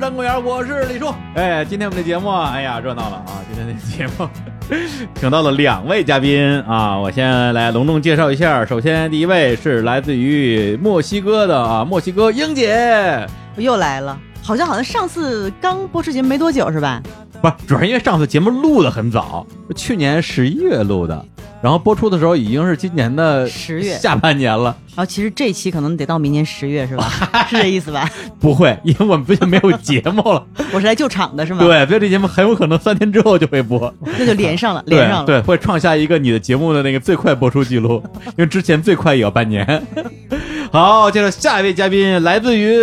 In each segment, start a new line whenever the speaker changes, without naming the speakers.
当公园，我是李叔。
哎，今天我们的节目啊，哎呀，热闹了啊！今天的节目 请到了两位嘉宾啊，我先来隆重介绍一下。首先，第一位是来自于墨西哥的啊，墨西哥英姐，
我哦又来了，好像好像上次刚播出节目没多久是吧？
不是，主要是因为上次节目录的很早，去年十一月录的，然后播出的时候已经是今年的
10月
下半年了。
然后其实这期可能得到明年十月是 吧？是这意思吧？
不会，因为我们最近没有节目了，
我是来救场 的是吗？，
对，所以这节目很有可能三天之后就会播。
那就连上了，连上了。
对，对，会创下一个你的节目的那个最快播出记 录，因为之前最快也要半年。 好，接着下一位嘉宾来自于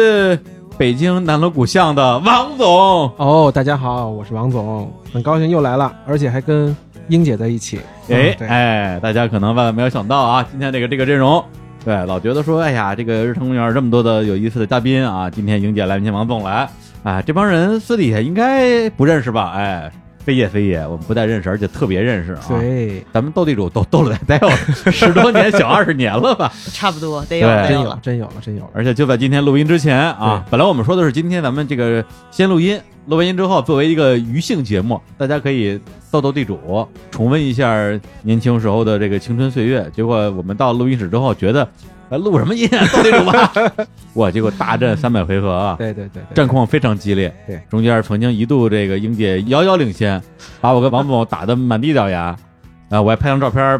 北京南锣鼓巷的王总，
哦，大家好，我是王总，很高兴又来了，而且还跟英姐在一起。
哎
嗯、对
哎，大家可能万万没有想到啊，今天这个这个阵容。对，老觉得说，哎呀，这个日坛公园这么多的有意思的嘉宾啊，今天莹姐来，明天王总来，啊，这帮人私底下应该不认识吧？哎，非也非也，我们不但认识，而且特别认识啊。
对，
咱们斗地主斗斗了得有十多年，小二十年了吧？
差不多得有
对
得
真
有
有，
了。
真有了，真有了。
而且就在今天录音之前啊，本来我们说的是今天咱们这个先录音，录完音之后作为一个余兴节目，大家可以斗斗地主，重温一下年轻时候的这个青春岁月。结果我们到录音室之后，觉得哎录什么音啊，斗地主吧！哇，结果大战三百回合啊！
对对对对，
战况非常激烈，
对，
中间曾经一度这个英姐遥遥领先，把我跟王总打得满地找牙，啊，我还拍张照片儿，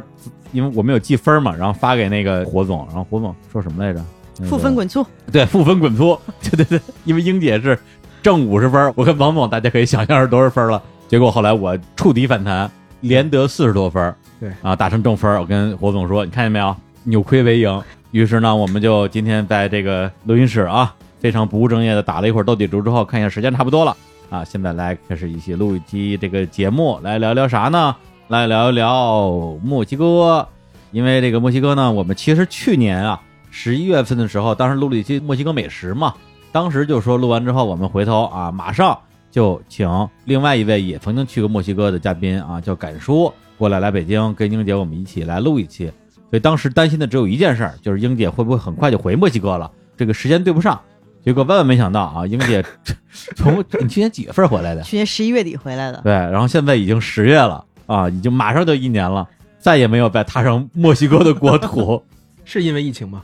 因为我们有记分嘛，然后发给那个火总，然后火总说什么来着？那个
负分滚粗，
对，负分滚粗，对对对，因为英姐是正五十分，我跟王总大家可以想象是多少分了。结果后来我触底反弹，连得四十多分，
对
啊，打成正分。我跟火总说，你看见没有，扭亏为盈。于是呢，我们就今天在这个录音室啊，非常不务正业的打了一会儿斗地主之后，看一下时间差不多了啊，现在来开始一起录一期这个节目，来聊聊啥呢？来聊一聊墨西哥，因为这个墨西哥呢，我们其实去年啊十一月份的时候，当时录了一期墨西哥美食嘛，当时就说录完之后，我们回头啊，马上就请另外一位也曾经去过墨西哥的嘉宾啊，叫敢叔过来来北京跟英姐我们一起来录一期。所以当时担心的只有一件事儿，就是英姐会不会很快就回墨西哥了，这个时间对不上。结果万万没想到啊，英姐 从你去年几月份回来的？
去年十一月底回来的，
对，然后现在已经十月了啊，已经马上就一年了，再也没有再踏上墨西哥的国土。
是因为疫情吗？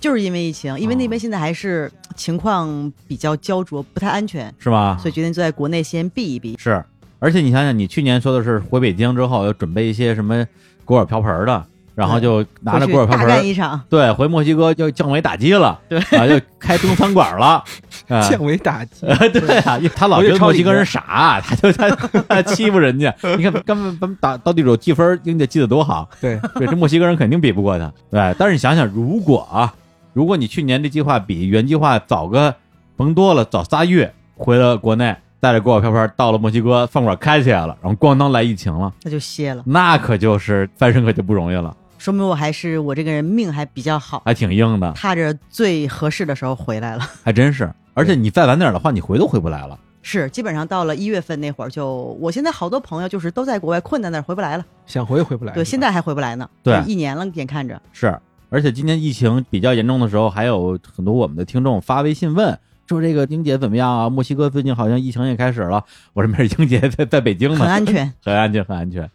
就是因为疫情，因为那边现在还是情况比较焦灼，不太安全，
是吗？
所以决定就在国内先避一避。
是，而且你想想，你去年说的是回北京之后要准备一些什么锅碗瓢盆的，然后就拿着
回去
锅碗瓢
大
盆
干
儿，
一场，
对，回墨西哥就降维打击了，
对
啊，就开中餐馆 了，啊、
降维打击。
对啊，因为他老觉得墨西哥人傻，他就他他欺负 人家。你看，根本咱们打斗地主记分，英姐记得多好，
对，
对，这墨西哥人肯定比不过他。对，但是你想想，如果啊，如果你去年这计划比原计划早个甭多了，早仨月回了国内，带着锅碗瓢盆到了墨西哥，饭馆开起来了，然后咣当来疫情了，
那就歇了，
那可就是翻身可就不容易了，
说明我还是我这个人命还比较好，
还挺硬的，
踏着最合适的时候回来了。
还真是。而且你再晚点的话，你回都回不来了。
是，基本上到了一月份那会儿就，我现在好多朋友就是都在国外困在那儿回不来了，
想回也回不来。
对，现在还回不来呢，
哎对
一年了，眼看着，
是，而且今年疫情比较严重的时候，还有很多我们的听众发微信问。说这个英姐怎么样啊？墨西哥最近好像疫情也开始了。我这边英姐在在北京呢，
很安全。
很安全，很安全。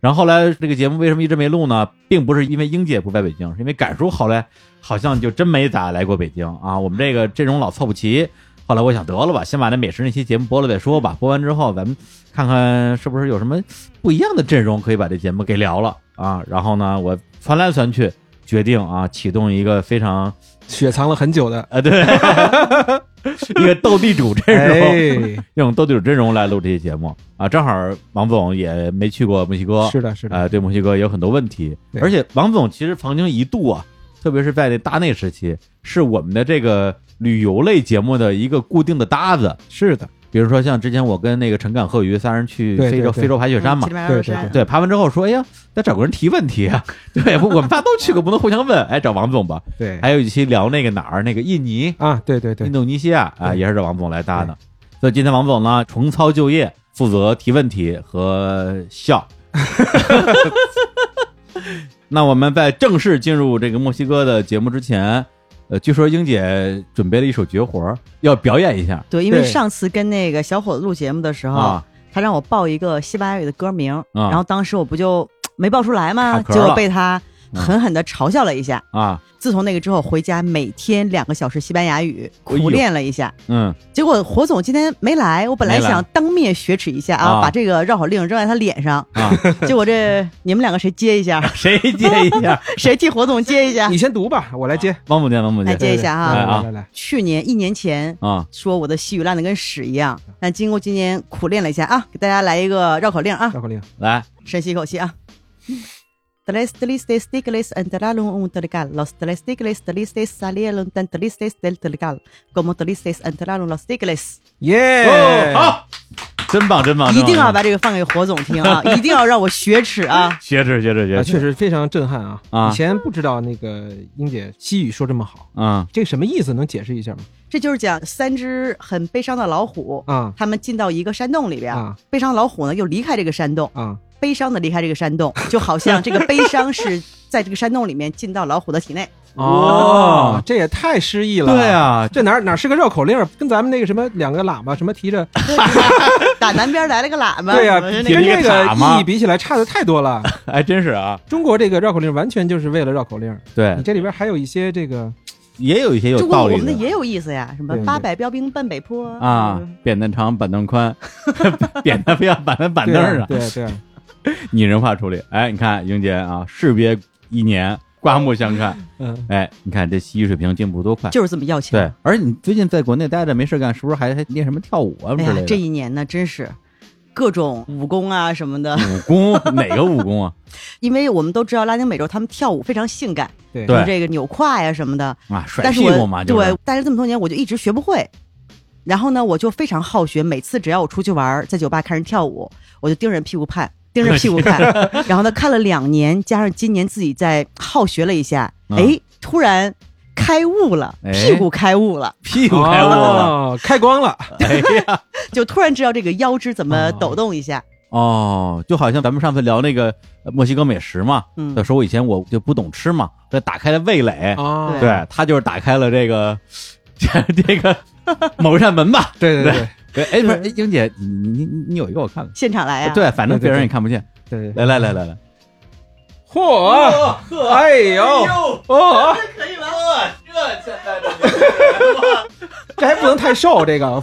然后后来这个节目为什么一直没录呢？并不是因为英姐不在北京，是因为赶叔后来好像就真没咋来过北京啊。我们这个阵容老凑不齐。后来我想得了吧，先把那美食那期节目播了再说吧。播完之后，咱们看看是不是有什么不一样的阵容可以把这节目给聊了啊。然后呢，我翻来翻去，决定啊启动一个非常
雪藏了很久 的。
啊对，一个斗地主阵容，
哎，
用斗地主阵容来录这期节目啊。正好王总也没去过墨西哥，
是的，是的，
呃，对墨西哥也有很多问题。
对
而且王总其实曾经一度啊，特别是在那大内时期，是我们的这个旅游类节目的一个固定的搭子。
是的，
比如说像之前我跟那个陈敢、贺鱼三人去
对
非洲
对对
非洲爬雪山嘛
嗯，骑着马拉多
对对
山
对
对，爬完之后说，哎呀，得找个人提问题啊。 对，不，我们仨都去过，不能互相问，哎，找王总吧。
对。
还有一期聊那个哪儿，那个印尼，
啊，对对对
印，度尼西亚啊，
对
也是这王总来搭的。所以今天王总呢，重操旧业，负责提问题和 笑。那我们在正式进入这个墨西哥的节目之前，呃，据说英姐准备了一手绝活儿，要表演一下
对，因为
对
上次跟那个小伙子录节目的时候，
啊，
他让我报一个西班牙语的歌名，
啊
然后当时我不就没报出来吗？
卡壳
结果
了嗯
被他狠狠的嘲笑了一下。
啊，
自从那个之后，回家每天两个小时西班牙语
哎呦
苦练了一下。
嗯，
结果火总今天没来，我本来
没来
想当面雪耻一下啊，
啊
把这个绕口令扔在他脸上。
啊
结果这你们两个谁接一下？
谁接一 下？
谁替火总接一下
你？先读吧，我来接，
王母见，王母见
来啊接一下啊
来
哎啊
来来来，
去年一年前
啊，
说我的西语烂的跟屎一样，但经过今年苦练了一下啊，给大家来一个绕口令啊，
绕口令，
来，
深吸一口气啊。Tres tristes tigres entraron en un trigal. Los tres tigres tristes salieron tan tristes del trigal. Como tristes entraron los tigres。
耶，
哦，好，真棒，真棒，
哎一
真棒
定要
真棒
把这个放给火总听啊！一定要让我雪耻啊！
学耻，学耻，
啊，
学耻，
确实非常震撼啊！
啊
以前不知道那个英姐西语说这么好，
啊
嗯
这个什么意思？能解释一下吗？
这就是讲三只很悲伤的老虎，
啊
它们进到一个山洞里边，
啊
悲伤老虎呢又离开这个山洞，
啊
悲伤的离开这个山洞，就好像这个悲伤是在这个山洞里面进到老虎的体 内。
哦
这也太诗意了。
对啊
这哪哪是个绕口令？跟咱们那个什么两个喇叭什么提着，
打南边来了个喇叭，
对呀、
我说那
跟
提着
个
一
这
个
个
塔吗
意义比起来差的太多了。
哎，真是啊，
中国这个绕口令完全就是为了绕口令，
对
你，这里边还有一些这个
也有一些有
中国
道
我
理
们的也有意思呀，什么
对对
八百标兵奔北坡
啊，扁担长，板凳 宽，扁担非要板在板
对
凳
啊
上，
对啊对啊，
拟人化处理。哎，你看英杰啊，士别一年，刮目相看。
嗯，
哎，你看这西医水平进步多快。
就是这么要强。
对，而你最近在国内待着没事干，是不是还还练什么跳舞啊之
哎
类
呀，这
的？
一年呢，真是各种武功啊什么的，
武功哪个武功啊？
因为我们都知道拉丁美洲他们跳舞非常性感，
对
什
对
么这个扭胯呀什么的，
啊，甩
但是
屁股
我
嘛，就是
对，但是这么多年我就一直学不会。然后呢，我就非常好学，每次只要我出去玩儿，在酒吧看人跳舞，我就盯着人屁股看，盯着人屁股 看。然后呢，看了两年，加上今年自己再好学了一下，
嗯
哎，突然开悟了，
哎
屁股开悟了，
屁股开悟了。
哎哦，开光了，
哎呀，
就突然知道这个腰肢怎么
哦
抖动一下。
哦，就好像咱们上次聊那个呃墨西哥美食嘛，
嗯
的，时候我以前我就不懂吃嘛，这打开了味蕾，
哦，
对
对他就是打开了这个 这 个某扇门吧。
对对对
哎，哎不是，哎英姐，你你你你有一个我看看。
现场哎来呀、啊
对，反正
对对
别人
对
也看不见。
对对，
来来来来来，
嚯，哎呦，哦，
可以吗？
这还不能太瘦，这个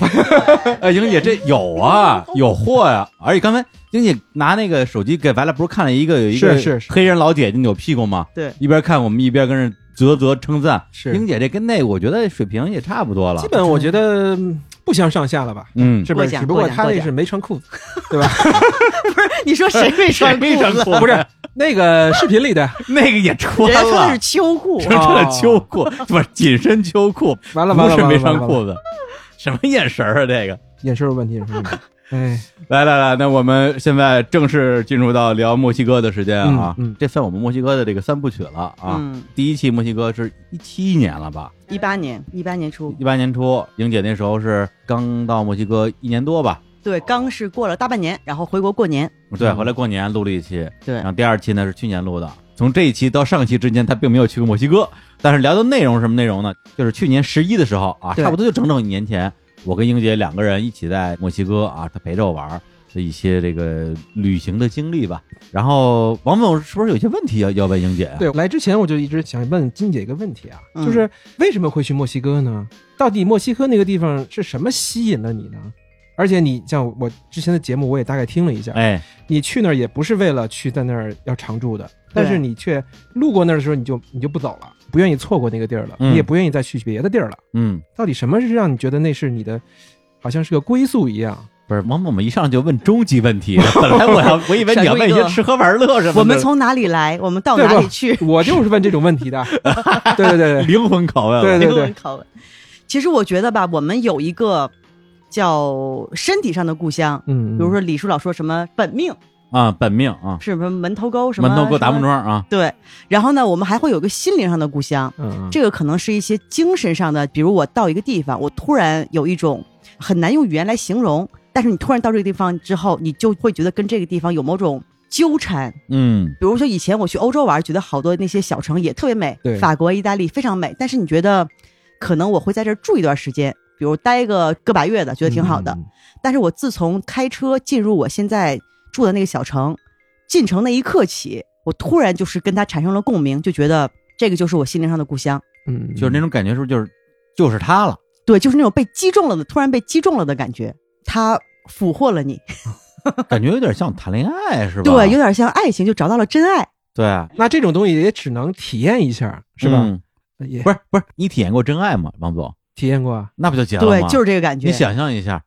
哎，英姐这有啊，有货呀、而且刚才英姐拿那个手机给咱俩，不是看了一个有一个
是是是
黑人老姐姐扭屁股吗？
对，
一边看我们一边跟着啧啧称赞。
是
英姐这跟那我觉得水平也差不多了
基。本我觉得嗯不相上下了吧。
嗯，
是不是？
过奖
只不过
过奖
他
过
那
奖
是没穿裤子，对吧？
你说谁 没穿裤
谁没穿
子？
裤子
哦不是那个视频里 的，
那个也穿
人家穿的
了
是，秋裤，
穿的秋裤，不是紧身秋裤，
啊完了完
不
了，
是
完了
没穿，
完了
裤子，什么眼神儿啊这个？
眼神有问题，眼 神有问题。哎，
来来来，那我们现在正式进入到聊墨西哥的时间啊，
嗯嗯
这算我们墨西哥的这个三部曲了啊。
嗯，
第一期墨西哥是一七年了吧？
一八年，一八年初，
一八年初，莹姐那时候是刚到墨西哥一年多吧？
对，刚是过了大半年，然后回国过年，
对，
嗯
回来过年录了一期，
对
然，后第二期呢是去年录的。从这一期到上期之间，她并没有去过墨西哥，但是聊的内容是什么内容呢？就是去年十一的时候啊，
对
差不多就整整一年前，我跟英姐两个人一起在墨西哥啊，她陪着我玩儿的一些这个旅行的经历吧。然后王总是不是有些问题要要问英姐啊？
对，来之前我就一直想问金姐一个问题啊，
嗯
就是为什么会去墨西哥呢？到底墨西哥那个地方是什么吸引了你呢？而且你像我之前的节目，我也大概听了一下，
哎，
你去那儿也不是为了去在那儿要常住的，但是你却路过那儿的时候，你就你就不走了，不愿意错过那个地儿了，
嗯
你也不愿意再去别的地儿了。
嗯，
到底什么是让你觉得那是你的，好像是个归宿一样？
不是，王总，我们一上来就问终极问题， 本来我要我以为你要问一些吃喝玩乐什么的，
我们从哪里来，我们到
对
哪
吧
里去，
我就是问这种问题的。对对对对，
灵魂拷问了，
对对
灵魂拷问。其实我觉得吧，我们有一个叫身体上的故乡，
嗯，
比如说李叔老说什么本命，
啊，本命啊，
是什么门头沟什么
门头沟达木
什么
庄啊，
对，然后呢，我们还会有一个心灵上的故乡，
嗯，嗯
这个可能是一些精神上的，比如我到一个地方，我突然有一种很难用语言来形容，但是你突然到这个地方之后，你就会觉得跟这个地方有某种纠缠。
嗯
比如说以前我去欧洲玩，觉得好多那些小城也特别美
对，
法国、意大利非常美，但是你觉得可能我会在这儿住一段时间，比如待个个把月的，觉得挺好的。
嗯
但是我自从开车进入我现在住的那个小城，进城那一刻起，我突然就是跟它产生了共鸣，就觉得这个就是我心灵上的故乡。
嗯，
就是那种感觉，是不是就是就是他了？
对，就是那种被击中了的，突然被击中了的感觉，它俘获了你。
感觉有点像谈恋爱是吧？
对，有点像爱情，就找到了真爱。
对，啊
那这种东西也只能体验一下，是吧？
嗯
也
不是不是，你体验过真爱吗，王总？
体验过啊，
那不就结了吗？
对，就是这个感觉。
你想象一下，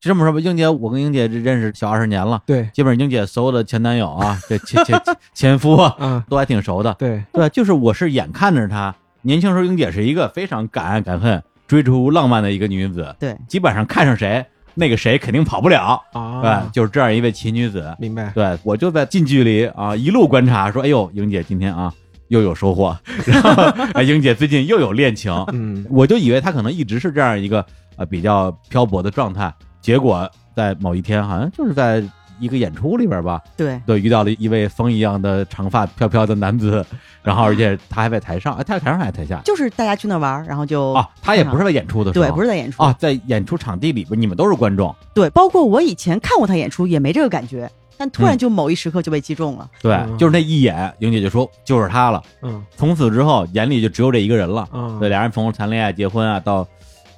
就这么说吧，英姐，我跟英姐这认识小二十年了，
对
基本上英姐所有的前男友啊，这前前前前夫啊，
啊，
都还挺熟的。
对，
对，就是我是眼看着她，年轻时候英姐是一个非常敢爱敢恨、追逐浪漫的一个女子，
对，
基本上看上谁，那个谁肯定跑不了。对
哦
啊，，
就是这样一位奇女子。
明白。
对我就在近距离啊一路观察，说，哎呦，英姐今天啊又有收获， 然后哎英姐最近又有恋情，
嗯，
我就以为她可能一直是这样一个呃比较漂泊的状态，结果在某一天好像就是在一个演出里边吧，
对，
对，遇到了一位风一样的长发飘飘的男子，然后而且他还在台上，哎，他在台上还是台下
就是大家去那玩儿，然后就
啊，他也不是在演出的时候，
对，不
是
是在演出
啊，在演出场地里边，你们都是观众，
对，包括我以前看过他演出也没这个感觉，但突然就某一时刻就被击中了。
对，
嗯
就是那一眼，英姐就说就是他了，
嗯
从此之后眼里就只有这一个人了。
啊，
对，俩人从谈恋爱、结婚啊，到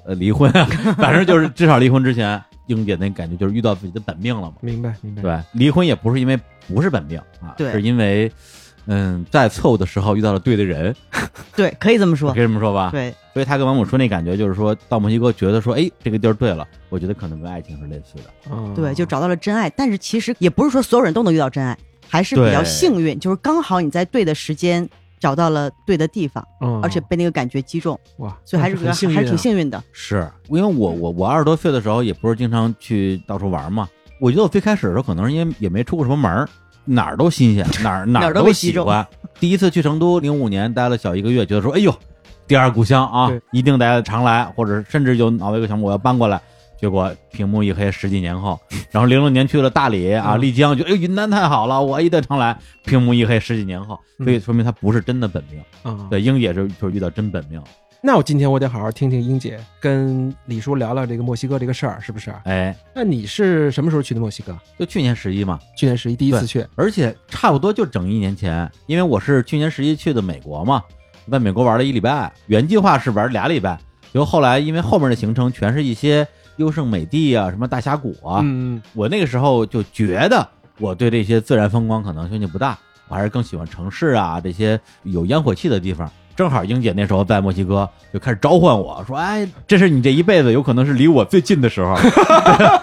呃离婚啊， 反正就是至少离婚之前，英姐那感觉就是遇到自己的本命了嘛。
明白明白。
对，离婚也不是因为不是本命啊，
对
是因为嗯，在错误的时候遇到了对的人，
对，可以这么
我
说
可。以这啊么说吧。
对，
所以他跟王母说那感觉就是说到墨西哥，觉得说哎这个地儿对了，我觉得可能跟爱情是类似的。
啊
对，就找到了真爱。但是其实也不是说所有人都能遇到真爱，还是比较
对
幸运，就是刚好你在对的时间找到了对的地方，
嗯
而且被那个感觉击中，
哇，
所以还是
那
觉得
很幸运啊，
还是挺幸运的。
是因为我我我二十多岁的时候也不是经常去到处玩嘛，我觉得我最开始的时候可能是因为也没出过什么门儿，哪儿都新鲜， 哪儿哪
哪
儿
儿都被击
喜
中
欢。第一次去成都，零五年待了小一个月，觉得说哎呦，第二故乡啊
对，
一定得常来，或者甚至有脑子有个想法我要搬过来。结果屏幕一黑，十几年后，然后零六年去了大理啊、
嗯
丽江，就哎呦云南太好了，我一定常来。屏幕一黑，十几年后，所以
嗯
说明他不是真的本命。
嗯
啊。
对，英姐就就遇到真本命，
那我今天我得好好听听英姐跟李叔聊聊这个墨西哥这个事儿，是不是？
哎，
那你是什么时候去的墨西哥？
就去年十一嘛，
去年十一第一次
对
去，
而且差不多就整一年前，因为我是去年十一去的美国嘛，在美国玩了一礼拜，原计划是玩俩礼拜，结果后来因为后面的行程全是一些优胜美地啊，什么大峡谷啊，
嗯，
我那个时候就觉得我对这些自然风光可能兴趣不大，我还是更喜欢城市啊这些有烟火气的地方。正好英姐那时候在墨西哥就开始召唤我说：“哎，这是你这一辈子有可能是离我最近的时候。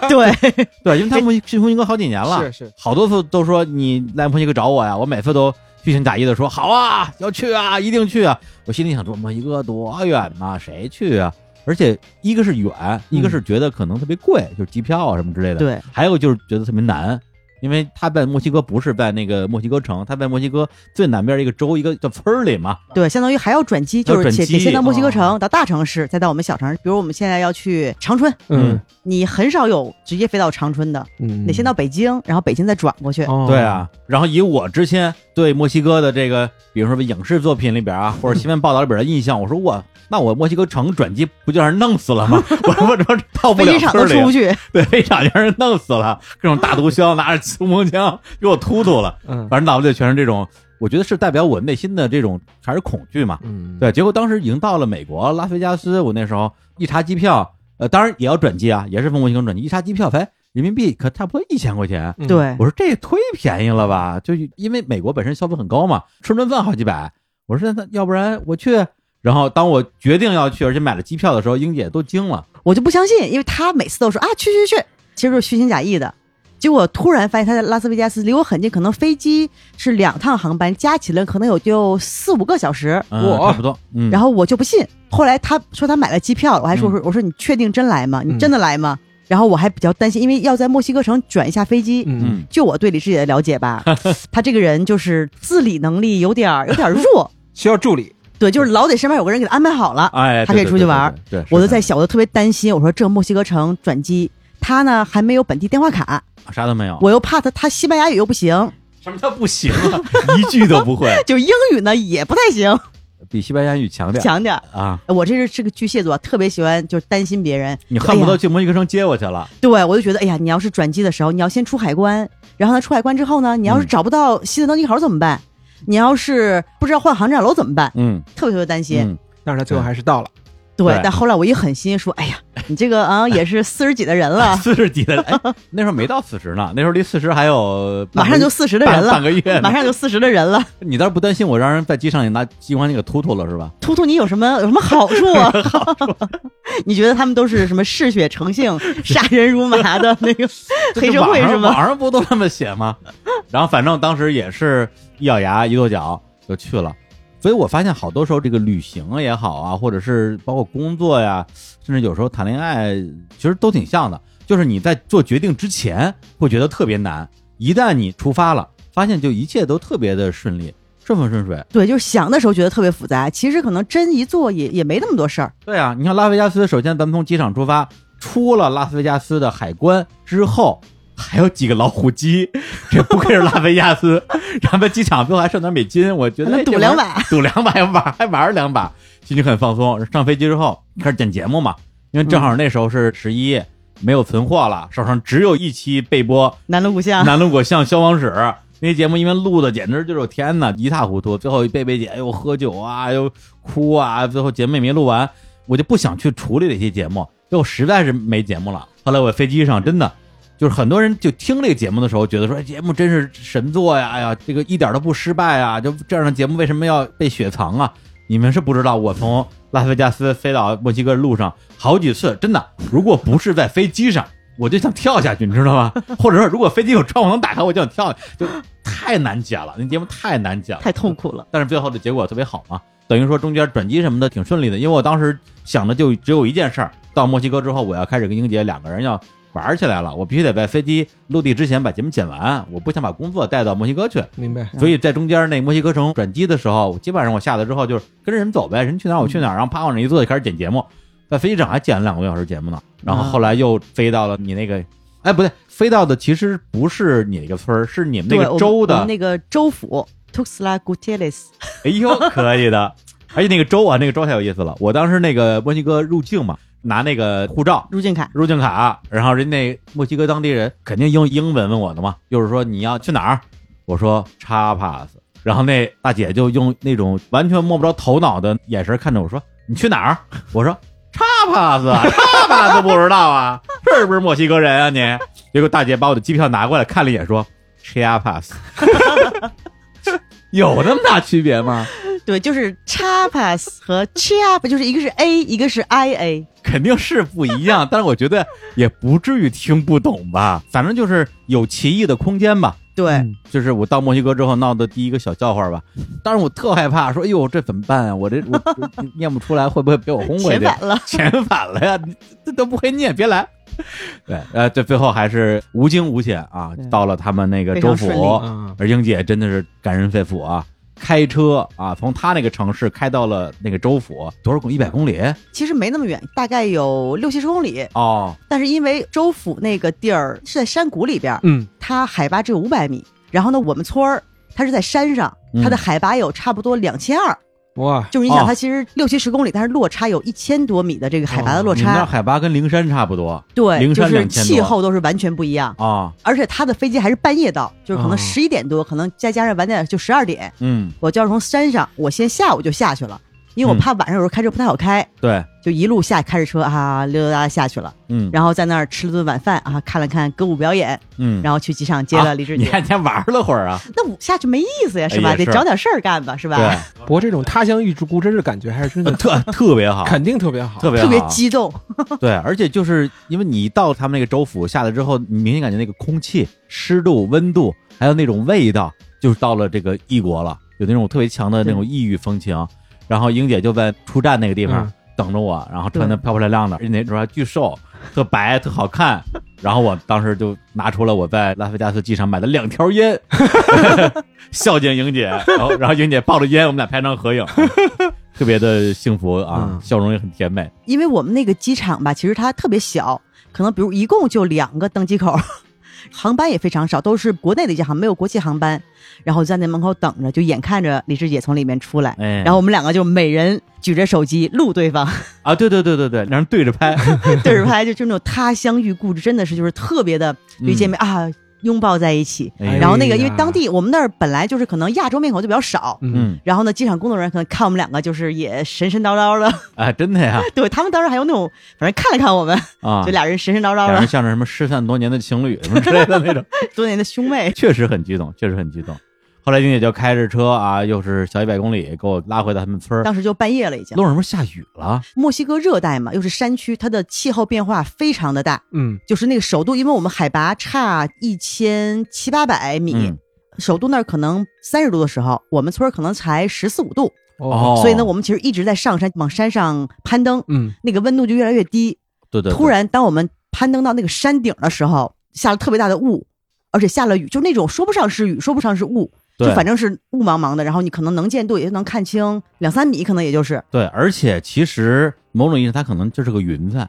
对，”
对，因为他们 去墨西哥好几年了，
是是，
好多次都说你来墨西哥找我呀，我每次都虚情假意的说好啊，要去啊，一定去啊。我心里想说墨西哥多远呐、谁去啊？而且一个是远，一个是觉得可能特别贵，就是机票啊什么之类的。，
对，
还有就是觉得特别难，因为他在墨西哥不是在那个墨西哥城，他在墨西哥最南边一个州一个叫村儿里嘛。
对，相当于还要转机，
要
就是
转
且
机
得先到墨西哥
哦
城，到大城市，再到我们小城市。比如我们现在要去长春，
嗯
你很少有直接飞到长春的，
嗯，
得先到北京，然后北京再转过去。
哦，
对，啊，然后以我之前对墨西哥的这个，比如说影视作品里边 啊，或者新闻报道里边的印象，我说我那我墨西哥城转机不就让人弄死 了吗？我我这到不
飞
了
机场
村
都出
里啊
不，去，
对，飞机场就让人弄死了，各种大毒枭拿着冲锋枪给我突突 了，
嗯
反正脑子里全是这种，我觉得是代表我内心的这种还是恐惧嘛。
嗯，
对，结果当时已经到了美国拉斯维加斯，我那时候一查机票，呃，当然也要转机啊，也是从墨西哥转机，一查机票才人民币可差不多一千块钱。
嗯，
对，
我说这也忒便宜了吧？就因为美国本身消费很高嘛，吃顿饭好几百。我说那要不然我去。然后当我决定要去，而且买了机票的时候，英姐都惊了。
我就不相信，因为他每次都说啊去去去，其实就是虚情假意的。结果突然发现他在拉斯维加斯离我很近，可能飞机是两趟航班，加起来可能有就四五个小时。
嗯，
我
差不多。嗯，
然
后
后我就不信，后来他说他买了机票，我还说说、我说你确定真来吗？你真的来吗？然后我还比较担心，因为要在墨西哥城转一下飞机。
嗯，
嗯，
就我对李志姐的了解吧，他这个人就是自理能力有点儿有点儿弱，
需要助理，
对，就是老得身边有个人给他安排好了，
哎，
他
对
可以出去玩儿。
对对对对，
我都
是的
在想，我都特别担心。我说这墨西哥城转机，他呢还没有本地电话卡，
啊啥都没有。
我又怕他他西班牙语又不行，
什么叫不行啊？一句都不会，
就英语呢也不太行，
比西班牙语强点
强点儿。
啊！
我这是是个巨蟹座，特别喜欢就是担心别人。
你恨不
哎
得
呀
去墨西哥城接我去了，
对我就觉得，哎呀，你要是转机的时候，你要先出海关，然后呢，出海关之后呢，你要是
嗯
找不到新的登机口怎么办？你要是不知道换航站楼怎么办？
嗯，
特别特别担心。
嗯，
但是他最后还是到了。
对
对，
但后来我一狠心说，哎呀，你这个啊也是四十几的 人了，
四十几的，哎，那时候没到四十呢，那时候离四十还有
马
半个
上就四十的人
哎半半
了，
个月呢，
马上就四十的人了。
你倒是不担心我让人在机上拿机关那个突突了是吧？
图图，你有什么有什么好处啊？ 你觉得他们都是什么嗜血 成性、杀人如麻的那个 黑社会
这网
是
上
吗？
网上不都这么写吗？ 然后反正当时也是一咬牙一跺脚就去了。所以我发现好多时候这个旅行啊也好啊，或者是包括工作呀，甚至有时候谈恋爱，其实都挺像的。就是你在做决定之前会觉得特别难，一旦你出发了，发现就一切都特别的顺利，顺风顺水。
对，就是想的时候觉得特别复杂，其实可能真一做也也没那么多事儿。
对啊，你看拉斯维加斯，首先咱们从机场出发，出了拉斯维加斯的海关之后，还有几个老虎机，这不愧是拉斯维加斯。咱们机场最后还剩点美金，我觉得
还能
哎
赌
这玩意儿
两把，
赌两把还玩还玩两把，心情很放松。上飞机之后开始剪节目嘛，因为正好那时候是十一、没有存货了，手上只有一期备播
南锣鼓
《
巷，
南锣鼓巷消防史》那节目，因为录的简直就是我天呐，一塌糊涂。最后贝贝姐又喝酒啊，又哭啊，最后节目也没录完，我就不想去处理这些节目，最后实在是没节目了。后来我飞机上真的。就是很多人就听这个节目的时候，觉得说、哎、节目真是神作呀！哎呀，这个一点都不失败啊！就这样的节目为什么要被雪藏啊？你们是不知道，我从拉斯维加斯飞到墨西哥的路上好几次，真的，如果不是在飞机上，我就想跳下去，你知道吗？ 或者说，如果飞机有窗户能打开，我就想跳下去，就太难剪了，那节目太难剪了，
太痛苦了。
但是最后的结果特别好嘛，等于说中间转机什么的挺顺利的，因为我当时想的就只有一件事儿，到墨西哥之后我要开始跟英姐两个人要玩起来了，我必须得在飞机落地之前把节目剪完，我不想把工作带到墨西哥去，
嗯明白，
所以在中间那墨西哥城转机的时候，我基本上我下来之后就是跟着人走呗，人去哪儿我去哪儿，然后啪往那一坐就开始剪节目，在飞机场还剪了两个多小时节目呢，然后后来又飞到了你那个。哎，不对，飞到的其实不是你那个村儿，是你们那
对我
个
们
州的
我们那个州府 Tuxla Gutierrez，
哎呦，可以的。 而且那个州啊，那个州太有意思了。我当时那个墨西哥入境嘛，拿那个护照、
入境卡，
入境卡，然后人那墨西哥当地人肯定用英文问我的嘛，就是说你要去哪儿？我说 Chapas，然后那大姐就用那种完全摸不着头脑的眼神看着我说你去哪儿？ 我说啊 Chapas，Chapas 不知道啊，是不是墨西哥人啊你？结果大姐把我的机票拿过来看了一眼说 Chiapas，有 那么大区别吗？
对，就是 Chapas 和 Chiap，就是一个是 A，一个是 I A。
肯定是不一样， 但是我觉得也不至于听不懂吧，反正就是有歧义的空间吧。
对，
嗯
就是我到墨西哥之后闹的第一个小笑话吧，当时我特害怕，说哎呦这怎么办啊？我这我我 念不出来，会不会被我轰回
遣
去？
返了。
遣返了呀， 你这都不会念，别来。对，呃，这最后还是无惊无险啊
对，
到了他们那个
非
州
常
府，
顺利
嗯，
而英姐真的是感人肺腑啊，开车啊，从她那个城市开到了那个州府，多少公一百公里
其实没那么远，大概有六七十公里。
哦，
但是因为州府那个地儿是在山谷里边儿，
嗯，
它海拔只有五百米。然后呢，我们村儿它是在山上，
嗯
它的海拔有差不多两千二，
哇，
就是你
哦
想，它其实六七十公里，但是落差有一千多米的这个海拔的落
你们那
差，
儿海拔跟灵山差不多
对，
零
就
哦山
是
2000多
气候都是完全不一样。
啊，
而且他的飞机还是半夜到，就是可能
哦
十一点多，可能再加上晚点就十二点，
嗯，
我就要从山上，我先下午就下去了，因为我
嗯
怕晚上有时候开车不太好开，
对，
就一路下开着车啊溜达下去了，
嗯
然后在那儿吃了顿晚饭啊，看了看歌舞表演，
嗯，
然后去机场接了李志
你
杰。
还先玩了会儿啊，
那我下去没意思呀，是
哎
吧？
也
得
是
找点事儿干吧，是吧？
对，
不过这种他乡遇故孤真的感觉还是真的
特特别好，
肯定特别好，
特别
特别
好
激动，
对，而且就是因为你到他们那个州府下来之后，你明显感觉那个空气、湿度、温度，还有那种味道，就是到了这个异国了，有那种特别强的那种异域风情。然后英姐就在出站那个地方
嗯
等着我，然后穿的
对
漂漂亮亮的，而且那时候还巨瘦，特白，特好 看。然后我当时就拿出了我在拉斯维加斯机场买的两条 烟，孝敬英姐。然后，然后英姐抱着烟，我们俩拍张合 影，特别的幸福啊，
嗯
笑容也很甜美。
因为我们那个机场吧，其实它特别小，可能比如一共就两个登机口， 航班也非常少，都是国内的一些航，没有国际航班。然后站在门口等着，就眼看着李志姐从里面出来，
哎，
然后我们两个就每人举着手机录 对方，
啊，对对对对对，两人对着 拍，
对着拍，就就那种他乡遇故知，真的是就是特别的，一见面、啊拥抱在一起。
嗯哎呀
然后那个，
哎
因
呀
为当地我们那儿本来就是可能亚洲面孔就比较少，
嗯，
嗯
然后呢，机场工作人员可能看我们两个就是也神神叨叨的，
啊，真的呀
对他们当时还有那种，反正看了看我们，
啊
就，俩人神神叨叨
两人
的，
像是什么失散多年的情侣什么之类的那种，
多年的兄妹，
确实很激动，确实很激动。后来丁姐就开着车啊，又是小一百公里，给我拉回到他们村儿。
当时就半夜了已经
路。上是不是下雨了？
墨西哥热带嘛，又是山区，它的气候变化非常的大，
嗯，
就是那个首都，因为我们海拔差一千七八百米，
嗯
首都那儿可能三十度的时候，我们村儿可能才十四五度，
哦，
所以呢，我们其实一直在上山往山上攀登，
嗯，
那个温度就越来越低。
对对，对
突然，当我们攀登到那个山顶的时候，下了特别大的雾，而且下了雨，就那种说不上是雨，说不上是雾，就
对
反正是雾茫茫的。然后你可能能见度也就能看清两三米，可能也就是
对，而且其实某种意义上它可能就是个云彩，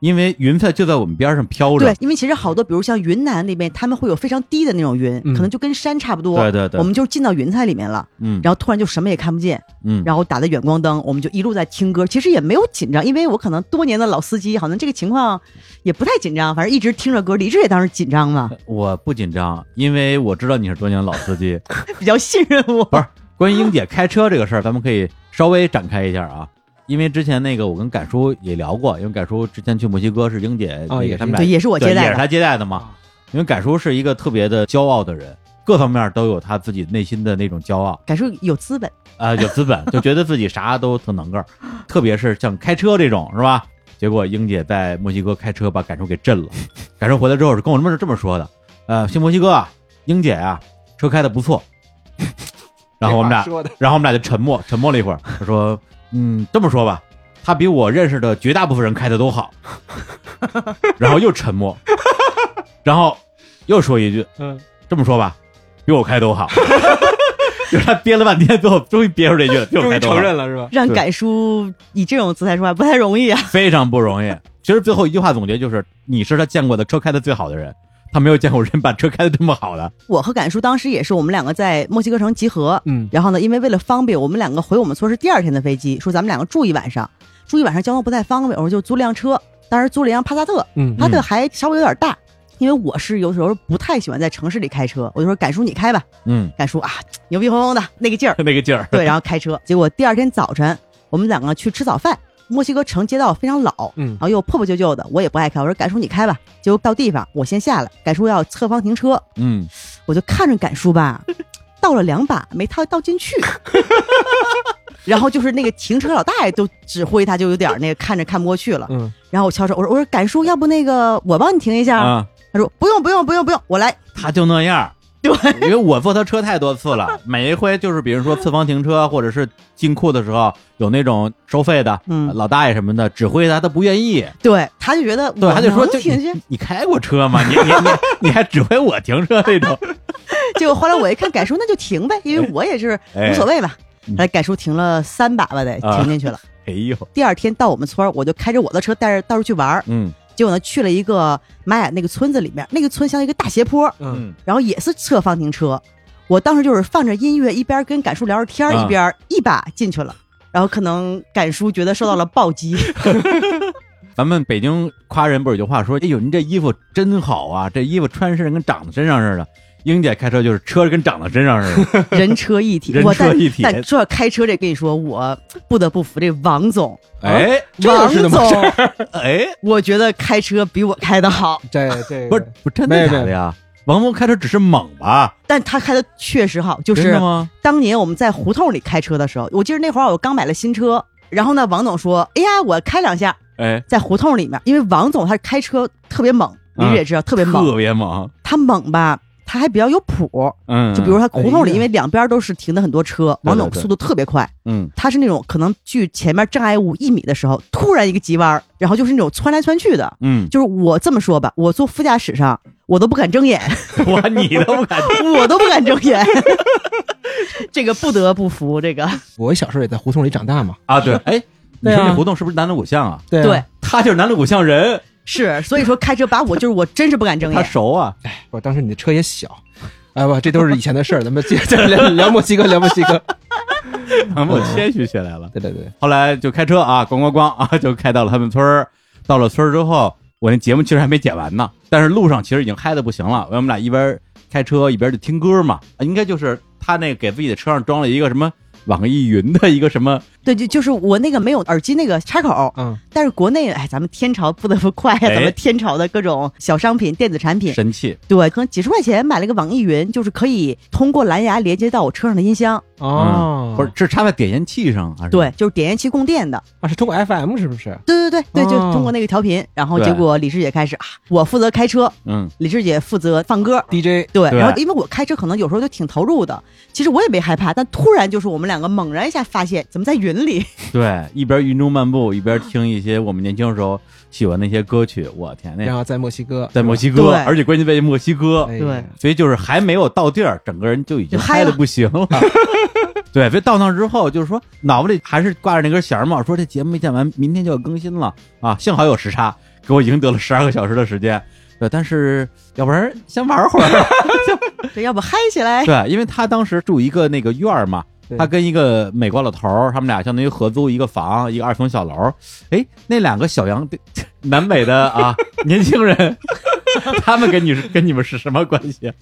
因为云彩就在我们边上飘着
对。，因为其实好多，比如像云南那边，他们会有非常低的那种云，
嗯
可能就跟山差不多。
对对对，
我们就进到云彩里面了，
嗯
然后突然就什么也看不见，
嗯
然后打的远光灯，我们就一路在听歌。其实也没有紧张，因为我可能多年的老司机，好像这个情况也不太紧张，反正一直听着歌。李志也当时紧 张嘛，
我不紧张，因为我知道你是多年老司机。
比较信任我。
不是关于英姐开车这个事儿，咱们可以稍微展开一下啊。因为之前那个我跟敢叔也聊过，因为敢叔之前去墨西哥是英姐
哦
那
也
个
是
他们
对，
俩
也是我
对
接待
也是
的。
他接待的嘛。因为敢叔是一个特别的骄傲的人，各方面都有他自己内心的那种骄傲
感受有资本，
啊、有资本，就觉得自己啥都特能个儿，特别是像开车这种是吧？结果英姐在墨西哥开车把敢叔给震 了，敢叔回来之后是跟我这么这么说的，呃，去墨西哥啊，英姐啊，车开的不 错，然后我们俩
啊这话说的，
然后我们俩就沉默，沉默了一会儿。他说：“嗯，这么说吧，他比我认识的绝大部分人开的都好。” 然后又沉默，然后又说一句
嗯，：“
这么说吧，比我开都好。” 就是他憋了半天，最后终于憋出这句了，比我
终
开
于
都好
承，认了是吧？
让
对
改叔以这种姿态说话不太容易啊。
非常不容易。其实最后一句话总结就是：你是他见过的车开的最好的人，他没有见过人把车开的这么好的。
我和感叔当时也是，我们两个在墨西哥城集合，
嗯，
然后呢，因为为了方便，我们两个回我们村是第二天的飞机，说咱们两个住一晚上，住一晚上交通不太方便，我说就租辆车，当时租了一辆帕萨特，
嗯
帕萨特还稍微有点大，因为我是有时候不太喜欢在城市里开车，我就说赶叔你开吧，
嗯，，
赶叔啊牛逼哄哄的那个劲儿
那个 劲儿。
对，然后开车，结果第二天早晨我们两个去吃早饭，墨西哥城街道非常老，
嗯
然后又破破旧旧的，我也不爱开，我说赶叔你开吧，结果到地方我先下来，赶叔要侧方停车，
嗯，
我就看着赶叔吧，倒了两把没倒倒 进去，然后就是那个停车老大爷都指挥他，就有点儿那个看着看不过去了。
嗯，
然后我敲手，我说我说赶叔，要不那个我帮你停一下？
啊，
他说不用不用不用不用，我来。
他就那样。对，因为我坐他车太多次了，每一回就是比如说侧方停车，或者是进库的时候，有那种收费的、
嗯
老大爷什么的指挥他，他不愿意，
对，他就觉得
对，
我
他就说
能
就
停下
你。你开过车吗？你你 你你还指挥我停车那种？
结果后来我一看赶叔，那就停呗，因为我也是
哎
无所谓吧
嗯。
后来赶叔停了三把吧，得
啊
停进去了。
哎呦，
第二天到我们村儿，我就开着我的车带着到处去玩儿。
嗯
结果呢，去了一个玛雅那个村子里面，那个村像一个大斜坡，
嗯，
然后也是侧方停车。我当时就是放着音乐，一边跟赶叔聊着天儿，
啊
一边一把进去了。然后可能赶叔觉得受到了 暴击，
嗯咱们北京夸人不是有句话说：“哎呦，您这衣服真好啊，这衣服穿身上跟长在身上似的。”英姐开车就是车跟长在身上
啊
似的，
人车一体。
人
我
车一体
但但说到开车这，跟你说，我不得不服这王总，
哎
王
是怎么
总，
哎，
我觉得开车比我开的好，
这这
不是不是真的
没有
假
没
的
有
呀？王蒙开车只是猛吧？
但他开的确实好。就
真
是
的吗？
当年我们在胡同里开车的时候，我记得那会儿我刚买了新车，然后呢，王总说：“哎呀，我开两下，
哎，
在胡同里面，因为王总他开车特别猛，你
嗯
也知道特别猛，
特别猛。
他猛吧，他还比较有谱。”
嗯，
就比如他胡同
哎
里，
呀
因为两边都是停的很多车，
对
王总
对
速度特别快。
嗯，
他是那种可能距前面障碍物一米的时候，突然一个急弯儿，然后就是那种窜来窜去的。
嗯，
就是我这么说吧，我坐副驾驶上，我都不敢睁眼，
我你都不敢动。
我都不敢睁眼。这个不得不服，这个
我小时候也在胡同里长大嘛，
啊，对，哎，你
对
说
啊
这胡同是不是南锣鼓巷啊？
对
对
啊，
他就是南锣鼓巷人，
是，所以说开车把我就是我真是不敢睁
他
眼。
熟 啊，
我当时你的车也小， 哎不，这都是以前的事儿，咱们接着 聊聊墨西哥，聊墨西哥。
咱们谦虚起来了。
对对对，
后来就开车啊，咣咣咣啊，就开到了他们村儿。到了村儿之后，我那节目其实还没剪完呢，但是路上其实已经嗨的不行了。我们俩一边开车一边就听歌嘛，啊应该就是他那给自己的车上装了一个什么网易云的一个什么，
对，就就是我那个没有耳机那个插口，
嗯，
但是国内哎，咱们天朝不得不快呀、
哎
咱们天朝的各种小商品、电子产品，
神器，
对，可能几十块钱买了个网易云，就是可以通过蓝牙连接到我车上的音箱，
哦，
不嗯是，这是插在点烟器上还是？
对，，就是点烟器供电的，
啊，是通过 FM 是不是？
对对对对，就
哦
通过那个调频，然后
对
结果李师姐开始啊，我负责开车，
嗯，
李师姐负责放歌，
DJ
对，
对
然后因为我开车可能有时候就挺投入的，其实我也没害怕，但突然就是我们两个猛然一下发现，怎么在 云里？
对，一边云中漫步，一边听一些我们年轻时候喜欢那些歌曲。我天，
然
那
后在墨西哥，
在墨西哥，
对
而且关键在墨西哥，
哎呀
对
所以就是还没有到地儿，整个人就已经
就嗨
嗨
了
的不行了。对，所以到那儿之后，就是说脑子里还是挂着那根弦儿嘛，说这节目没剪完，明天就要更新了啊！幸好有时差，给我赢得了十二个小时的时间。对，但是要不然先玩会儿。
对，要不嗨起来？
对，因为他当时住一个那个院儿嘛，
对
他跟一个美国老头儿，他们俩相当于合租一个房，一个二层小楼。哎，那两个小洋 南北的啊年轻人， 他们跟你是跟你们是什么关系？啊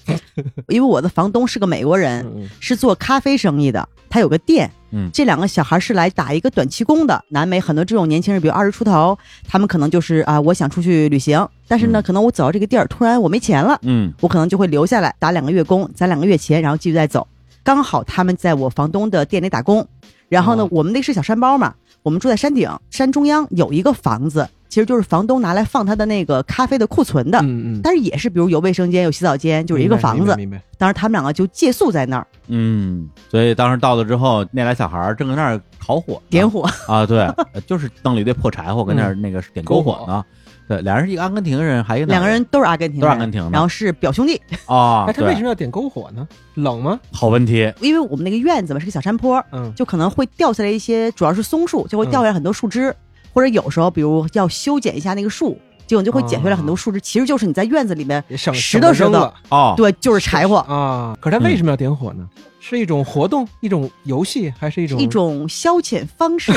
因为我的房东是个美国人，
嗯，嗯
是做咖啡生意的，他有个店。
嗯
这两个小孩是来打一个短期工的。南美很多这种年轻人，比如二十出头，他们可能就是啊，我想出去旅行，但是呢，
嗯
可能我走到这个地儿，突然我没钱了，
嗯
我可能就会留下来打两个月工，攒两个月钱，然后继续再走。刚好他们在我房东的店里打工，然后呢，
哦
我们那是小山包嘛，我们住在山顶，山中央有一个房子，其实就是房东拿来放他的那个咖啡的库存的，
嗯嗯，
但是也是比如有卫生间、有洗澡间，就是一个
明白
房子。
明白，明白
当时他们两个就借宿在那儿
嗯，所以当时到了之后，那俩小孩儿正搁那儿烤火嗯呢，
点
哦
火，
啊，对，呃就是弄了一堆破柴火，跟那儿那个点篝火呢。对，俩人是一个阿根廷人，还有一个哪
两个人都是阿根廷人，
都是阿根廷的
然后是表兄弟，
啊，
哎，他为什
对，
么要点篝火呢？冷吗？
好问题，
因为我们那个院子嘛是个小山坡，
嗯，
就可能会掉下来一些，主要是松树，就会掉下来很多树枝，或者有时候比如要修剪一下那个树，结果你就会剪下来很多树枝，其实就是你在院子里面，
也省
拾
省
掇
得
拾
扔
掇
了
哦，
对，就是柴火，
啊。可是他为什么要点火呢？是一种活动，一种游戏，还是一种
一？种消遣方式。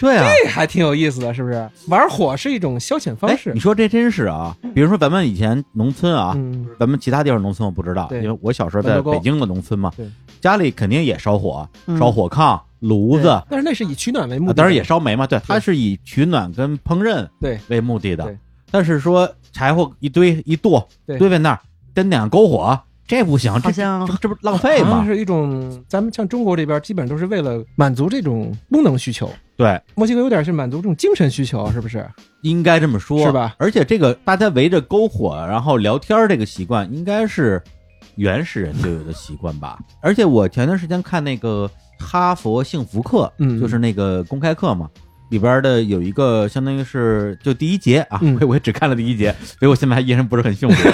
对啊，
这还挺有意思的，是不是？玩火是一种消遣方
哎，
式
你。说这真是啊，比如说咱们以前农村啊，
嗯，
咱们其他地方农村我不知道，
对
因为我小时候在
门头沟
北京的农村嘛
对，
家里肯定也烧火，
嗯
烧火炕、炉子，
但是那是以取暖为目
啊
的，
当然也烧煤嘛，对，它是以取暖跟烹饪
对
为目的的
对。
但是说柴火一堆一垛
对
堆在那儿，跟两篝火，这不行，
好
这
像
这这不是浪费
好像
吗？
是一种咱们像中国这边，基本都是为了满足这种功能需求。
对，
墨西哥有点是满足这种精神需求，是不是？
应该这么说，
是吧？
而且这个大家围着篝火然后聊天儿这个习惯，应该是原始人就有的习惯 吧。而且我前段时间看那个哈佛幸福课，
嗯
就是那个公开课嘛。里边儿的有一个，相当于是就第一节啊，
嗯
我我也只看了第一节，所以我现在还依然不是很幸福。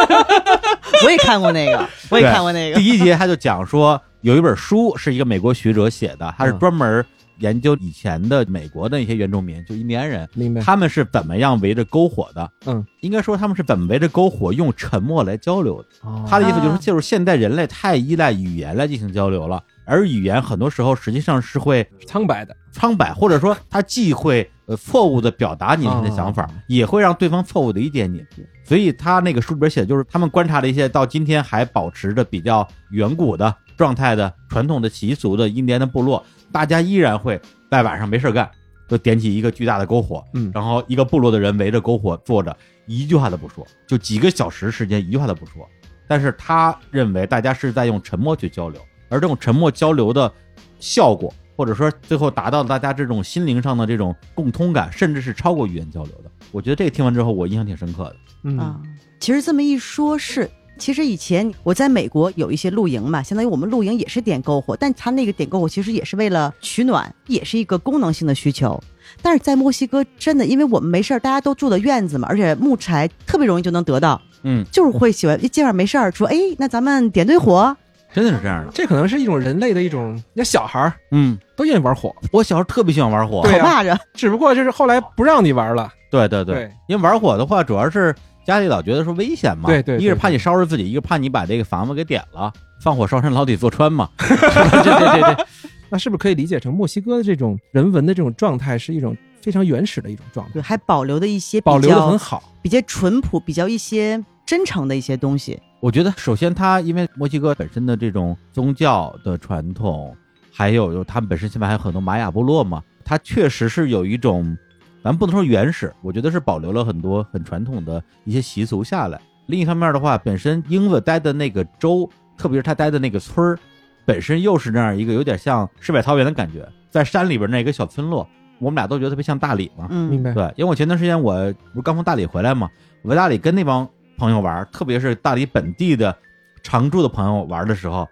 我也看过那个，我也看过那个
第，一节他就讲说，有一本书是一个美国学者写的，他是
嗯
专门研究以前的美国的一些原住民，就印第安人，
明白？
他们是怎么样围着篝火的。
嗯，
应该说他们是怎么围着篝火用沉默来交流的。
哦
他的意思就是，
啊
就是现代人类太依赖语言来进行交流了，而语言很多时候实际上是会
苍白的，
苍白，或者说它既会呃错误的表达你的想法，
哦
也会让对方错误的理解你。所以他那个书里边写的就是他们观察了一些到今天还保持着比较远古的状态的传统的习俗的印第安的部落，大家依然会在晚上没事儿干，就点起一个巨大的篝火，
嗯
然后一个部落的人围着篝火坐着，一句话都不说，就几个小时时间一句话都不说。但是他认为大家是在用沉默去交流，而这种沉默交流的效果，或者说最后达到大家这种心灵上的这种共通感，甚至是超过语言交流的。我觉得这个听完之后，我印象挺深刻的。
嗯
啊。其实这么一说，是。其实以前我在美国有一些露营嘛，相当于我们露营也是点篝火，但它那个点篝火其实也是为了取暖，也是一个功能性的需求。但是在墨西哥真的，因为我们没事儿，大家都住的院子嘛，而且木柴特别容易就能得到，
嗯，
就是会喜欢一街上没事儿说，哎，那咱们点堆火，
真的是这样的。
这可能是一种人类的一种，你看小孩儿
嗯，
都愿意玩火，
我小时候特别喜欢玩火，
对
可
啊
怕着，
只不过就是后来不让你玩了。
对对对，
对
因为玩火的话，主要是家里老觉得说危险嘛，
对对对
一个是怕你烧着自己，一个怕你把这个房子给点了，放火烧身老底坐穿 嘛， 是吧这这这这，
那是不是可以理解成墨西哥的这种人文的这种状态是一种非常原始的一种状态
对，，还保留的一些比
保留的
较
很好。
比较淳朴、比较一些真诚的一些东西。
我觉得首先它因为墨西哥本身的这种宗教的传统，还有就是他们本身现在还有很多玛雅部落嘛，它确实是有一种，咱不能说原始，我觉得是保留了很多很传统的一些习俗下来。另一方面的话，本身英子待的那个州，特别是他待的那个村儿，本身又是那样一个有点像世外桃源的感觉，在山里边那个小村落，我们俩都觉得特别像大理嘛。
明
嗯，
白，
对，因为我前段时间我不是刚从大理回来嘛，我在大理跟那帮朋友玩儿，特别是大理本地的常住的朋友玩儿的时候，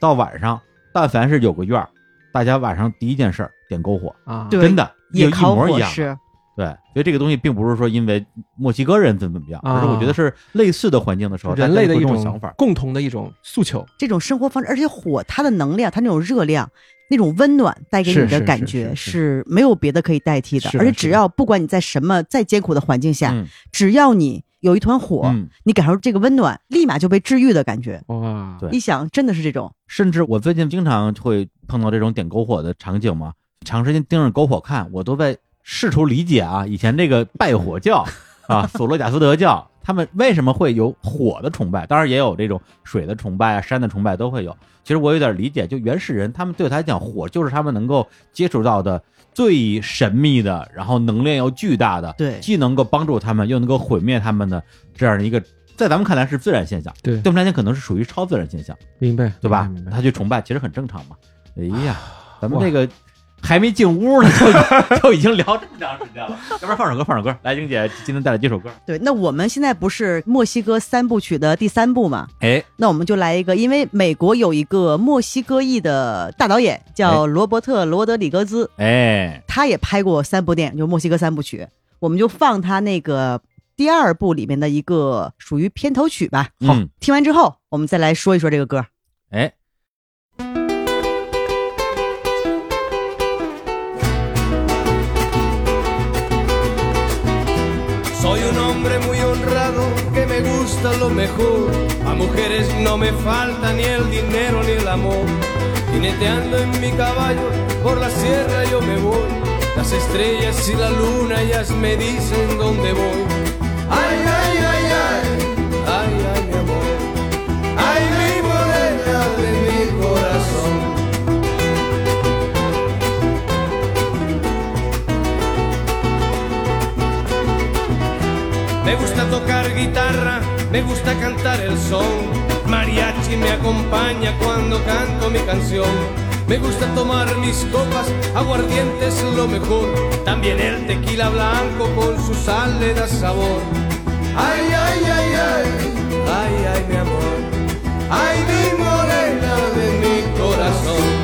到晚上，但凡是有个院儿，大家晚上第一件事儿点篝火，
啊，
对
真的
也
一
烤
模一
火
样。
是，
对，所以这个东西并不是说因为墨西哥人怎么怎么样，
啊
而是我觉得是类似的环境的时候，
人类
大
的
家
一
会有这
种
种想法。
共同的一种诉求。
这种生活方式，而且火它的能量，它那种热量。那种温暖带给
是
你的
是
感
是
觉
是
是没有别的可以代替的，
是
而
的
且
是
只
的
要不管你在什么再艰苦的环境下，
嗯
只要你有一团火，
嗯，
你感受这个温暖，立马就被治愈的感觉。
哇，
对
一想，真的是这种，
甚至我最近经常会碰到这种点篝火的场景嘛，长时间盯着篝火看，我都在试图理解啊，以前这个拜火教啊，索罗贾斯德教，他们为什么会有火的崇拜？当然也有这种水的崇拜啊、山的崇拜都会有。其实我有点理解，就原始人他们对他来讲，火就是他们能够接触到的最神秘的，然后能量又巨大的，
对
既能够帮助他们，又能够毁灭他们的这样一个，在咱们看来是自然现象，
对
对我们来讲可能是属于超自然现象。
明白，
对吧
明？白啊
他去崇拜其实很正常嘛。哎呀，咱们这个还没进屋呢，就就已经 聊这么长时间了，要不然放首歌，放首歌。来，英姐今天带来几首歌？
对。那我们现在不是墨西哥三部曲的第三部嘛？
哎，
那我们就来一个，因为美国有一个墨西哥裔的大导演叫
哎
罗伯特·罗德里格兹，
哎，
他也拍过三部电影，就是墨西哥三部曲。我们就放他那个第二部里面的一个属于片头曲吧。
好，
听完之后，我们再来说一说这个歌。
哎，
Soy un hombre muy honrado que me gusta lo mejor. A mujeres no me falta ni el dinero ni el amor. Jineteando en mi caballo por la sierra yo me voy. Las estrellas y la luna ellas me dicen dónde voy. Ay, ay, ay, ay, ay, ay, mi amor. Ay, mi morena de mi corazón. Me gusta tocar guitarra, me gusta cantar el son. Mariachi me acompaña cuando canto mi canción. Me gusta tomar mis copas, aguardiente es lo mejor. También el tequila blanco con su sal le da sabor. Ay, ay, ay, ay, ay, ay, mi amor. Ay, mi morena de mi corazón.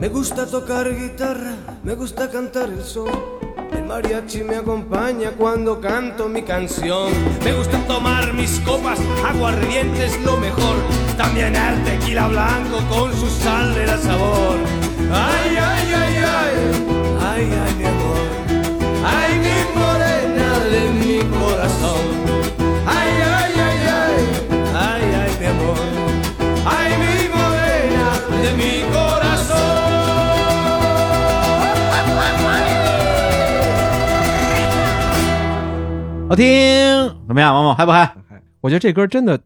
Me gusta tocar guitarra, me gusta cantar el sol. El mariachi me acompaña cuando canto mi canción. Me gusta tomar mis copas, aguardiente es lo mejor. También el tequila blanco con su sal le da sabor. Ay, ay, ay, ay, ay, ay, mi amor. Ay, mi morena de mi corazón. Ay, ay, ay, ay, ay, ay, mi amor. Ay, mi morena de mi corazón.
好听，怎么样，毛毛嗨不嗨？
我觉得这歌真的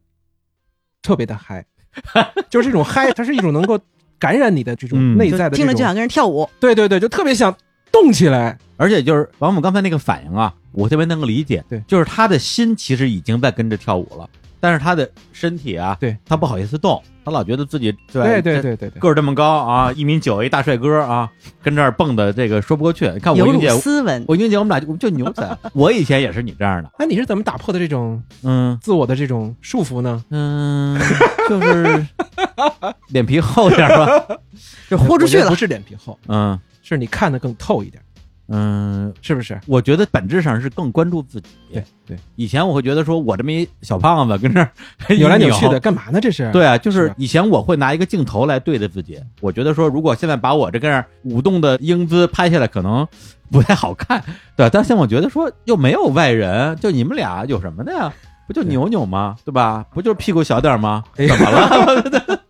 特别的嗨， 就是这种嗨，它是一种能够感染你的这
嗯
种内在的这
听
种，
着就想跟人跳舞，
对对对，就特别想动起来。
而且就是王母刚才那个反应啊，我特别能够理解，
对
就是他的心其实已经在跟着跳舞了，但是他的身体啊，
对
他不好意思动，他老觉得自己对这
对对对对对，
个儿这么高啊，一米九一大帅哥啊，跟这儿蹦的这个说不过去。你看我
有
英
辱
姐，
斯文。
我英姐我们俩就就牛 仔，我以前也是你这样的，
那哎你是怎么打破的这种
嗯
自我的这种束缚呢？
嗯，就是脸皮厚点儿 吧，
就豁出去
我觉得
了
不。是脸皮厚，
嗯
是你看得更透一点，
嗯，
是不是？
我觉得本质上是更关注自己。
对对，
以前我会觉得说我这么一小胖子跟这儿
扭来扭去的，干嘛呢？这是
对啊，就是
是
以前我会拿一个镜头来对着自己，我觉得说，如果现在把我这个样舞动的英姿拍下来，可能不太好看，对、吧？但现在我觉得说，又没有外人，就你们俩有什么的呀？不就扭扭吗？对吧？不就是屁股小点儿吗？
哎
怎么了？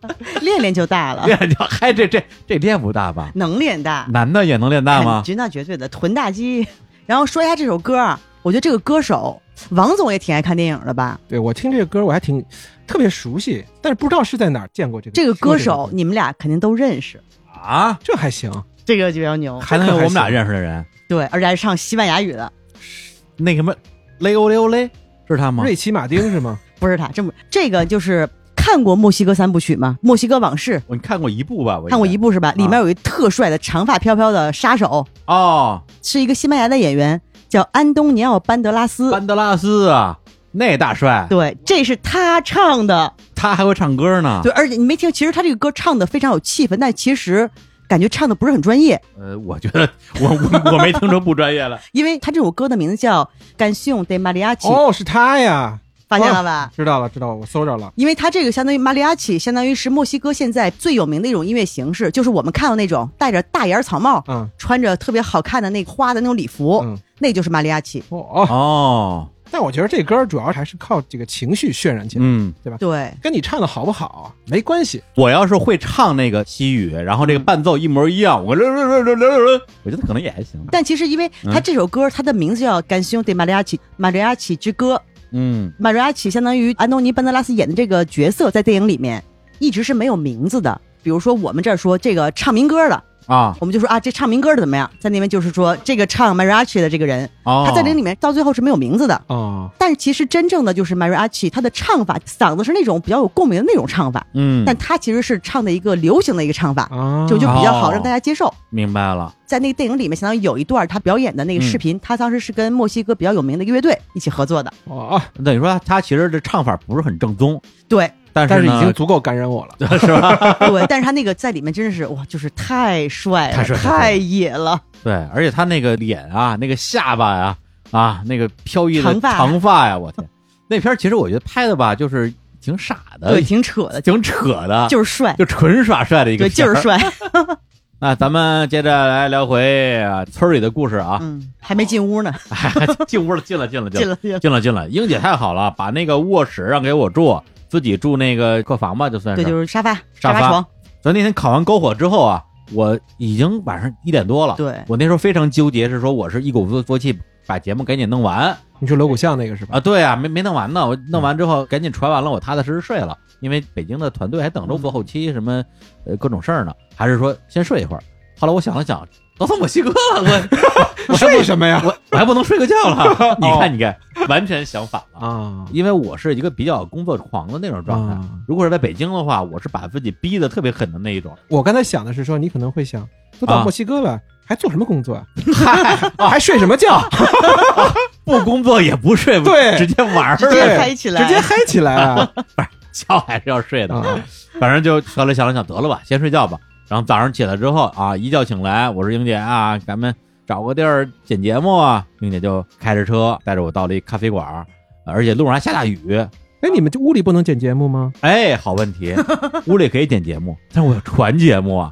练练就大了，
练就嗨，这这这练不大吧？
能练大，哎
男的也能练大吗？
绝那绝对的臀大肌。然后说一下这首歌啊，我觉得这个歌手王总也挺爱看电影的吧？
对我听这个歌我还挺特别熟悉，但是不知道是在哪儿见过这个
这个
听过
歌手
歌
你们俩肯定都认识，
啊，
这还行，
这个就比较牛。
还能有我们俩
还行
认识的人？
对，而且还是唱西班牙语的，
那什么，雷欧雷欧雷，是他吗？
瑞奇马丁是吗？
不是他，这么这个就是看过《墨西哥三部曲》吗？《墨西哥往事
我你看过一部吧？我》
看过一
部
部是吧？
啊
里面有一特帅的长发飘飘的杀手，
哦，
是一个西班牙的演员，叫安东尼奥·班德拉斯。
班德拉斯啊，那大帅，
对，这是他唱
啊
的。
他还会唱歌呢。
对，而且你没听，其实他这个歌唱的非常有气氛，但其实感觉唱的不是很专业，
呃，我觉得 我我我没听说不专业了。
因为他这首歌的名字叫《干胸对玛利亚奇》，
哦，是哦他呀，
发现了吧？
知道了知道了，我搜着了。
因为它这个相当于玛利亚奇，相当于是墨西哥现在最有名的一种音乐形式，就是我们看到那种戴着大檐草帽，
嗯，
穿着特别好看的那个花的那种礼服，
嗯
那就是玛利亚奇。
哦 哦，
哦，
但我觉得这歌主要还是靠这个情绪渲染起来，
嗯，
对，
跟你唱的好不好没关系。
我要是会唱那个西语，然后这个伴奏一模一样，我我觉得可能也还行。
但其实因为
嗯
它这首歌，它的名字叫《干胸对玛利亚奇》，玛利亚奇之歌，
嗯，
玛利亚奇相当于安东尼·班德拉斯演的这个角色，在电影里面一直是没有名字的。比如说，我们这儿说这个唱民歌的，
啊，
我们就说啊，这唱民歌的怎么样？在那边就是说这个唱 mariachi 的这个人，
哦，
他在这里面到最后是没有名字的。
哦，
但是其实真正的就是 mariachi，他的唱法嗓子是那种比较有共鸣的那种唱法，
嗯，
但他其实是唱的一个流行的一个唱法，
啊，
就就比较好
哦
让大家接受。
明白了。
在那个电影里面，相当于有一段他表演的那个
嗯
视频，他当时是跟墨西哥比较有名的一个乐队一起合作的。
哦，
等于说他其实这唱法不是很正宗，
对
但
但
是
是
呢
已经足够感染我了。
是吧？
对，但是他那个在里面真的是哇，就是太帅了，
太帅太帅
太野了。
对，而且他那个脸啊，那个下巴呀、啊，那个飘逸的
长发
长发呀、我天，那片儿其实我觉得拍的吧，就是挺傻的，
对，挺扯的，
挺扯的，
就是帅，
就纯耍帅啊的一个
对，
片
就
儿
是帅。
那咱们接着来聊回啊村儿里的故事啊，
嗯，还没进 屋呢，
进屋了，进了，进了，
嗯进
了，
了进了。
进了，进了。英姐太好了，把那个卧室让给我住，自己住那个客房吧，就算。
对，就是是沙发、
沙
沙
发
床。
咱那天烤完篝火之后啊，我已经晚上一点多了，
对
我那时候非常纠结，是说我是一鼓作气把节目赶紧弄完
你说锣鼓巷那个 是吧？
啊，对啊，没没弄完呢，
嗯
我弄完之后赶紧传完了，我踏踏实实睡了，因为北京的团队还等着我做后期什么呃各种事儿呢，还是说先睡一会儿。后来我想了想，都到墨西哥了， 我我还不
睡什么呀？
我我还不能睡个觉了。 你看，你看，完全相反了。
啊
因为我是一个比较工作狂的那种状
啊
态
嗯，
如果是在北京的话，我是把自己逼得特别狠的那一种。
我刚才想的是说，你可能会想，都
啊
到墨西哥了，还做什么工作啊？ 还睡什么觉？
不工作也不睡，
对
直接玩
直
儿，
接
对
嗨起来，
直接嗨起来 啊！
觉还是要睡的。
嗯
啊
反正就后来想了想，得了吧，先睡觉吧。然后早上起来之后啊，一觉醒来，我说英姐啊，咱们找个地儿剪节目啊。英姐就开着车带着我到了一咖啡馆儿，而且路上还下大雨，
哎，你们这屋里不能剪节目吗？
哎，好问 题，屋里可以剪节目，但是我要传节目啊。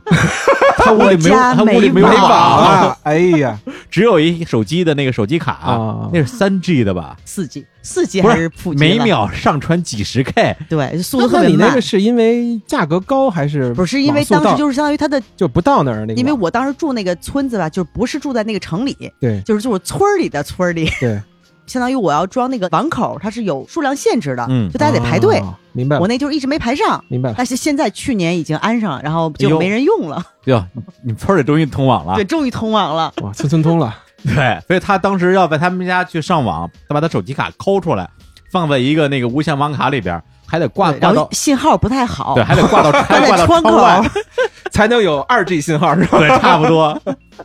他屋里没有，
我家
他屋里没有
没 网
没网
网，
啊！哎呀，
只有一手机的那个手机卡，
啊
那是三 G 的吧？
四 G，四 G
不
哦还
是
普及
每
了
秒上传几十 K，
对速度特
那
别
你那
慢
个。是因为价格高还是
不是因为
网速
当时
到
就是相当于他的，
就不到那儿那个网？
因为我当时住那个村子吧，就不是住在那个城里，
对
就是就是村儿里的村儿里，
对，
相当于我要装那个网口，它是有数量限制的，
嗯
就大家得排队。
哦，明白
我
了，
那就是哎一直没排上，
明白了。
但是现在去年已经安上了，然后
哎呦
就没人用了，
哟，你们村里终于通网了
对，。终于通网了。
哇，村村通了，
对，所以他当时要在他们家去上网，他把他手机卡抠出来，放在一个那个无线网卡里边，还得挂
对
挂
然
到
后，信号不太好
对，，还得挂到还
还
得挂到
在窗口
外，
才能有二 G 信号是 吧？
对，差不多，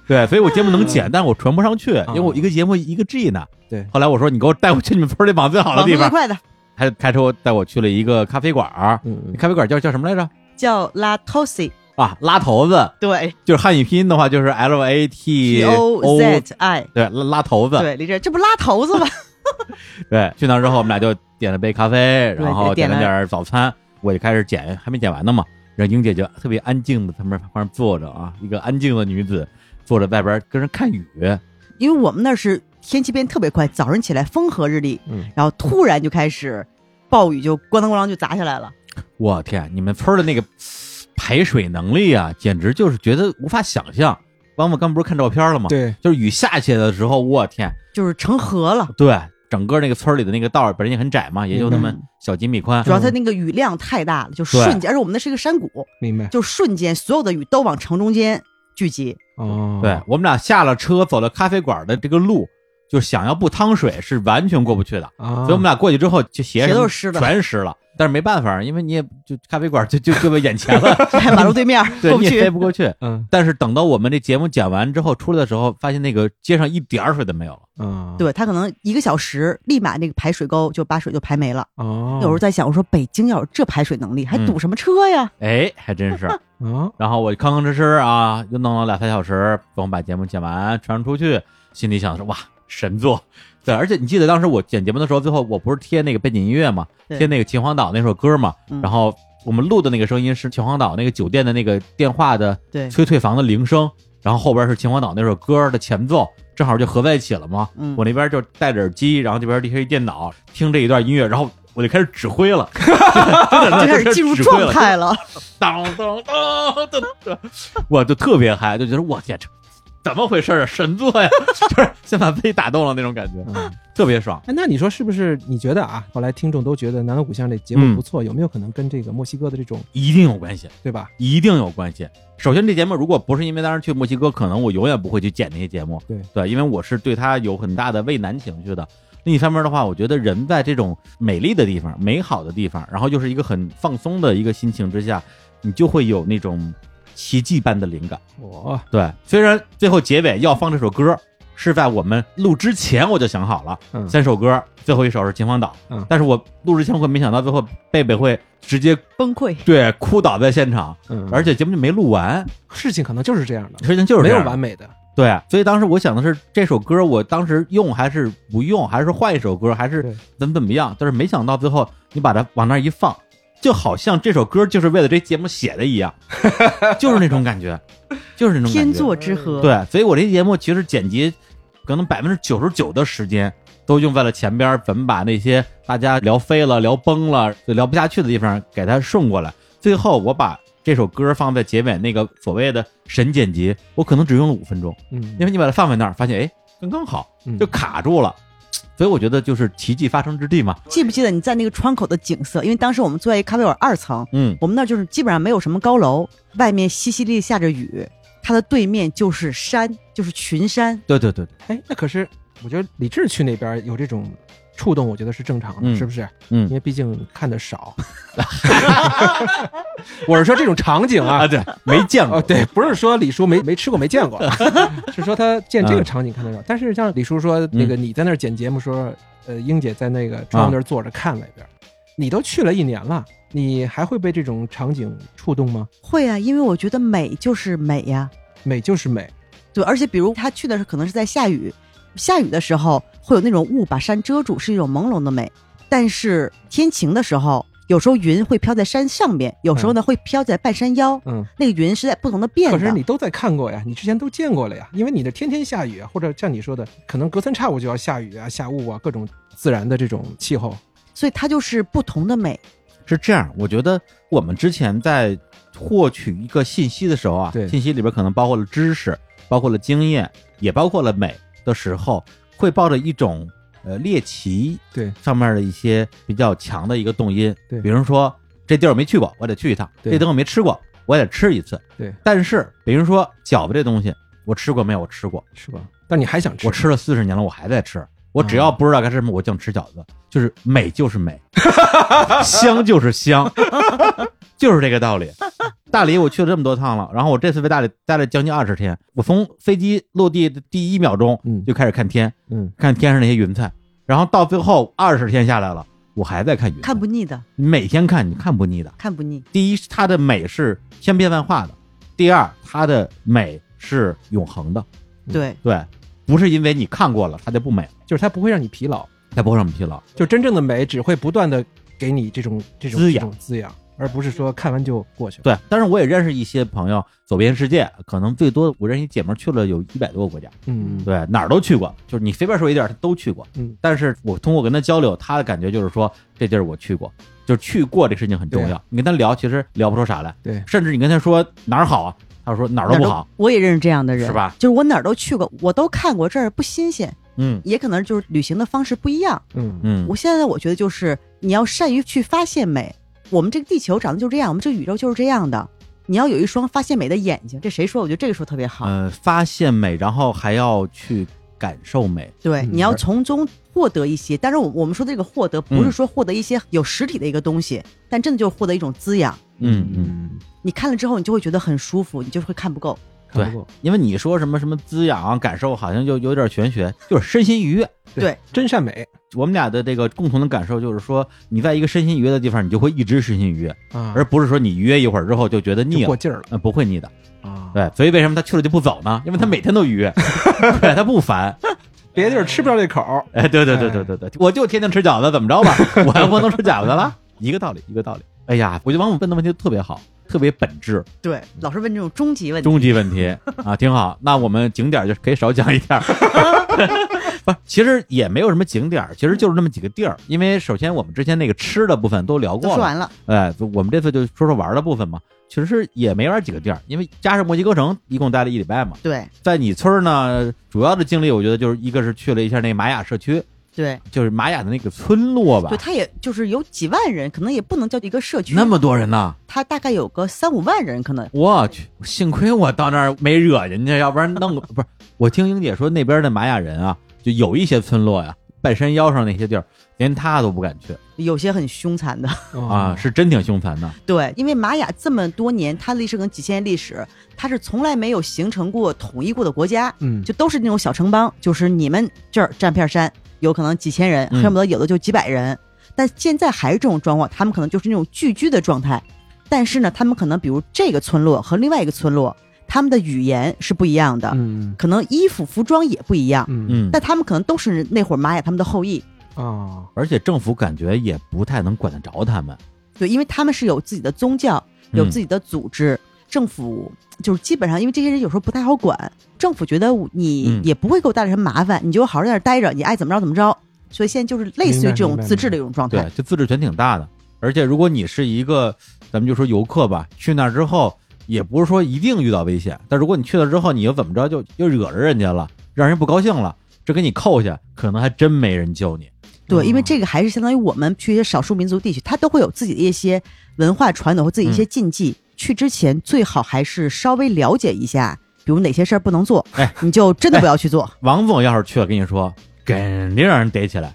对，所以我节目能
嗯
剪，但是我传不上去，因为我一个节目一个 G 呢。
对
后来我说你给我带我去你们村里网最好的
网
地
速最
方，
快的
还开车带我去了一个咖啡馆儿，
嗯，
咖啡馆叫叫什么来着？
叫 La Tosi，
啊，拉头子，
对
就是汉语拼音的话就是 L A T
，G O Z I，
对，拉拉头子，
对，李志，这不拉头 子吗？
对，去那儿之后，我们俩就点了杯咖啡，
对
然后
点
点了
了
点儿早餐，我就开始剪，还没剪完呢嘛。然后英姐就特别安静的在那旁边坐着啊，一个安静的女子坐着外边跟人看雨，
因为我们那是天气变特别快，早上起来风和日丽，
嗯
然后突然就开始暴雨就咣当咣当就砸下来了。
我天，你们村儿的那个排水能力啊，简直就是觉得无法想象。王八刚不是看照片了吗？，
对，
就是雨下起来的时候，我天，
就是成河了，
对，整个那个村儿里的那个道儿本身也很窄嘛，也就那么
嗯
小几米宽
主。要它那个雨量太大了，就瞬间，而且我们那是一个山谷，
明白。
就瞬间所有的雨都往城中间聚集。
哦，
对，我们俩下了车，走了咖啡馆的这个路，就想要不趟水是完全过不去的。
啊，
所以我们俩过去之后，就鞋
鞋
什么
都是湿的
全湿了。但是没办法，因为你也就咖啡馆就就就在眼前了，
在马路对面
对
过
你
不
也飞
去，
不过去。
嗯
但是等到我们这节目剪完之后出来的时候，发现那个街上一点儿水都没有了。
嗯，
对它可能一个小时，立马那个排水沟就把水就排没了。
哦，
嗯
有时候在想，我说北京要有这排水能力，还堵什么车呀？
哎，还真 是。
啊，
然后我吭吭哧哧啊，又弄了两三小时，等我们把节目剪完传出去，心里想说哇，神作。对，而且你记得当时我剪节目的时候，最后我不是贴那个背景音乐嘛，
对
贴那个秦皇岛那首歌嘛，
嗯
然后我们录的那个声音是秦皇岛那个酒店的那个电话的
对，
催退房的铃声，然后后边是秦皇岛那首歌的前奏，正好就合在一起了嘛。
嗯
我那边就戴着耳机，然后这边贴一电脑听这一段音乐，然后我就开始指挥 了，真的
就开始进入状，态了。
当当当当当，我就特别嗨，就觉得我天，这怎么回事啊？神作呀， 就是先把自己打动了那种感觉，
嗯
特别爽。
哎，那你说是不是？你觉得啊，后来听众都觉得《南锣鼓巷》这节
嗯
目不错，有没有可能跟这个墨西哥的这种，
一定有关系，
对吧？
一定有关系。首先，这节目如果不是因为当时去墨西哥，可能我永远不会去剪那些节目。
对
对，因为我是对他有很大的畏难情绪的。另一方面的话，我觉得人在这种美丽的地方、美好的地方，然后又是一个很放松的一个心情之下，你就会有那种奇迹般的灵感。
我
对，虽然最后结尾要放这首歌，是在我们录之前我就想好了，
嗯
三首歌，最后一首是《秦皇岛》，
嗯
但是我录之前我没想到最后贝贝会直接
崩溃，
对哭倒在现场，
嗯，
而且节目就没录完，
事情可能就是这样的，
事情就是
没
这
有
样
完美的。
对，所以当时我想的是这首歌，我当时用还是不用，还是换一首歌，还是
对
怎么怎么样？但是没想到最后你把它往那儿一放，就好像这首歌就是为了这节目写的一 样，就是那种感觉，就是那种感觉
天作之合。，
对，所以我这节目其实剪辑可能百分之九十九的时间都用在了前边儿怎么把那些大家聊飞了、聊崩了、就聊不下去的地方给它顺过来。最后我把这首歌放在结尾那个所谓的神剪辑，我可能只用了五分钟，
嗯
因为你把它放在那儿，发现哎刚刚好
嗯
就卡住了。所以我觉得就是奇迹发生之地嘛，
记不记得你在那个窗口的景色？因为当时我们坐在一咖啡馆二层，
嗯，
我们那儿就是基本上没有什么高楼，外面淅淅沥沥下着雨，它的对面就是山，就是群山。
对对对，对
哎，那可是我觉得李志去那边有这种触动，我觉得是正常
嗯
的，是不是？
嗯
因为毕竟看的少。 我是说这种场景
啊
啊，
对， 没见过，
哦，对，不是说李叔没没吃过没见过，啊 是说他见这个场景看得少。但是像李叔说，那个你在那儿剪节目说，呃，英姐在那个窗户那儿坐着看外边，你都去了一年了，你还会被这种场景触动吗？
会啊，因为我觉得美就是美呀、
美就是美，
对，而且比如他去的时候可能是在下雨，下雨的时候会有那种雾把山遮住，是一种朦胧的美。但是天晴的时候，有时候云会飘在山上面，有时候
嗯
呢会飘在半山腰，
嗯。
那个云是在不同的变
可
的。
是你都在看过呀，你之前都见过了呀，因为你的天天下雨啊，或者像你说的，可能隔三差五就要下雨啊、下雾啊，各种自然的这种气候。
所以它就是不同的美。
是这样，我觉得我们之前在获取一个信息的时候啊，
对
信息里边可能包括了知识，包括了经验，也包括了美的时候，会抱着一种呃猎奇
对
上面的一些比较强的一个动因，
对
比如说这地儿我没去过，我得去一趟；
对
这东西我没吃过，我也得吃一次。
对，
但是比如说饺子这东西，我吃过没有？我吃过，
是吧？但你还想吃？
我吃了四十年了，我还在吃。我只要不知道该吃什么，我净吃饺子。就是美就是美，香就是香， 就是这个道理。大理我去了这么多趟了，然后我这次在大理待了将近二十天，我从飞机落地的第一秒钟
嗯
就开始看天，
嗯，
看天上那些云彩，然后到最后二十天下来了，我还在看云彩，
看不腻的，
你每天看你看不腻的。
看不腻。
第一，它的美是千变万化的；第二，它的美是永恒的。
对，
对，不是因为你看过了它就不美了，
就是它不会让你疲劳，
它不会让我们疲劳。
就真正的美只会不断的给你这种这种
滋养
这种滋养，而不是说看完就过去了。
对，但是我也认识一些朋友，走遍世界，可能最多我认识一姐们儿去了有一百多个国家，
嗯，
对，哪儿都去过，就是你随便说一地儿，她都去过。
嗯，
但是我通过跟她交流，她的感觉就是说这地儿我去过，就是去过这事情很重
对
要。你跟她聊，其实聊不出啥来，
对
甚至你跟她说哪儿好啊，她说哪儿都不好，，
我也认识这样的人，
是吧？
就是我哪儿都去过，我都看过，这儿不新鲜，
嗯
也可能就是旅行的方式不一样。
嗯
嗯，
我现在我觉得就是你要善于去发现美，我们这个地球长得就是这样，我们这个宇宙就是这样的，你要有一双发现美的眼睛。这谁说？我觉得这个说特别好。
呃，发现美，然后还要去感受美，
对，
嗯
你要从中获得一些。但是我我们说的这个获得，不是
嗯
说获得一些有实体的一个东西，但真的就是获得一种滋养。
嗯嗯。
你看了之后，你就会觉得很舒服，你就会看不够。
看
对
不够，
因为你说什么什么滋养啊感受，好像就有点玄学，就是身心愉悦。
对，
真善美
我们俩的这个共同的感受就是说，你在一个身心愉悦的地方，你就会一直身心愉悦，
啊，
而不是说你愉悦一会儿之后就觉得腻
就
了
过。劲儿了
嗯，不会腻的，
啊。
对，所以为什么他去了就不走呢？因为他每天都愉悦，对他不烦。
别的地儿吃不着这口儿，
哎，对对对对对对，我就天天吃饺子，怎么着 吧？我还不能吃饺子了？一个道理，一个道理。哎呀，我觉得王五问的问题特别好，特别本质。
对，老是问这种终极问题。
终极问题啊，挺好。那我们景点儿就可以少讲一点儿。不，其实也没有什么景点儿，其实就是那么几个地儿。因为首先我们之前那个吃的部分都聊
都
过
说
了，
完了，
哎，我们这次就说说玩的部分嘛。其实也没玩几个地儿，因为加上墨西哥城一共待了一礼拜嘛。
对
在你村儿呢，主要的经历我觉得就是一个是去了一下那玛雅社区，
对
就是玛雅的那个村落吧
对，，他也就是有几万人，可能也不能叫一个社区，
那么多人呢，
他大概有个三五万人，可能
我去，幸亏我到那儿没惹人家，要不然弄个不是。我听英姐说，那边的玛雅人啊，就有一些村落呀、半山腰上那些地儿，连她都不敢去
有些很凶残的。
哦
啊，是真挺凶残的。
对，因为玛雅这么多年，它历史可能几千年历史，它是从来没有形成过统一过的国家，
嗯，
就都是那种小城邦，就是你们这儿占片山，有可能几千人，
嗯
恨不得有的就几百人。但现在还是这种状况，他们可能就是那种聚居的状态。但是呢，他们可能比如这个村落和另外一个村落，他们的语言是不一样的，
嗯
可能衣服服装也不一样。
嗯
嗯，
但他们可能都是那会儿玛雅他们的后裔，
啊，
而且政府感觉也不太能管得着他们。
对，因为他们是有自己的宗教，有
嗯
自己的组织，政府就是基本上，因为这些人有时候不太好管，政府觉得你
嗯
也不会给我带来什么麻烦，你就好好在那儿待着，你爱怎么着怎么着。所以现在就是类似于
明白
这种
明白
自治的一种状
对
态，，
这自治权挺大的。而且如果你是一个，咱们就说游客吧，去那儿之后也不是说一定遇到危险，但如果你去了之后，你又怎么着就又惹着人家了，让人不高兴了，这给你扣下，可能还真没人救你。
对，因为
嗯
这个还是相当于我们去一些少数民族地区，他都会有自己的一些文化传统和自己一
嗯
些禁忌。去之前最好还是稍微了解一下，比如哪些事儿不能做，
哎
你就真的不要去做。
王总要是去了，跟你说，肯定让人逮起 来。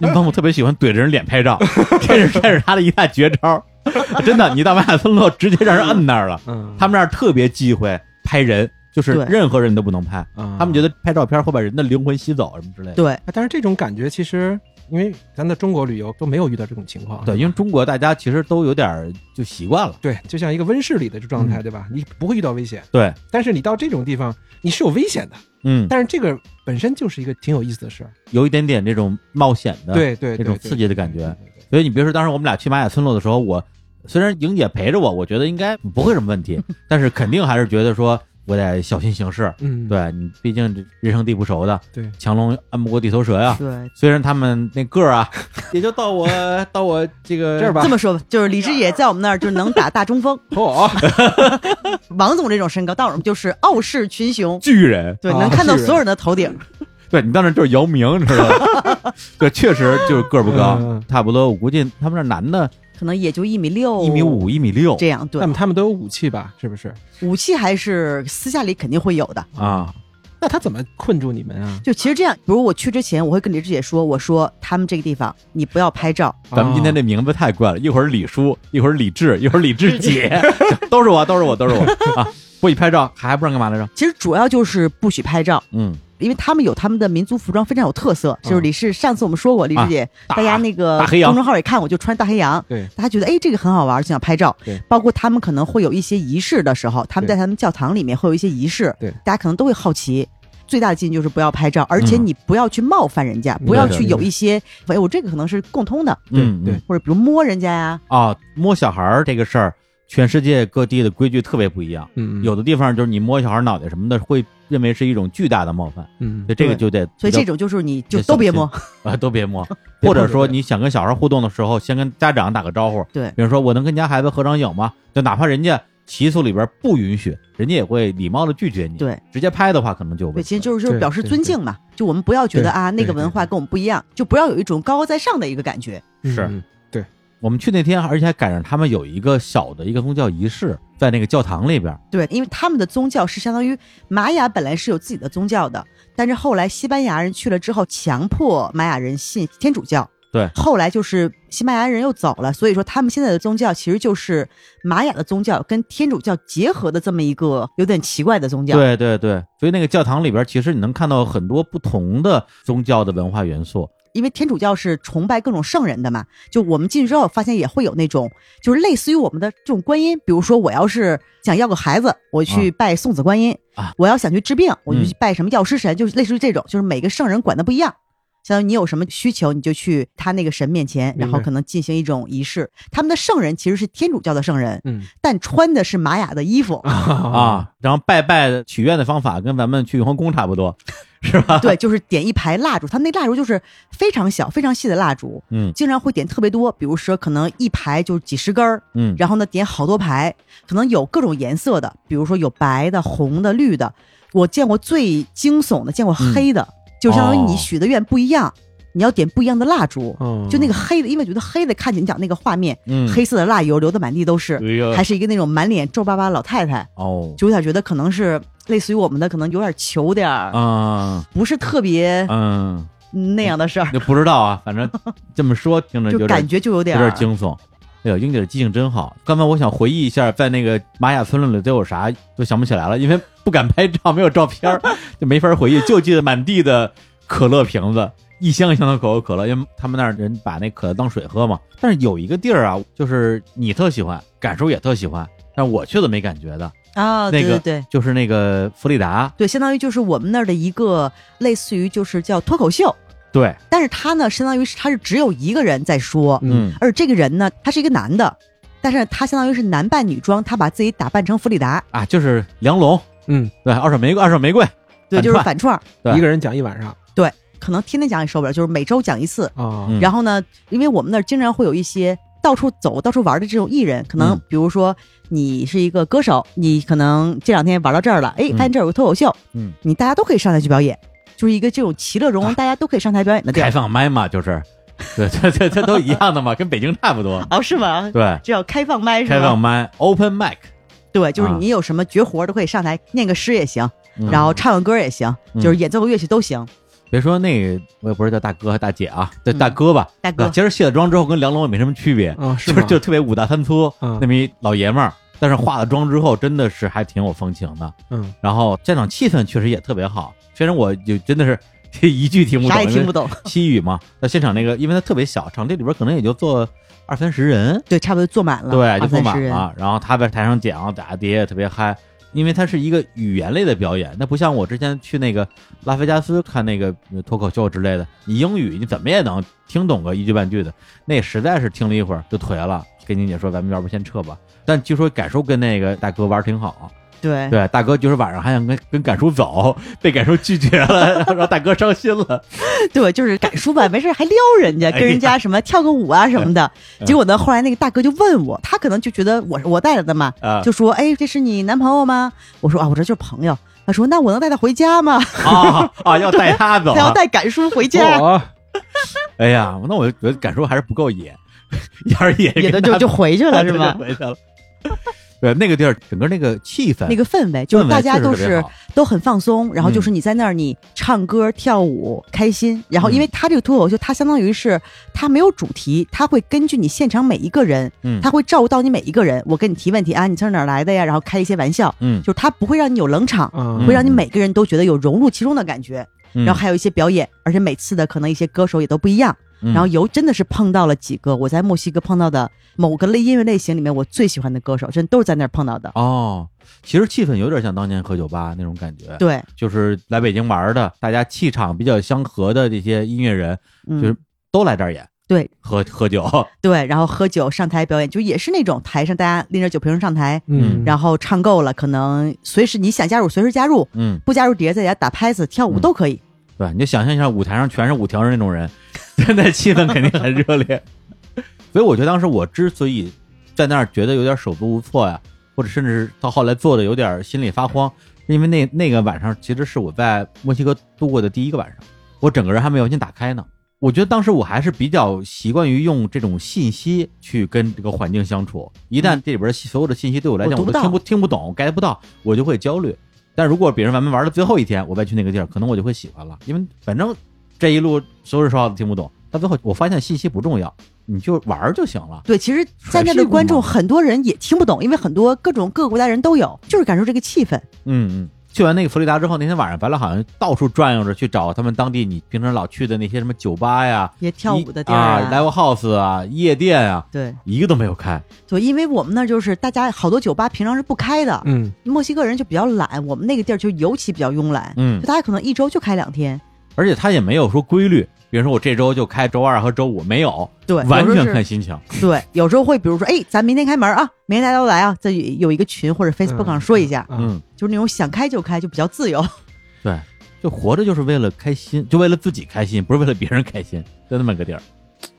因为王总特别喜欢怼着人脸拍照， 这是这是他的一大绝招。 真的，你到马雅村落直接让人摁那儿了。
嗯，
他们那儿特别忌讳拍人，就是
对
任何人都不能拍。
们
他们觉得拍照片会把人的灵魂吸走什么之类的。
对，
啊啊但是这种感觉其实，因为咱在中国旅游都没有遇到这种情况，
对，因为中国大家其实都有点儿就习惯了。
对，就像一个温室里的状
嗯
态，对吧？你不会遇到危险，
对，
但是你到这种地方，你是有危险的。
嗯，
但是这个本身就是一个挺有意思的事儿，
有一点点这种冒险的
对对，
那种
对
刺激的感觉。。
对对
所以你别说，当时我们俩去玛雅村落的时候，我虽然莹姐陪着我，我觉得应该不会什么问题，但是肯定还是觉得说我得小心行事。
嗯，
对你，毕竟这人生地不熟的，
对
强龙按不过地头蛇呀、
对，
虽然他们那个儿啊，也就到 我到我这个
这儿吧
这么说吧，就是李志也在我们那儿就能打大中锋，
哦，
王总这种身高，到我们就是傲视群雄，
巨人，
对，
啊
能看到
是
所有人的头顶。
对你当时就是姚明，你知道吗？ 对，确实就是个儿不高，
嗯
差不多。我估计他们那男的
可能也就一米六、
一米
哦
五、一米六
这样。对
那，么他们都有武器吧？是不是？
武器还是私下里肯定会有的。
啊。
他怎么困住你们啊？
就其实这样，比如我去之前，我会跟李志姐说，我说他们这个地方你不要拍照，
咱们今
哦
天这名字太怪了，一会儿李叔，一会儿李志，一会儿李志姐，都是我，都是我，都是我啊！不许拍照，还不让干嘛来着？
其实主要就是不许拍照，
嗯，
因为他们有他们的民族服装非常有特色。
嗯
就是李氏上次我们说过，李
啊
志姐，
大
大家那个
大黑羊
公众号也看，我就穿大黑羊，
对，
大家觉得哎这个很好玩，就想拍照
对。
包括他们可能会有一些仪式的时候，他们在他们教堂里面会有一些仪式，
对
大家可能都会好奇。最大的禁忌就是不要拍照，而且
嗯
你不要去冒犯人家，
嗯
不要
对
去
对
有一些，哎，我这个可能是共通的，
嗯，
对
嗯
或者比如摸人家呀，
啊，摸小孩儿这个事儿，全世界各地的规矩特别不一样。
嗯，
有的地方就是你摸小孩脑袋什么的，会认为是一种巨大的冒犯，
嗯
所以这个就得
所以
比较
这种就是你就
得
都
小
别
心
摸，
啊，都别摸，
别
或
碰
者
就
说
对
你想跟小孩互动的时候，先跟家长打个招呼。
对
比如说我能跟家孩子合张影吗？就哪怕人家习俗里边不允许，人家也会礼貌的拒绝你。，
对。
直接拍的话可能就
对，其实就是
对
就是表示
对
尊
对
敬嘛，就我们不要觉得
对
啊那个
对
文化跟我们不一样，就不要有一种高高在上的一个感觉。
是
嗯
我们去那天，而且还赶上他们有一个小的一个宗教仪式，在那个教堂里边。
对，因为他们的宗教是相当于玛雅本来是有自己的宗教的，但是后来西班牙人去了之后，强迫玛雅人信天主教。
对
后来就是西班牙人又走了，所以说他们现在的宗教其实就是玛雅的宗教跟天主教结合的这么一个有点奇怪的宗教。
对对对，所以那个教堂里边，其实你能看到很多不同的宗教的文化元素。
因为天主教是崇拜各种圣人的嘛，就我们进去之后发现也会有那种，就是类似于我们的这种观音，比如说我要是想要个孩子，我去拜送子观音
啊
我要想去治病，我就
嗯
去拜什么药师神，就是类似于这种，就是每个圣人管的不一样。相当于你有什么需求，你就去他那个神面前，然后
明白
可能进行一种仪式。他们的圣人其实是天主教的圣人，
嗯
但穿的是玛雅的衣服，
啊，
啊，然后拜拜的许愿的方法跟咱们去雍和宫差不多，是
啊
吧？
对，就是点一排蜡烛，他们那蜡烛就是非常小、非常细的蜡烛，
嗯
经常会点特别多，比如说可能一排就几十根儿，
嗯，
然后呢点好多排，可能有各种颜色的，比如说有白的、红的、绿的。我见过最惊悚的，见过黑的，就相当于你
嗯哦
许的愿不一样，你要点不一样的蜡烛。
哦
就那个黑的，因为觉得黑的看见你讲那个画面，
嗯
黑色的蜡油流的满地都是，
哎呦
还是一个那种满脸皱巴巴的老太太，
哦
就有点觉得可能是类似于我们的，可能有点求点儿，
啊
不是特别
嗯，
那样的事儿，
就不知道啊，反正这么说听着
就
有
感
点
觉就有
有
点儿
点惊悚。哎呦，英姐的记性真好。刚才我想回忆一下，在那个玛雅村落里都有啥，都想不起来了，因为不敢拍照，没有照片 儿，就没法回忆，就记得满地的可乐瓶子，一箱一箱的可口可乐，因为他们那儿人把那可乐当水喝嘛。但是有一个地儿啊，就是你特喜欢，感受也特喜欢，但是我去了没感觉的，
啊，
那
对
个
对对
就是那个弗里达，
对，相当于就是我们那儿的一个类似于就是叫脱口秀，
对，
但是他呢，相当于是他是只有一个人在说，
嗯
而这个人呢，他是一个男的，但是他相当于是男扮女装，他把自己打扮成弗里达，
啊，就是梁龙，
嗯，
对，二手玫瑰，二手玫瑰，
对，
反
就是
串
反串儿，
对
一个人讲一晚上
可能天天讲也受不了，就是每周讲一次。
啊
嗯
然后呢，因为我们那儿经常会有一些到处走、到处玩的这种艺人，可能
嗯
比如说你是一个歌手，你可能这两天玩到这儿了，哎，
嗯
发现这儿有个脱口秀，
嗯，啊
你大家都可以上台去表演，就是一个这种其乐融融，大家都可以上台表演的地
开
儿。
放麦嘛，就是，对，这这这都一样的嘛，跟北京差不多，
哦，是吗？
对，
这叫开放麦是吗？
开放麦，open mic，
对，就是
啊
你有什么绝活儿都可以上台念个诗也行，
嗯
然后唱个歌也行，
嗯
就是演奏个乐器都行。
别说那个，我也不是叫大哥还大姐啊，对，
嗯
大哥吧，
大哥嗯
啊其实卸了妆之后跟梁龙也没什么区别，
啊，是
嗯就
吗？
就特别五大三粗
嗯
那么一老爷们儿，但是化了妆之后真的是还挺有风情的，
嗯，
然后现场气氛确实也特别好，虽然我就真的是这一句听不懂，
啥也听不懂，
西语嘛，在现场那个，因为它特别小，场地里边可能也就坐二三十人，
对，差不多坐满了，啊
对，就坐
二三
满
十人。
了。然后他在台上讲，打碟也特别嗨，因为它是一个语言类的表演，那不像我之前去那个拉菲加斯看那个呃脱口秀之类的，你英语你怎么也能听懂个一句半句的，那实在是听了一会儿就颓了。跟宁姐说，咱们要不先撤吧。但据说感受跟那个大哥玩儿挺好，
对
对，大哥就是晚上还想跟跟感叔走，被感叔拒绝了， 然后让大哥伤心了。
对，就是赶书吧，没事还撩人家，
哎呀
跟人家什么跳个舞啊什么的。
嗯
结果呢，后来那个大哥就问我，他可能就觉得我我带了的嘛，
啊
就说：“哎，这是你男朋友吗？”我说：“啊，我这就是朋友。”他说：“那我能带他回家吗？
啊啊，要带他走
他， 要带赶叔 回
哦
家，
我啊
哎呀，那我 觉得感受还是不够野，要是野
也
跟
就
他
就就回去了，是
吧？
吧？
回去了。对，那个地儿整个那个气氛，
那个氛围，就是
氛围
大
确
家
实
都
特别
是
好
都很放松，然后就
嗯
是你在那儿你唱歌跳舞开心，
嗯
然后因为他这个脱口秀，他相当于是他没有主题，他会根据你现场每一个人，
嗯
他会照顾到你每一个人。我跟你提问题啊，你从哪儿来的呀？然后开一些玩笑，
嗯，
就是他不会让你有冷场，
嗯
会让你每个人都觉得有融入其中的感觉。
嗯
然后还有一些表演，而且每次的可能一些歌手也都不一样。
嗯
然后有真的是碰到了几个我在墨西哥碰到的某个类音乐类型里面我最喜欢的歌手，真都是在那儿碰到的。
哦，其实气氛有点像当年喝酒吧那种感觉，
对，
就是来北京玩的，大家气场比较相合的这些音乐人，
嗯，
就是都来这儿演，
对，
喝喝 酒，
对，然后喝酒上台表演，就也是那种台上大家拎着酒瓶上台，
嗯
然后唱够了，可能随时你想加入随时加入，
嗯，
不加入底下在家打拍子跳舞
嗯
都可以。
对，你就想象一下，舞台上全是五条人那种人，现在气氛肯定很热烈。 所以我觉得当时我之所以在那儿觉得有点手足无措呀，或者甚至到后来做的有点心里发慌，是因为那那个晚上其实是我在墨西哥度过的第一个晚上，我整个人还没有完全打开呢。我觉得当时我还是比较习惯于用这种信息去跟这个环境相处，一旦这里边所有的信息对我来讲
我
我
读
都
不到
听不听不懂、get 不到，我就会焦虑。但如果别人咱们玩到最后一天，我再去那个地儿，可能我就会喜欢了，因为反正这一路所有人说话都听不懂，到最后我发现信息不重要，你就玩儿就行了。
对，其实在那的观众很多人也听不懂，因为很多各种各个国家人都有，就是感受这个气氛。
嗯嗯。去完那个佛罗里达之后，那天晚上白乐好像到处转悠着去找他们当地你平常老去的那些什么酒吧呀、
也跳舞的地儿
啊、
啊
live house 啊、夜店啊，
对，
一个都没有 开。
对，因为我们那儿就是大家好多酒吧平常是不开的，
嗯，
墨西哥人就比较懒，我们那个地儿就尤其比较慵懒，
嗯
就大家可能一周就开两天，
而且他也没有说规律，比如说我这周就开周二和周五，没有，
对，
完
有时候
全
是
看心情。
对，有时候会比如说，哎，咱明天开门啊，明天大家都来啊，这有一个群或者 Facebook 上说一下，
嗯
嗯，
就是那种想开就开，就比较自由。
对，就活着就是为了开心，就为了自己开心，不是为了别人开心，就那么个地儿。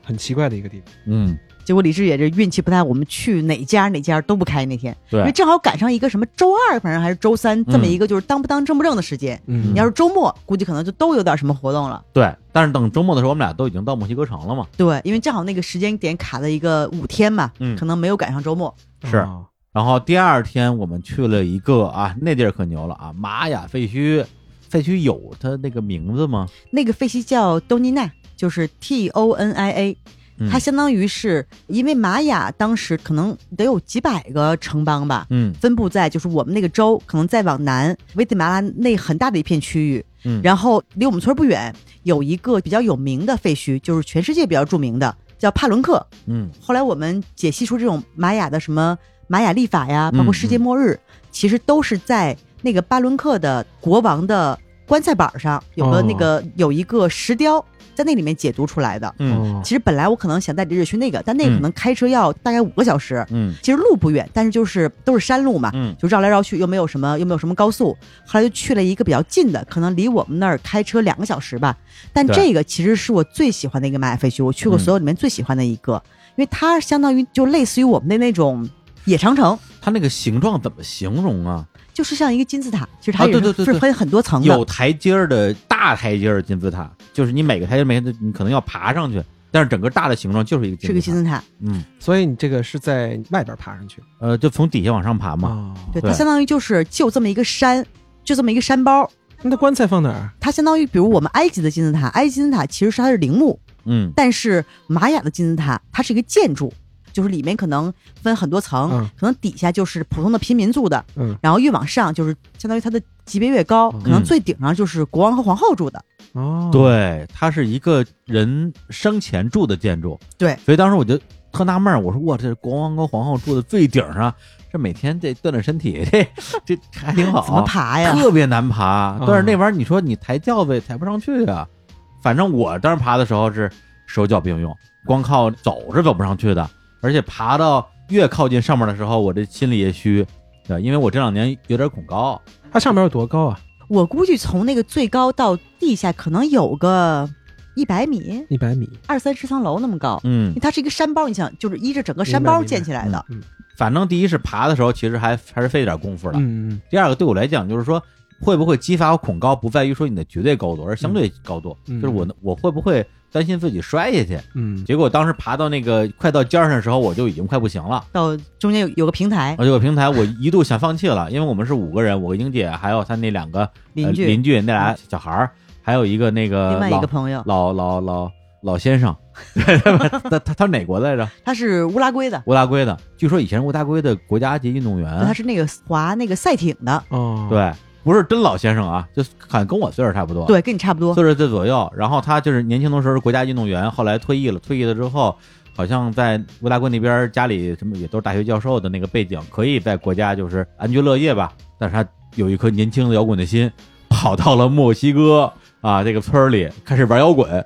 很奇怪的一个地方。
嗯，
结果李志也这运气不太好，我们去哪家哪家都不开那天，因为
对，
正好赶上一个什么周二，反正还是周三这么一个就是当不当正不正的时间。
嗯
你要是周末，估计可能就都有点什么活动了。
对。但是等周末的时候，我们俩都已经到墨西哥城了嘛。
对，因为正好那个时间点卡在一个五天嘛，
嗯
可能没有赶上周末。
是
哦
然后第二天我们去了一个啊，那地儿可牛了啊，玛雅废墟。废墟有它那个名字吗？
那个废墟叫东尼奈，就是 T O N I A，
嗯
它相当于是因为玛雅当时可能得有几百个城邦吧，
嗯
分布在就是我们那个州，可能再往南，危地马拉那很大的一片区域。
嗯
然后离我们村不远有一个比较有名的废墟，就是全世界比较著名的，叫帕伦克。
嗯
后来我们解析出这种玛雅的什么玛雅历法呀，
嗯
包括世界末日，其实都是在那个巴伦克的国王的棺材板上有个
哦
那个、有一个石雕，在那里面解读出来的。
嗯
哦
其实本来我可能想带着日去那个，但那个可能开车要大概五个小时，
嗯
其实路不远，但是就是都是山路嘛，
嗯
就绕来绕去，又没有什么又没有什么高速，后来就去了一个比较近的，可能离我们那儿开车两个小时吧。但
对嗯
这个其实是我最喜欢的一个玛雅废墟，我去过所有里面最喜欢的一个，因为它相当于就类似于我们的那种野长城，
它那个形状怎么形容啊？
就是像一个金字塔，其实它
啊
也是、
对对对
是
对
分很多层
有
的。
台阶儿的大台阶儿的金字塔，就是你每个台阶儿每个你可能要爬上去，但是整个大的形状就是一个金
是
字塔。
个金字塔，
嗯，
所以你这个是在外边爬上去
呃，就从底下往上爬嘛。
啊？
对，
对
它相当于就是就这么一个山，就这么一个山包。
那他棺材放哪儿？啊
它相当于，比如我们埃及的金字塔，埃及金字塔其实是它是陵墓，
嗯
但是玛雅的金字塔它是一个建筑，就是里面可能分很多层，
嗯
可能底下就是普通的平民住的，
嗯
然后越往上就是相当于它的级别越高，
嗯
可能最顶上就是国王和皇后住的。嗯
哦，
对，它是一个人生前住的建筑。
对，
所以当时我就特纳闷儿，我说哇，这国王和皇后住的最顶上，这每天这锻炼身体，这这 还挺
嗯
好。
怎么爬呀？
啊
特别难爬。但是那玩意儿，你说你抬轿子也抬不上去啊。反正我当时爬的时候是手脚并用，光靠走是走不上去的。而且爬到越靠近上面的时候，我这心里也虚，对，因为我这两年有点恐高。
它上面有多高啊？
我估计从那个最高到地下可能有个一百米、
一百米。
二三十层楼那么高，因
嗯
为，它是一个山包，你想就是依着整个山
明白
包
明白
建起来的。
嗯
反正第一是爬的时候，其实还还是费点功夫的。
嗯
第二个对我来讲，就是说会不会激发我恐高，不在于说你的绝对高度，而是相对高度，
嗯
就是我我会不会担心自己摔下去？
嗯，
结果当时爬到那个快到尖儿上的时候，我就已经快不行了。
到中间有有个平台，
呃
而且我平台我一度想放弃了，因为我们是五个人，我跟英姐还有她那两个
邻居啊
呃、邻居那俩小孩儿，还有一个那个
另外一
老
个朋友，
老老老老先生，他他他是哪国来着？
他是乌拉圭的，
乌拉圭的，据说以前是乌拉圭的国家级运动
啊
员，
他是那个划那个赛艇的，
哦，，
对，不是真老先生啊，就看跟我岁数差不多，，
对，跟你差不多。
四十岁左右。然后他就是年轻的时候是国家运动员，后来退役了，退役了之后，好像在乌拉圭那边家里什么也都是大学教授的那个背景，可以在国家就是安居乐业吧。但是他有一颗年轻的摇滚的心，跑到了墨西哥啊这个村儿里开始玩摇滚。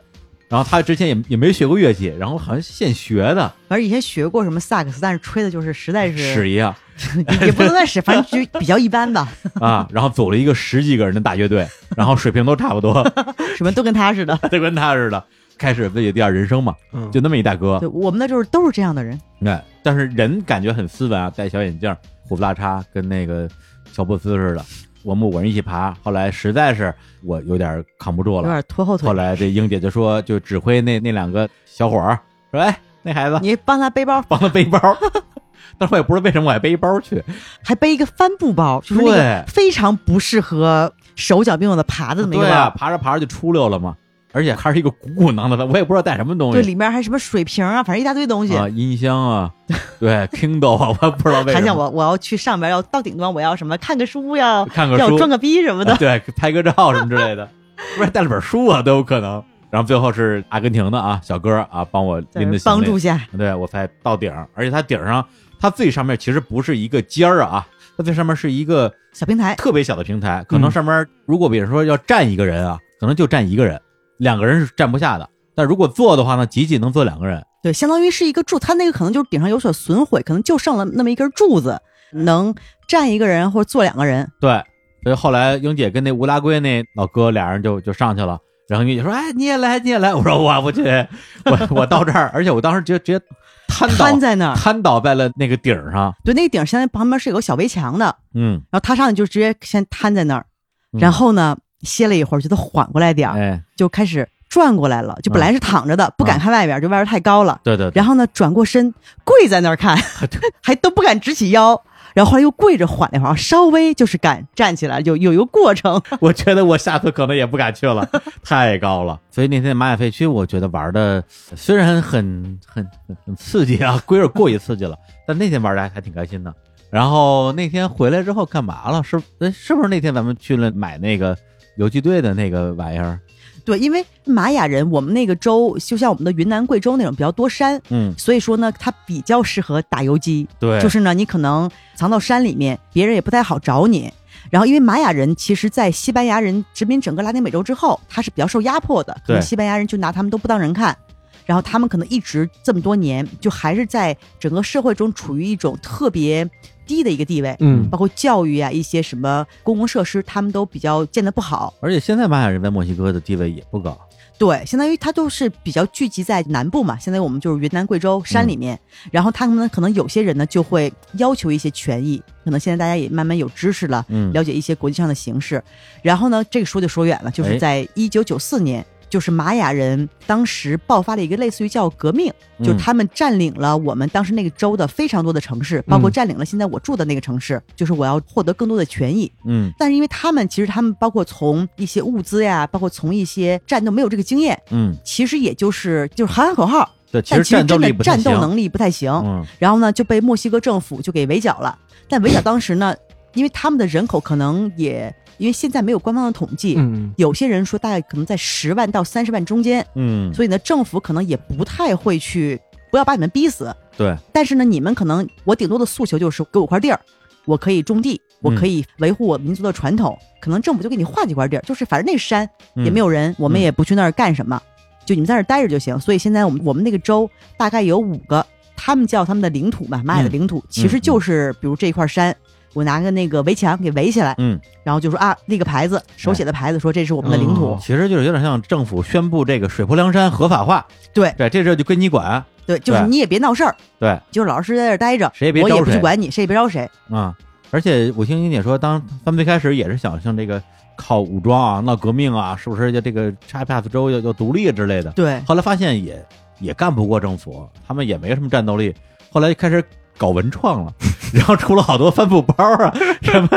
然后他之前也也没学过乐器，然后好像是现学的，
反正以前学过什么萨克斯，但是吹的就是实在是
屎一样
也不能算是，反正就比较一般吧，
啊！然后组了一个十几个人的大乐队，然后水平都差不多，
什么都跟他似的。
就跟他似的，开始自己的第二人生嘛，
嗯，
就那么一大哥
对，。我们那就是都是这样的人，
哎，但是人感觉很斯文啊，戴小眼镜，胡子拉碴，跟那个乔布斯似的。我们五个人一起爬，后来实在是我有点扛不住
有
了，
点拖后腿
后。来这英姐就说，就指挥那那两个小伙儿说：“哎，那孩子
你帮他背包，
帮他背包。” 但是我也不知道为什么我还背一包去，
还背一个帆布包，就是那
对
个非常不适合手脚并用的爬的那么一个
对
包。
啊，爬着爬着就出溜了嘛，而且还是一个鼓鼓囊囊的，我也不知道带什么东
对，
西
里面还什么水瓶啊，反正一大堆东西。
啊，音箱啊，对 Kindle 啊，我也不知道为
还
什
想
么，
我我要去上边要到顶端，我要什么看个书呀，
看个
要
书
装个逼什么的。
啊对，拍个照什么之类 的，不是带了本书啊，都有可能。然后最后是阿根廷的啊，小哥啊，帮我
在
拎的行
帮
李
助，下，
对我才到顶儿，而且它顶上它最上面其实不是一个尖儿啊，它最上面是一个
小平台
特别小的平台，可能
嗯
上面如果比如说要站一个人啊，可能就站一个人，两个人是站不下的。但如果坐的话呢，仅仅能坐两个人。
对，相当于是一个柱，它那个可能就是顶上有所损毁，可能就剩了那么一根柱子，能站一个人或者坐两个人。
对，所以后来英姐跟那乌拉圭那老哥俩人就就上去了。然后英姐说：“哎，你也来，你也来。”我说：“我不去，我我到这儿，而且我当时直接直接瘫倒
瘫在那儿，
瘫倒在了那个顶儿上。
对，那个顶现在旁边是有个小围墙的，
嗯，
然后他上去就直接先瘫在那儿，
嗯
然后呢歇了一会儿，觉得缓过来点儿，
哎，嗯
就开始转过来了。就本来是躺着的，不敢看外边，就外边太高了。
对对对，
然后呢转过身跪在那 儿看，还都不敢直起腰。然后后来又跪着缓了一会儿，啊稍微就是敢站起来，就有一个过程。
我觉得我下次可能也不敢去 了，太高了。所以那天马尔废墟，我觉得玩的虽然很很很很刺激啊，归着过于刺激 了，但那天玩的还还挺开心的。然后那天回来之后干嘛了？是哎是不是那天咱们去了买那个游击队的那个玩意儿？
对，因为玛雅人，我们那个州就像我们的云南、贵州那种比较多山，
嗯，
所以说呢，它比较适合打游击。
对，
就是呢，你可能藏到山里面，别人也不太好找你。然后，因为玛雅人其实，在西班牙人殖民整个拉丁美洲之后，他是比较受压迫的，可能
对
西班牙人就拿他们都不当人看。然后他们可能一直这么多年，就还是在整个社会中处于一种特别低的一个地位，
嗯
包括教育啊，一些什么公共设施，他们都比较建得不好。
而且现在玛雅人在墨西哥的地位也不高。
对，相当于它都是比较聚集在南部嘛，相当于我们就是云南、贵州
嗯
山里面，然后他们可能有些人呢就会要求一些权益，可能现在大家也慢慢有知识了，
嗯，
了解一些国际上的形势。然后呢，这个说就说远了，就
哎
是在一九九四年。就是玛雅人当时爆发了一个类似于叫革命，就是
嗯
他们占领了我们当时那个州的非常多的城市，包括
嗯
占领了现在我住的那个城市。就是我要获得更多的权益，
嗯
但是因为他们其实他们包括从一些物资呀，包括从一些战斗没有这个经验，
嗯，
其实也就是就是喊喊口号，
对，其
但
实
其实
战斗
真的
力不太
战斗
行
能力不太行。
嗯
然后呢就被墨西哥政府就给围剿了。但围剿当时呢，因为他们的人口可能也因为现在没有官方的统计，
嗯
有些人说大概可能在十万到三十万中间，
嗯，
所以呢政府可能也不太会去不要把你们逼死，
对，
但是呢，你们可能我顶多的诉求就是给我块地儿，我可以种地，我可以维护我民族的传统。可能政府就给你划几块地儿，就是反正那山
嗯
也没有人，我们也不去那儿干什么，就你们在那儿待着就行。所以现在我们我们那个州大概有五个，他们叫他们的领土嘛，玛雅的领土，
嗯
其实就是比如这一块山。我拿个那个围墙给围起来，
嗯，
然后就说啊，立个牌子，手写的牌子，说这是我们的领土。
哦
其实就是有点像政府宣布这个水泊梁山合法化，
对
对，这事儿就归你管，
对，就是
对
你也别闹事儿，
对，
就是老实在这儿待着，
谁也别
我也
招
不去
谁
管你，谁也别招谁。
啊，而且我听英姐说，当他们最开始也是想像这个靠武装啊、闹革命啊，是不是要这个查帕斯州要要独立之类的？
对，
后来发现也也干不过政府，他们也没什么战斗力。后来开始搞文创了， 然后出了好多帆布包啊， 什么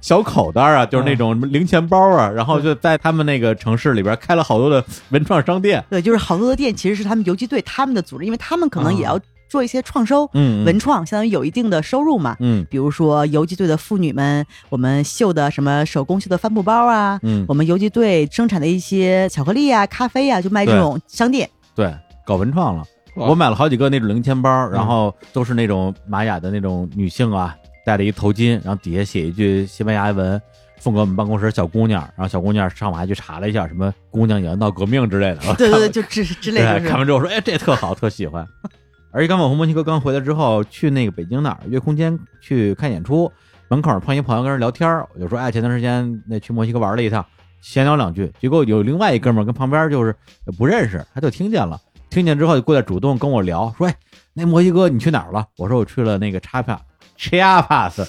小口袋啊，就是那种什么零钱包啊，然后就在他们那个城市里边开了好多的文创商店。
对，就是好多的店其实是他们游击队他们的组织，因为他们可能也要做一些创收、
啊嗯，嗯
文创，相当于有一定的收入嘛。
嗯
比如说游击队的妇女们，我们绣的什么手工绣的帆布包啊，
嗯，
我们游击队生产的一些巧克力啊、咖啡啊，就卖这
对
种商店。
对，搞文创了。
哇
我买了好几个那种零钱包，然后都是那种玛雅的那种女性啊，戴了一头巾，然后底下写一句西班牙文，送给我们办公室小姑娘。然后小姑娘上网还去查了一下，什么姑娘也要闹革命之类的。
对对对，就之之类
啊对，
就是
看完之后说，哎，这特好，特喜欢。 而且刚我从墨西哥刚回来之后，去那个北京哪儿月空间去看演出，门口碰一朋友跟人聊天儿，我就说，哎，前段时间那去墨西哥玩了一趟，闲聊两句，结果有另外一哥们儿跟旁边就是不认识，他就听见了，听见之后就过来主动跟我聊，说，哎，那墨西哥你去哪儿了？我说我去了那个查帕 Chiapas，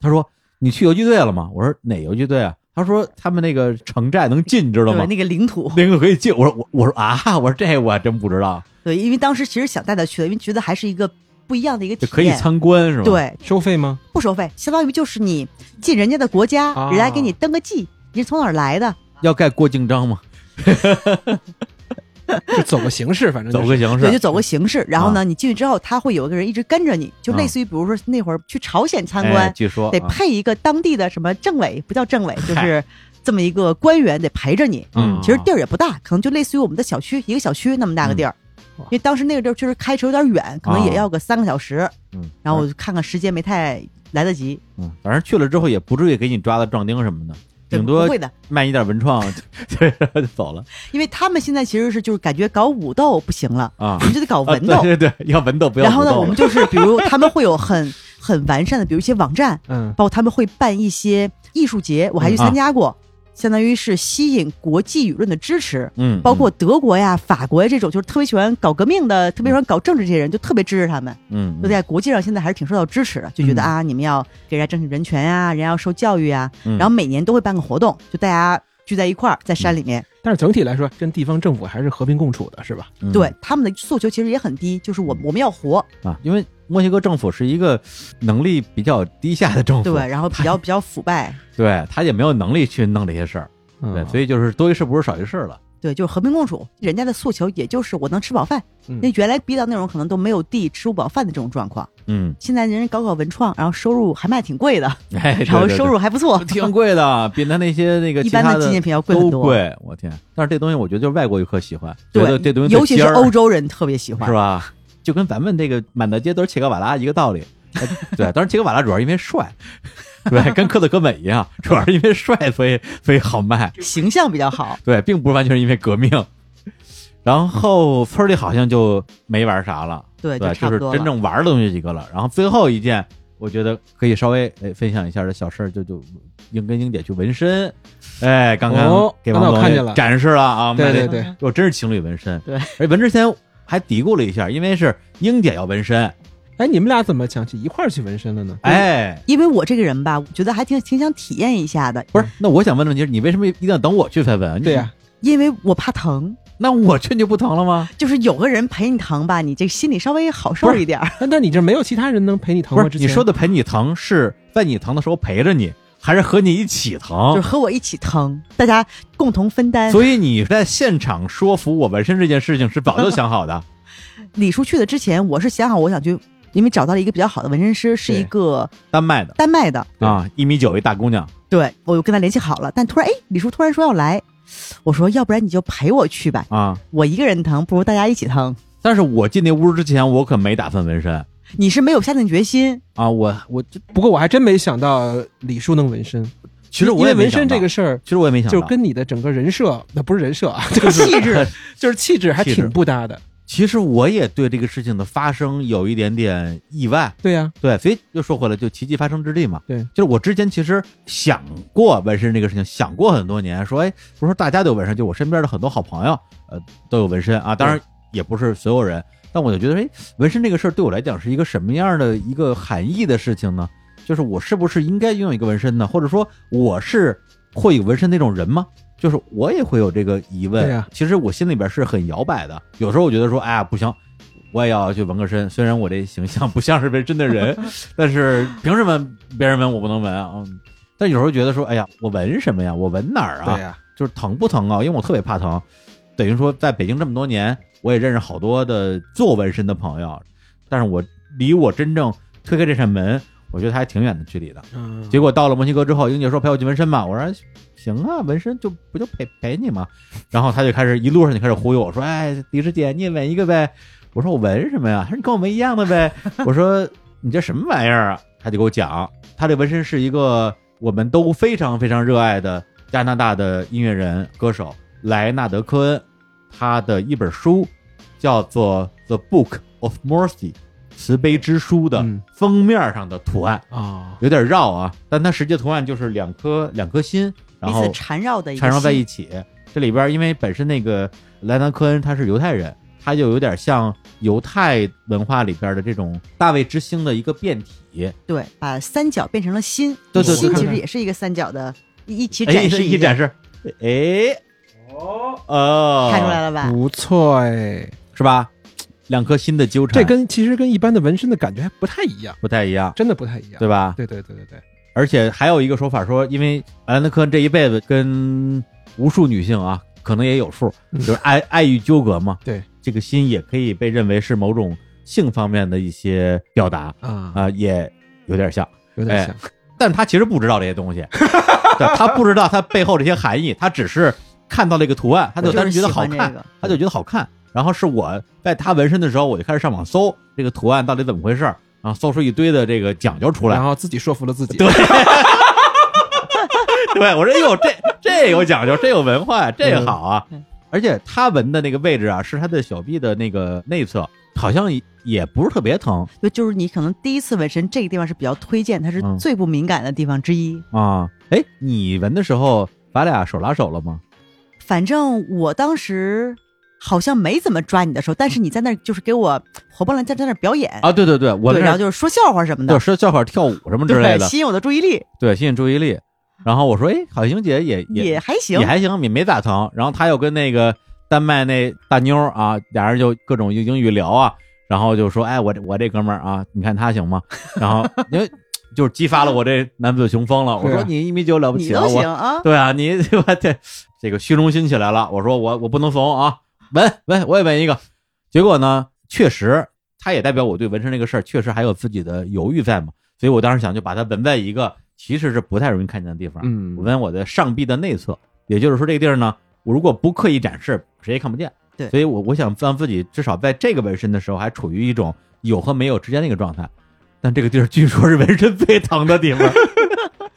他说你去游击队了吗？我说哪游击队啊？他说他们那个城寨能进，你知道吗
对？那个领土，
那个可以进。我说我我说啊，我说这我还真不知道，
对，因为当时其实想带他去的，因为觉得还是一个不一样的一个
就
体验，
可以参观是吗？，
对，
收费吗？
不收费，相当于就是你进人家的国家，
啊
人家给你登个记，你是从哪儿来的，
要盖过境章嘛，
就走个形式，反正就
走
是
个形
对，就
式。
走个形式。然
啊
后呢，你进去之后，他会有一个人一直跟着你，就类似于比如说那会儿去朝鲜参观，
哎据说
得
啊
配一个当地的什么政委，不叫政委，就是这么一个官员得陪着你。
嗯
其实地儿也不大，可能就类似于我们的小区一个小区那么大个地儿。
嗯哇
因为当时那个地儿确实开车有点远，可能也要个三个小时，
啊嗯，
然后我就看看时间没太来得及，
嗯，反正去了之后也不至于给你抓到壮丁什么的，
对
顶多
不会的，
卖你点文创， 对，然后就走了
因为他们现在其实是就是感觉搞武斗不行了，
啊
我。们就得搞
啊
文斗。
对对对，要文斗不要
然后
武
呢，
斗
我们就是比如他们会有很很完善的，比如一些网站，
嗯，
包括他们会办一些艺术节，我还去
嗯啊
参加过，相当于是吸引国际舆论的支持。
嗯，
包括德国呀、法国呀这种，就是特别喜欢搞革命的、特别喜欢搞政治这些人，就特别支持他们。
嗯，嗯
就在国际上，现在还是挺受到支持的，就觉得
嗯
啊，你们要给人家争取人权啊，人家要受教育啊。
嗯
然后每年都会办个活动，就大家聚在一块儿，在山里面。
但是整体来说，跟地方政府还是和平共处的，是吧？
嗯
对他们的诉求其实也很低，就是我我们要活，
啊，因为墨西哥政府是一个能力比较低下的政府，
对，然后比较比较腐败，
对他也没有能力去弄这些事儿，
嗯
对，所
以
以就是多一事不如少一事了。
对，就是和平共处。人家的诉求也就是我能吃饱饭，
嗯
那原来逼到那种可能都没有地吃不饱饭的这种状况，
嗯，
现在人家搞搞文创，然后收入还卖挺贵的，
哎，对
然后
对对
收入还不错，
挺贵的，比他那些那个
哦一
其
般
他
纪念品要贵很
都
多，
贵。我天！但是这东西我觉得就是外国游客喜欢，觉得这
对，
东西
尤其是欧
洲
洲人特别喜欢，
是吧？就跟咱们这个满大街都是切格瓦拉一个道理。哎对，当然切格瓦拉主要是因为帅，对，跟克特格本一样，主要是因为帅，所以所以好卖。
形象比较好。
对，并不是完全是因为革命。然后村里好像就没玩啥了，
对，
对，就
差不
是
多
真
了。
正玩的东西几个了。然后最后一件，我觉得可以稍微哎分享一下的小事儿，就就英跟英姐去纹 身，哎，刚刚
哦
给
刚才
王
我
总
看
也
见了
展示了啊，
对
买
对
了
对，
我真是情侣纹身，
对
而且纹之前还嘀咕了一下，因为是英姐要纹身，
哎，你们俩怎么想起一块儿去纹身的呢？
哎，
因为我这个人吧，我觉得还挺挺想体验一下的，
不是，那我想问的问题是，你为什么一定要等我去才纹？
对呀、
因为我怕疼，
那我去你就不疼了吗？
就是有个人陪你疼吧，你这心里稍微好
不
受
是
一点儿。
那那你这没有其他人能陪你疼
不
吗？
是，
之
你
前
说的陪你疼是在你疼的时候陪着你，还是和你一起疼？
就是和我一起疼，大家共同分担。
哦所以你在现场说服我纹身这件事情是早就想好的，
李叔去的之前，我是想好我想去，因为找到了一个比较好的纹身师，是一个
丹麦的
丹麦的，
啊，一米九一大姑娘，
对我就跟他联系好了。但突然，哎，李叔突然说要来，我说要不然你就陪我去吧，
啊。
我一个人疼，不如大家一起疼。
但是我进那屋之前，我可没打算纹身
你是没有下定决心，
啊。我我
不过我还真没想到李叔能纹身。
其实
因
我
为
也没
纹
想
身
到
这个，事儿，
其实我也没想到，
就跟你的整个人设，那不是人 设啊，
气质
就是气质还
气质
挺不搭的。
其实我也对这个事情的发生有一点点意外。
对呀、
对，所以又说回来，就奇迹发生之地嘛。
对
就是我之前其实想过纹身这个事情，想过很多年，说哎，不是说大家都有纹身，就我身边的很多好朋友，呃，都有纹身啊。当然也不是所有人，但我就觉得，哎，纹身这个事儿对我来讲是一个什么样的一个含义的事情呢？就是我是不是应该拥有一个纹身呢？或者说我是会有纹身那种人吗？就是我也会有这个疑问。
对呀
其实我心里边是很摇摆的。有时候我觉得说，哎呀，不行，我也要去纹个身。虽然我这形象不像是纹身的人，但是凭什么别人纹我不能纹啊？嗯但有时候觉得说，哎呀，我纹什么呀？我纹哪儿啊？
呀，
就是疼不疼啊？因为我特别怕疼。等于说，在北京这么多年，我也认识好多的做纹身的朋友，但是我离我真正推开这扇门，我觉得还挺远的距离的。
嗯，
结果到了墨西哥之后，英姐说陪我去纹身吧，我说行啊，纹身就不就陪陪你嘛。然后她就开始一路上就开始忽悠我说，哎，李师姐你也纹一个呗。我说我纹什么呀？她说你跟我纹一样的呗。 我说你这什么玩意儿啊？她就给我讲，她这纹身是一个我们都非常非常热爱的加拿大的音乐人歌手莱纳德·科恩，他的一本书叫做《The Book of Mercy》慈悲之书的
嗯
封面上的图案。
啊，
有点绕啊，但它实际图案就是两颗两颗心，然
彼
后
此缠绕的一个
缠绕在
心
一起。这里边因为本身那个莱南科恩他是犹太人，他就有点像犹太文化里边的这种大卫之星的一个变体。
对，把三角变成了心，
对对对
心
看
其
看
实也是一个三角的，一一起
哎，
展示
一
个
展，示，哎，哦哦，
看出来了吧？
不错哎，
是吧？两颗心的纠缠，
这跟其实跟一般的纹身的感觉还不太一样，
不太一样，
真的不太一样，
对吧？
对对对对对，
而且还有一个说法说，因为莱兰德科恩这一辈子跟无数女性啊，可能也有数，
嗯
就是爱爱欲纠葛嘛。
对，
这个心也可以被认为是某种性方面的一些表达
啊哎
啊、也有点像，
有点像，
但他其实不知道这些东 西，对他不知道他背后这些含义，他只是看到这个图案，他
我
就
就
当时
是
觉得
喜
好
欢
看，
这个
他就觉得好看。然后是我在他纹身的时候，我就开始上网搜这个图案到底怎么回事儿，然后搜出一堆的这个讲究出来
然。后自己说服了自己，
对， 对我说，哎呦，这这有讲究，这有文化，这好啊！
嗯
而且他纹的那个位置啊，是他的小臂的那个内侧，好像也也不是特别疼
就就是你可能第一次纹身这个地方是比较推荐，它是
嗯
最不敏感的地方之一。
啊。哎，你纹的时候，咱俩手拉手了吗？
反正我当时好像没怎么抓你的手，但是你在那儿就是给我活蹦乱跳在那儿表演，
啊，对对对，我
对，然
那
后就是说笑话什么
就
的，
是笑话、跳舞什么之类
对，
的，
吸引我的注意力
对，吸引注意力。然后我说，哎，好英姐也
也还行
也。还行，也没咋疼。然后他又跟那个丹麦那大妞儿啊，俩人就各种用英语聊啊，然后就说：“哎，我这我这哥们儿啊，你看他行 吗？”然后因为就是激发了我这男子雄风了，我
对
说
啊
你一米九了不
你
起了，
都
我
行啊，
对啊，你对吧？这这个虚荣心起来了，我说我我不能怂啊，纹纹我也纹一个。结果呢，确实他也代表我对纹身这个事儿确实还有自己的犹豫在嘛，所以我当时想就把它纹在一个其实是不太容易看见的地方，
嗯
纹我的上臂的内侧，也就是说这个地儿呢，我如果不刻意展示，谁也看不见。
对
所以我我想让自己至少在这个纹身的时候还处于一种有和没有之间的一个状态。但这个地儿据说是纹身最疼的地方，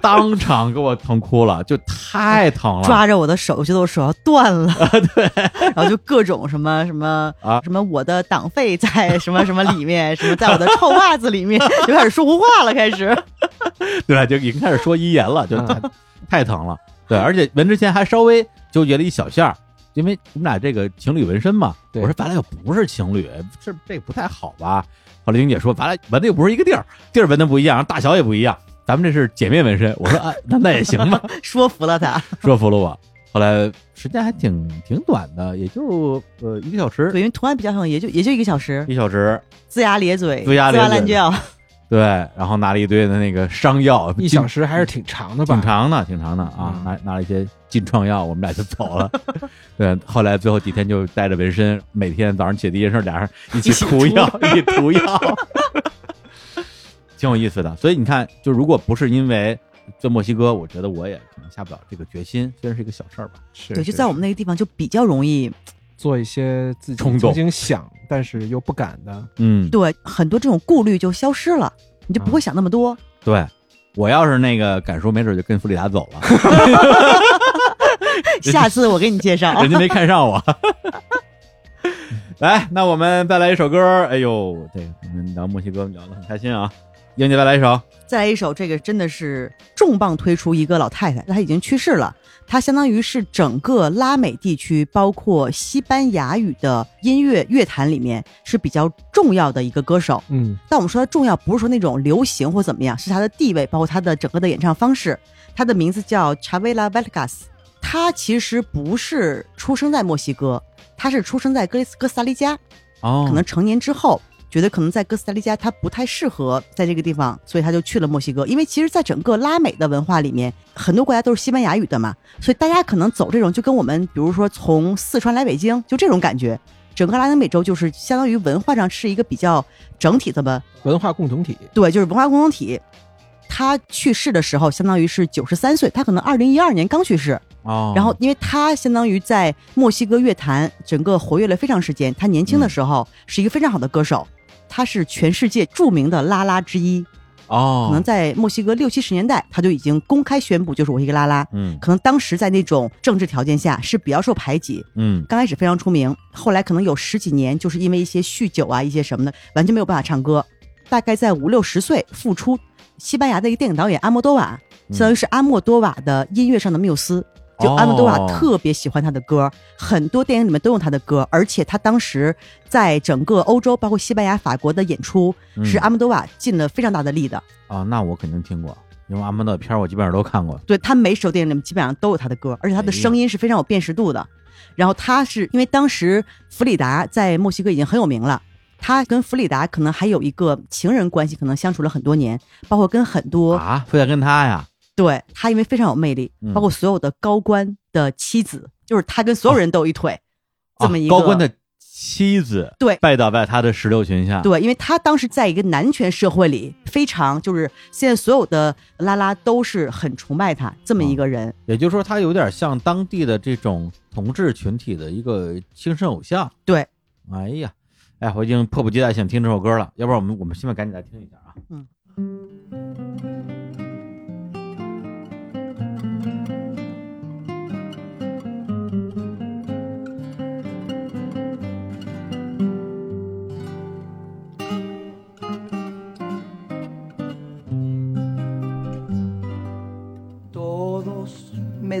当场给我疼哭了，就太疼了。
抓着我的手，我觉得我手要断了， 对，然后就各种什么什么
啊
什么我的党费在什么什么里面，什么在我的臭袜子里面， 就开始说胡话了，开始。
对，就已经开始说遗言了，
嗯
就太太疼了。对，而且纹之前还稍微纠结了一小下儿，因为我们俩这个情侣纹身嘛，我
对
说咱俩又不是情侣，这这不太好吧？后来英姐说，咱俩纹的又不是一个地儿，地儿纹的不一样，大小也不一样，咱们这是姐妹纹身。我说啊，那那也行 吧，
说服了他，
说服了我。后来时间还挺挺短的，也就呃一个小时
对，，因为图案比较小，也就也就一个小时，
一小时。
龇牙咧嘴，
龇牙咧嘴
哇乱叫，
对，然后拿了一堆的那个伤药，
一小时还是挺长的吧？
挺长的，挺长的啊，
嗯
拿拿了一些禁创药，我们俩就走了。 对，后来最后几天就带着纹身，每天早上起第一件事，俩人一起
一起
涂
涂
药，一起涂药， 挺有意思的。所以你看，就如果不是因为在墨西哥，我觉得我也可能下不了这个决心，虽然是一个小事儿吧。
是，
对，就是在我们那个地方就比较容易，
做一些自己
冲动
曾经想但是又不敢的，
嗯，
对，很多这种顾虑就消失了，你就不会想那么多。
对，我要是那个敢说，没准就跟弗里达走了。
下次我给你介绍，
人家没看上我。来，那我们再来一首歌。哎呦，这个我们聊墨西哥聊得很开心啊。英姐再来一首，
再来一首，这个真的是重磅推出一个老太太，她已经去世了。她相当于是整个拉美地区，包括西班牙语的音乐乐坛里面是比较重要的一个歌手。
嗯，
但我们说她重要，不是说那种流行或怎么样，是她的地位，包括她的整个的演唱方式。她的名字叫查维拉·维 e 加斯，她其实不是出生在墨西哥，她是出生在哥斯哥斯达黎加。
哦，
可能成年之后觉得可能在哥斯达黎加他不太适合在这个地方，所以他就去了墨西哥。因为其实，在整个拉美的文化里面，很多国家都是西班牙语的嘛，所以大家可能走这种就跟我们比如说从四川来北京就这种感觉。整个拉丁美洲就是相当于文化上是一个比较整体的吧，
文化共同体，
对，就是文化共同体。他去世的时候，相当于是九十三岁，他可能二零一二年刚去世，
哦，
然后，因为他相当于在墨西哥乐坛整个活跃了非常时间，他年轻的时候
嗯
是一个非常好的歌手，他是全世界著名的拉拉之一。
哦，
可能在墨西哥六七十年代，他就已经公开宣布就是我是一个拉拉。
嗯
可能当时在那种政治条件下是比较受排挤，
嗯
刚开始非常出名，后来可能有十几年就是因为一些酗酒啊、一些什么的，完全没有办法唱歌。大概在五六十岁复出，西班牙的一个电影导演阿莫多瓦，
嗯
相当于是阿莫多瓦的音乐上的缪斯。就
哦
阿莫多瓦特别喜欢他的歌，很多电影里面都用他的歌，而且他当时在整个欧洲，包括西班牙、法国的演出，
嗯
是阿莫多瓦尽了非常大的力的。
哦，那我肯定听过，因为阿曼的片儿我基本上都看过。
对他每首电影里面基本上都有他的歌，而且
哎
他的声音是非常有辨识度的。然后他是因为当时弗里达在墨西哥已经很有名了，他跟弗里达可能还有一个情人关系，可能相处了很多年，包括跟很多、
啊，非得跟他呀？
对他，因为非常有魅力
嗯，
包括所有的高官的妻子，就是他跟所有人都有一腿，
啊
这么一个、
高官的妻子
对
拜倒在他的石榴裙下。，
对，因为他当时在一个男权社会里，非常就是现在所有的拉拉都是很崇拜他这
啊
么一个人。
也就是说，他有点像当地的这种同志群体的一个精神偶像。
对，
哎呀，哎，我已经迫不及待想听这首歌了，要不然我们我们现在赶紧来听一下啊。
嗯。
Todos me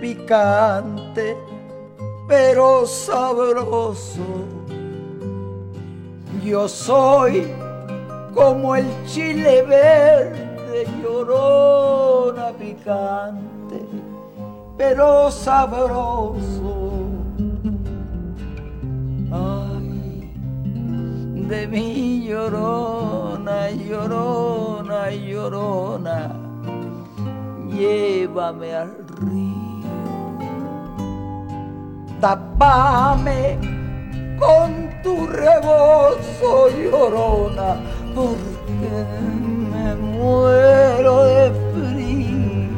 picante, pero sabroso. Yo soy como el chile verde llorona, picante, pero sabroso. Ay, de mi llorona, llorona, llorona, llévame al río, tapame con tu rebozo, llorona, porque me muero de frío.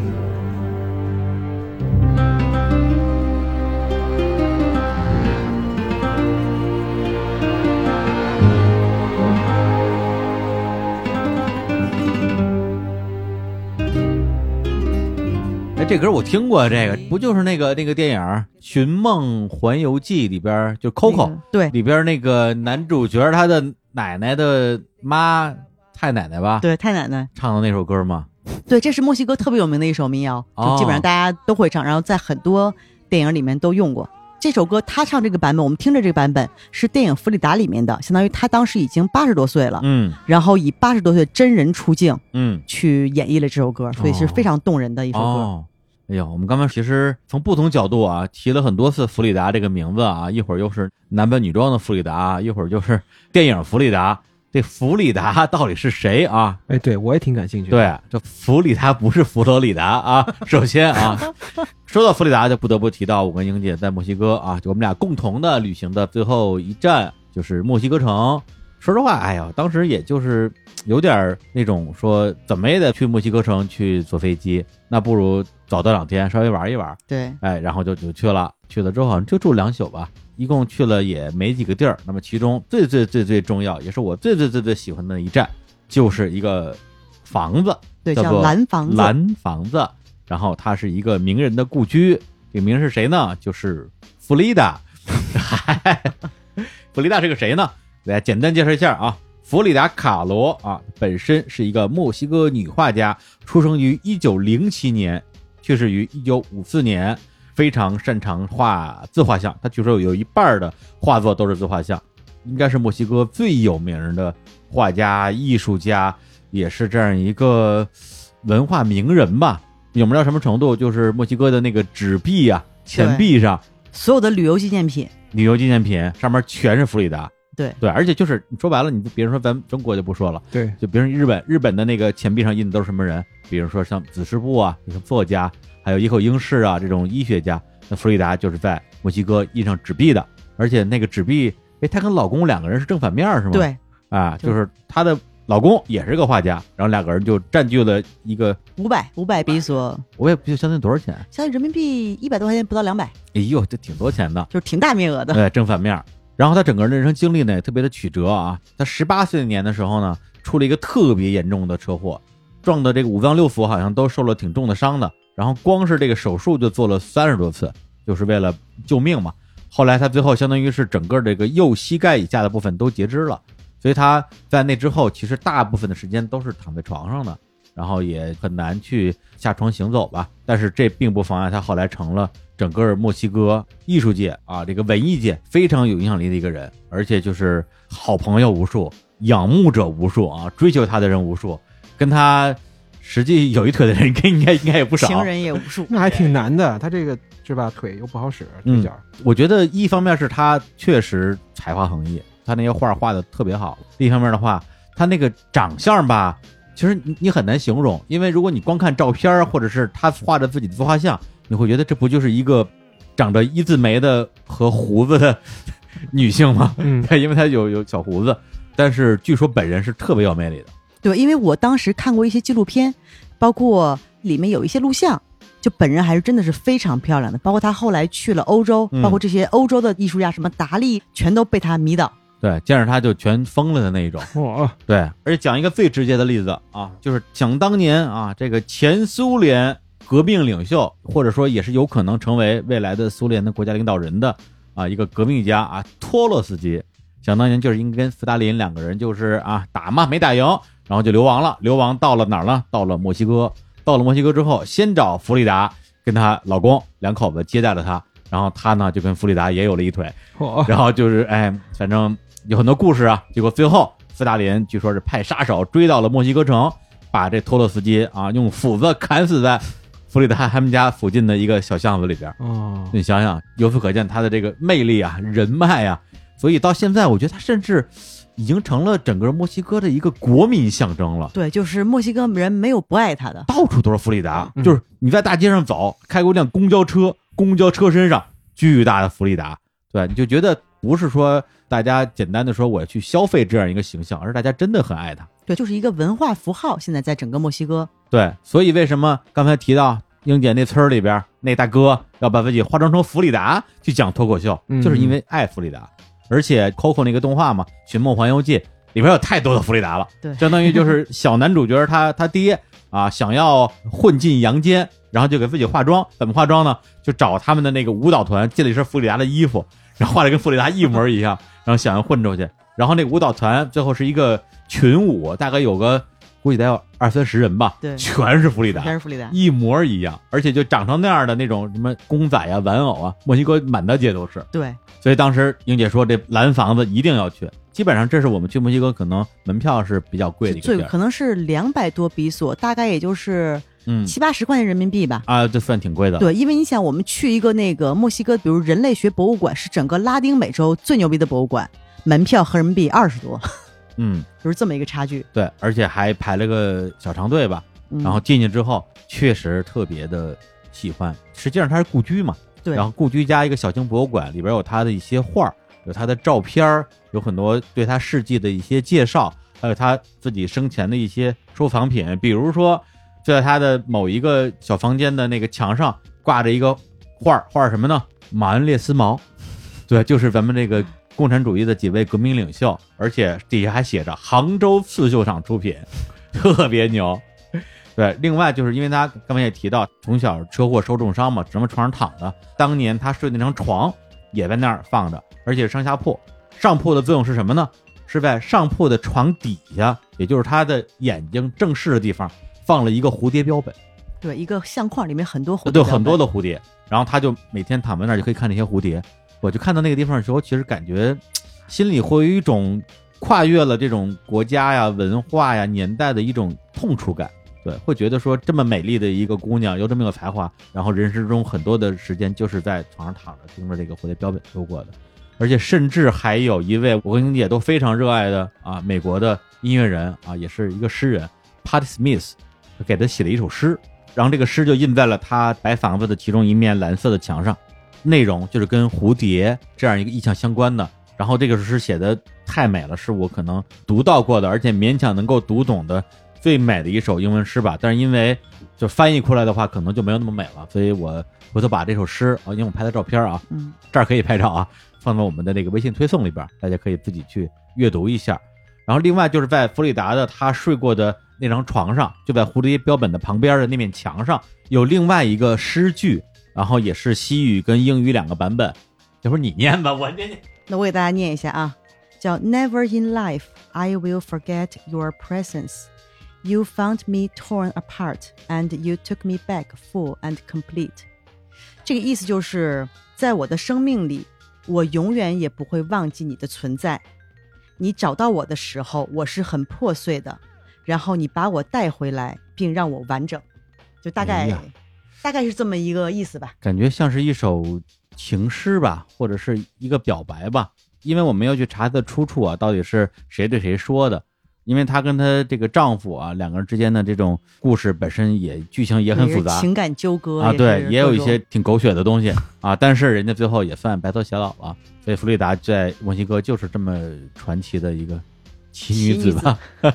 哎，这歌我听过，这个不就是那个那个电影《寻梦环游记》里边儿就 Coco、
对
里边儿那个男主角他的奶奶的妈太奶奶吧？，
对，太奶奶。
唱的那首歌吗？
对，这是墨西哥特别有名的一首民谣，
哦
就基本上大家都会唱，然后在很多电影里面都用过。这首歌他唱这个版本，我们听着这个版本是电影《弗里达》里面的，相当于他当时已经八十多岁了，
嗯
然后以八十多岁真人出镜
嗯。
去演绎了这首歌，所以是非常动人的一首歌。
哦，哎呦，我们刚刚其实从不同角度啊提了很多次弗里达这个名字啊，一会儿又是男扮女装的弗里达，一会儿就是电影弗里达。这弗里达到底是谁啊？
哎，对我也挺感兴趣的。
对，这弗里达不是佛罗里达啊。 首先啊，说到弗里达，就不得不提到我跟英姐在墨西哥啊，就我们俩共同的旅行的最后一站就是墨西哥城。说实话，哎呀，当时也就是有点儿那种说，怎么也得去墨西哥城去坐飞机，那不如早到两天稍微玩一玩，
对，
哎，然后就就去了。去了之后好像就住两宿吧，一共去了也没几个地儿。那么其中最最最最重要，也是我最最最最喜欢的一站，就是一个房子，
对，
叫
叫
做
蓝房子，
蓝房子，然后它是一个名人的故居。这个名人是谁呢？就是弗里达。 弗里达是个谁呢？来简单介绍一下啊。弗里达·卡罗啊，本身是一个墨西哥女画家，出生于1907年，去世于1954年，非常擅长画自画像。她据说有一半儿的画作都是自画像，应该是墨西哥最有名的画家、艺术家，也是这样一个文化名人吧。有名到什么程度？就是墨西哥的那个纸币啊、钱币上
所有的旅游纪念品，
旅游纪念品上面全是弗里达。
对
对，而且就是你说白了，你别人说咱们中国就不说了，
对，
就别人日本日本的那个钱币上印的都是什么人？比如说像子师部啊，像作家，还有伊口英世啊这种医学家。那弗里达就是在墨西哥印上纸币的，而且那个纸币，哎，她跟老公两个人是正反面儿是吗？
对，
啊，
对
就是她的老公也是个画家，然后两个人就占据了一个，
五百五百比索，
我也不就相当于多少钱？
相当于人民币一百多块钱，不到两百，
哎呦，这挺多钱的。
就是挺大面额的。
对，哎正反面儿。然后他整个人的人生经历呢也特别的曲折啊。他十八岁那年的时候呢，出了一个特别严重的车祸，撞的这个五脏六腑好像都受了挺重的伤的。然后光是这个手术就做了三十多次，就是为了救命嘛。后来他最后相当于是整个这个右膝盖以下的部分都截肢了，所以他在那之后其实大部分的时间都是躺在床上的，然后也很难去下床行走吧。但是这并不妨碍他后来成了整个墨西哥艺术界啊，这个文艺界非常有影响力的一个人，而且就是好朋友无数，仰慕者无数啊，追求他的人无数，跟他实际有一腿的人应该应该应该也不 少。
情人也无数，
那还挺难的。他这个是吧，腿又不好使，腿脚。
我觉得一方面是他确实才华横溢，他那些画画的特别好；另一方面的话，他那个长相吧，其实你你很难形容，因为如果你光看照片儿或者是他画着自己的自画像，你会觉得这不就是一个长着一字眉的和胡子的女性吗？
嗯，
对，因为她有有小胡子，但是据说本人是特别有魅力的。
对，因为我当时看过一些纪录片，包括里面有一些录像，就本人还是真的是非常漂亮的。包括她后来去了欧洲，
嗯
包括这些欧洲的艺术家，什么达利，全都被她迷倒。
对，见着她就全疯了的那一种。
哦，
对，而且讲一个最直接的例子啊，就是想当年啊，这个前苏联革命领袖，或者说也是有可能成为未来的苏联的国家领导人的啊一个革命家啊，托洛斯基，想当年就是应该跟斯大林两个人就是啊打嘛没打赢，然后就流亡了，流亡到了哪儿呢？到了墨西哥，到了墨西哥之后，先找弗里达跟她老公两口子接待了她，然后她呢就跟弗里达也有了一腿，
哦，
然后就是哎，反正有很多故事啊。结果最后，斯大林据说是派杀手追到了墨西哥城，把这托洛斯基啊用斧子砍死在弗里达他们家附近的一个小巷子里边。
哦，
你想想，由此可见他的这个魅力啊、人脉啊，所以到现在，我觉得他甚至已经成了整个墨西哥的一个国民象征了。
对，就是墨西哥人没有不爱她的。
到处都是弗里达，
嗯
就是你在大街上走，开过一辆公交车，公交车身上巨大的弗里达，对，你就觉得不是说大家简单的说我去消费这样一个形象，而是大家真的很爱他。
对，就是一个文化符号，现在在整个墨西哥。
对，所以为什么刚才提到英姐那村儿里边那大哥要把自己化妆成弗里达去讲脱口秀，
嗯
就是因为爱弗里达。而且 Coco 那个动画嘛，《寻梦环游记》里边有太多的弗里达了，
对
相当于就是小男主角他他爹啊，想要混进阳间，然后就给自己化妆，怎么化妆呢？就找他们的那个舞蹈团借了一身弗里达的衣服， 然后画的跟弗里达一模一样， 然后想要混出去。然后那个舞蹈团最后是一个群舞，大概有个估计得有二三十人吧，
对
全是弗里达，
全是弗里达，
一模一样，而且就长成那样的那种什么公仔啊、玩偶啊，墨西哥满大街都是。
对，
所以当时英姐说，这蓝房子一定要去。基本上这是我们去墨西哥可能门票是比较贵的一个
最
地儿，
可能是两百多比索，大概也就是
嗯
七八十块钱人民币吧。
啊，这算挺贵的。
对，因为你想，我们去一个那个墨西哥，比如人类学博物馆，是整个拉丁美洲最牛逼的博物馆，门票合人民币二十多，
嗯，
就是这么一个差距。
对，而且还排了个小长队吧。
嗯、
然后进去之后，确实特别的喜欢。实际上它是故居嘛，
对
然后故居加一个小型博物馆，里边有他的一些画儿，有他的照片儿，有很多对他事迹的一些介绍，还有他自己生前的一些收藏品，比如说就在他的某一个小房间的那个墙上挂着一个画儿，画儿什么呢？马恩列斯毛，对，就是咱们这个共产主义的几位革命领袖，而且底下还写着杭州刺绣厂出品，特别牛。对，另外就是因为他刚才也提到，从小车祸受重伤嘛，只能床上躺着。当年他睡那张床也在那儿放着，而且是上下铺。上铺的作用是什么呢？是在上铺的床底下，也就是他的眼睛正视的地方，放了一个蝴蝶标本，
对，一个相框里面很多蝴蝶
呃对，
标
很多
本
的蝴蝶。然后他就每天躺在那儿就可以看那些蝴蝶。我就看到那个地方的时候，其实感觉心里会有一种跨越了这种国家呀、文化呀、年代的一种痛楚感。对，会觉得说这么美丽的一个姑娘，又这么有才华，然后人生中很多的时间就是在床上躺着盯着这个蝴蝶标本度过的，而且甚至还有一位我跟英姐都非常热爱的啊，美国的音乐人啊，也是一个诗人 Patti Smith，给他写了一首诗，然后这个诗就印在了他白房子的其中一面蓝色的墙上，内容就是跟蝴蝶这样一个意象相关的。然后这个诗写的太美了，是我可能读到过的，而且勉强能够读懂的最美的一首英文诗吧。但是因为就翻译过来的话，可能就没有那么美了，所以我回头把这首诗啊，因为我拍的照片啊，
嗯，
这儿可以拍照啊，放到我们的那个微信推送里边，大家可以自己去阅读一下。啊然后另外就是在弗里达的他睡过的那张床上，就在蝴蝶标本的旁边的那面墙上，有另外一个诗句，然后也是西语跟英语两个版本。要不你念吧，我念念。
那我给大家念一下啊，叫 Never in life I will forget your presence. You found me torn apart, and you took me back full and complete. 这个意思就是，在我的生命里，我永远也不会忘记你的存在。你找到我的时候，我是很破碎的，然后你把我带回来，并让我完整。就大概，
哎呀
大概是这么一个意思吧。
感觉像是一首情诗吧，或者是一个表白吧，因为我们要去查它的出处啊，到底是谁对谁说的。因为她跟她这个丈夫啊，两个人之间的这种故事本身也剧情也很
对
复杂，
情感纠葛
啊，对，
是
也有
各
一
种
些挺狗血的东西啊，但是人家最后也算白头偕老了。所以弗里达在墨西哥就是这么传奇的一个奇女子吧？嗯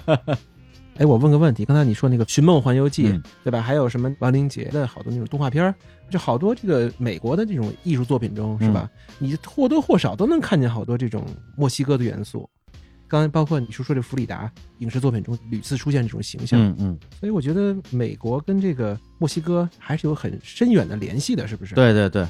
哎，我问个问题，刚才你说那个《寻梦环游记》
嗯
对吧？还有什么亡灵节的好多那种动画片儿，就好多这个美国的这种艺术作品中，是吧？
嗯
你或多或少都能看见好多这种墨西哥的元素。刚才包括你说说这弗里达影视作品中屡次出现这种形象，
嗯嗯，
所以我觉得美国跟这个墨西哥还是有很深远的联系的，是不是？，
对对对，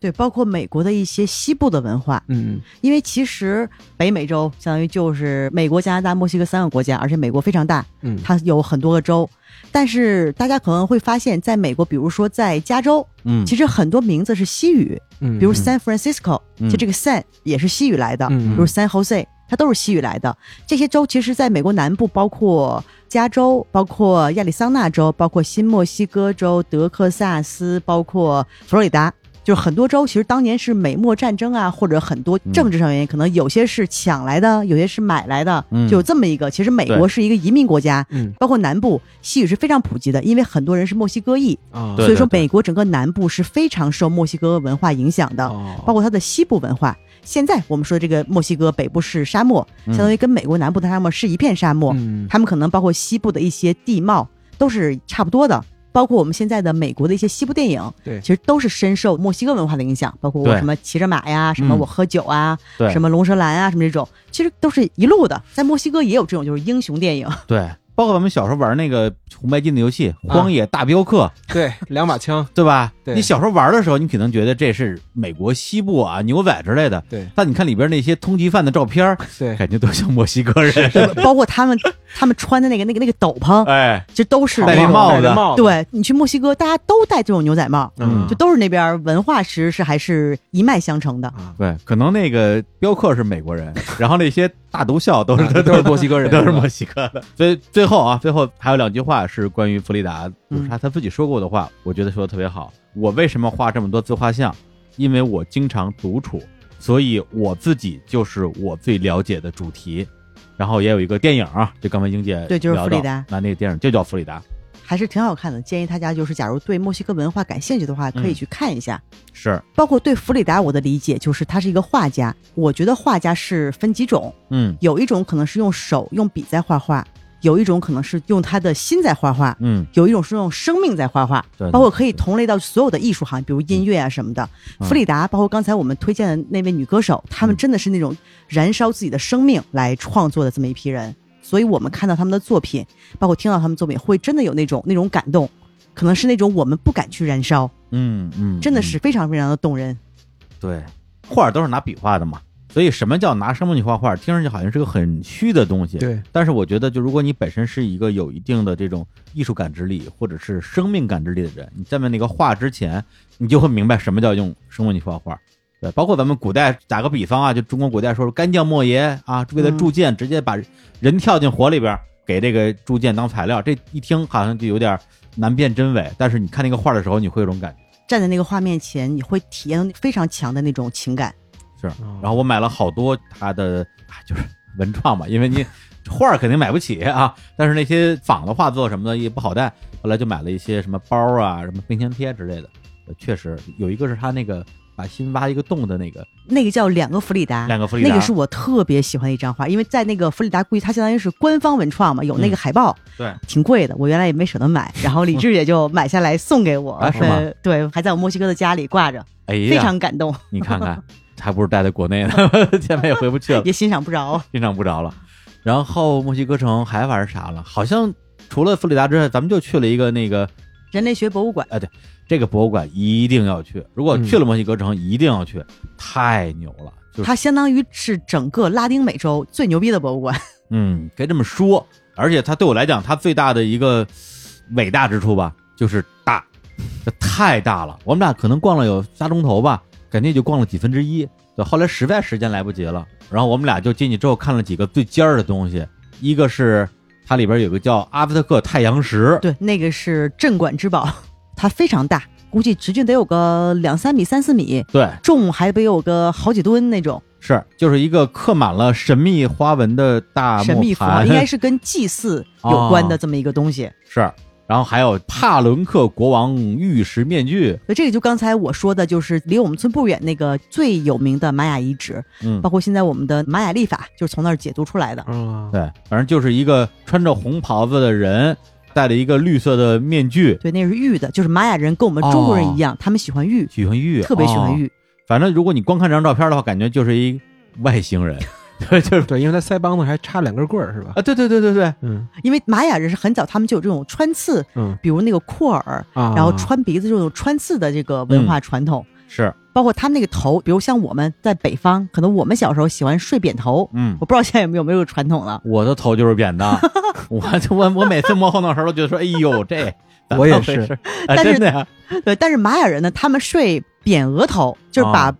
对，包括美国的一些西部的文化，
嗯，
因为其实北美洲相当于就是美国、加拿大、墨西哥三个国家，而且美国非常大，
嗯，
它有很多个州。但是大家可能会发现，在美国，比如说在加州，
嗯，
其实很多名字是西语，
嗯，
比如
嗯
San Francisco，、
嗯
就这个 San 也是西语来的，
嗯
比如 San Jose，它都是西语来的。这些州其实在美国南部，包括加州、包括亚利桑那州、包括新墨西哥州、德克萨斯、包括佛罗里达。就是很多州其实当年是美墨战争啊，或者很多政治上原因，可能有些是抢来的，有些是买来的，
嗯
就有这么一个。其实美国
对
是一个移民国家，
嗯
包括南部西语是非常普及的，因为很多人是墨西哥裔，
啊，
对
所以说美国整个南部是非常受墨西哥文化影响的。包
哦，
括它的西部文化。现在我们说这个墨西哥北部是沙漠，相
嗯
当于跟美国南部的沙漠是一片沙漠。
嗯
他们可能包括西部的一些地貌都是差不多的，包括我们现在的美国的一些西部电影，
对
其实都是深受墨西哥文化的影响，包括我
对
什么骑着马呀，什么
嗯
我喝酒啊，
对
什么龙舌兰啊，什么这种，其实都是一路的。在墨西哥也有这种就是英雄电影，
对，包括咱们小时候玩那个红白金的游戏《荒野大镖客》
对，两把枪，
对吧？
对
你小时候玩的时候，你可能觉得这是美国西部啊牛仔之类的，
对
但你看里边那些通缉犯的照片儿，
对，
感觉都像墨西哥人，
包括他们他们穿的那个那个那个斗篷，
哎，
这都是
戴那
那种
帽
戴
子
那帽子，
对你去墨西哥，大家都戴这种牛仔帽，
嗯，
就都是那边儿文化，其实是还是一脉相承的。
啊，
对，可能那个镖客是美国人，然后那些大毒枭都是、
啊都是墨西哥人
都是
是吧
墨西哥的。所以最后啊，最后还有两句话是关于弗里达，就是他他自己说过的话，我觉得说的特别好。我为什么画这么多自画像？因为我经常独处，所以我自己就是我最了解的主题。然后也有一个电影啊，就刚才英姐
对就是
聊到
弗里达
那那个电影就叫《弗里达》，
还是挺好看的。建议大家就是，假如对墨西哥文化感兴趣的话，可以去看一下。
是，
包括对弗里达，我的理解就是他是一个画家。我觉得画家是分几种，
嗯
有一种可能是用手用笔在画画，有一种可能是用他的心在画画，
嗯，
有一种是用生命在画画
对，
包括可以同类到所有的艺术行业，比如音乐啊什么的。
嗯
弗里达，包括刚才我们推荐的那位女歌手，她们真的是那种燃烧自己的生命来创作的这么一批人。所以我们看到他们的作品，包括听到他们作品，会真的有那种那种感动，可能是那种我们不敢去燃烧，
嗯嗯，
真的
嗯
是非常非常的动人。
对，画都是拿笔画的嘛，所以什么叫拿生命去画画，听上去好像是个很虚的东西。
对，
但是我觉得，就如果你本身是一个有一定的这种艺术感知力或者是生命感知力的人，你站在那个画之前，你就会明白什么叫用生命去画画。对，包括咱们古代打个比方啊，就中国古代说干将莫邪啊，为了
嗯
铸剑，直接把人跳进火里边，给这个铸剑当材料。这一听好像就有点难辨真伪，但是你看那个画的时候，你会有种感觉。
站在那个画面前，你会体验到非常强的那种情感。
是，
哦
然后我买了好多他的，哎就是文创嘛，因为你 画儿肯定买不起啊，但是那些仿的画作什么的也不好带，后来就买了一些什么包啊、什么冰箱贴之类的。呃确实有一个是他那个把心挖一个洞的那个，
那个叫两个弗里达，
两个弗里达
那个是我特别喜欢的一张画，因为在那个弗里达故居，它相当于是官方文创嘛，有
嗯
那个海报，
对，
挺贵的，我原来也没舍得 买，然后李志也就买下来送给我，
啊是吗
呃对，还在我墨西哥的家里挂着，
哎
非
呀，
常感动，
你看看，还不如带在国内呢， 现在也回不去了，
也欣赏不着。
欣赏不着了。然后墨西哥城还玩啥了？好像除了弗里达之外，咱们就去了一个那个
人类学博物馆，
这个博物馆一定要去。如果去了墨西哥城，一定要去，太牛了！就是
它相当于是整个拉丁美洲最牛逼的博 物馆，
嗯，可以这么说。而且它对我来讲，它最大的一个伟大之处吧，就是大，这太大了。我们俩可能逛了有仨钟头吧，感觉也就逛了几分之一。对，后来实在时间来不及了，然后我们俩就进去之后看了几个最尖儿的东西，一个是它里边有个叫阿兹特克太阳石，
对，那个是镇馆之宝， 它非常大，估计直径得有个两三米、三四米，
对，
重还得有个好几吨那种。
是就是一个刻满了神秘花纹的大啊
神
木
秘佛
盘哦
应该是跟祭祀有关的这么一个东西。
是，然后还有帕伦克国王玉石面具，
所以这个就刚才我说的，就是离我们村不远那个最有名的玛雅遗址，
嗯
包，括现在我们的玛雅历法，就是从那儿解读出来的。
啊，
对，反正就是一个穿着红袍子的人，戴了一个绿色的面具，
对，那是玉的，就是玛雅人跟我们中国人一样，他们喜欢玉，
喜欢哦玉，
特别喜欢
哦。
玉。
反正如果你光看这张照片的话，感觉就是一外星人， 对，就是
对，因为他腮帮子还插两根棍儿，是吧？
啊，对对对对对，
嗯
因为玛雅人是很早，他们就有这种穿刺，
嗯
比如那个扩耳，
啊，
然后穿鼻子这种穿刺的这个文
嗯
化传统。
是，
包括他们那个头，比如像我们在北方，可能我们小时候喜欢睡扁头，
嗯
我。不知道现在有没有没有这个传统了。
我的头就是扁的， 我我我每次摸后脑勺都觉得说，哎呦这，
我也是，
啊、
但是
真的呀，
对，但是玛雅人呢，他们睡扁额头，
哦
就是把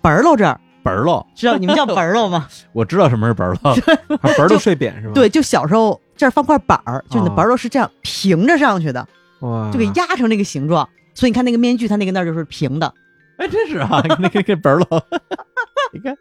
本儿露这儿，
本儿喽，
知道你们叫本儿露 吗？
我知道什么是本儿 喽，
还本儿都睡扁是吧？
对，就小时候这儿放块板
哦
儿，就你的本儿露是这样平着上去的，
哇，
就给压成那个形状。
嗯
所以你看那个面具，它那个那儿就是平的，
哎，真是啊，那个那个本儿喽，你看，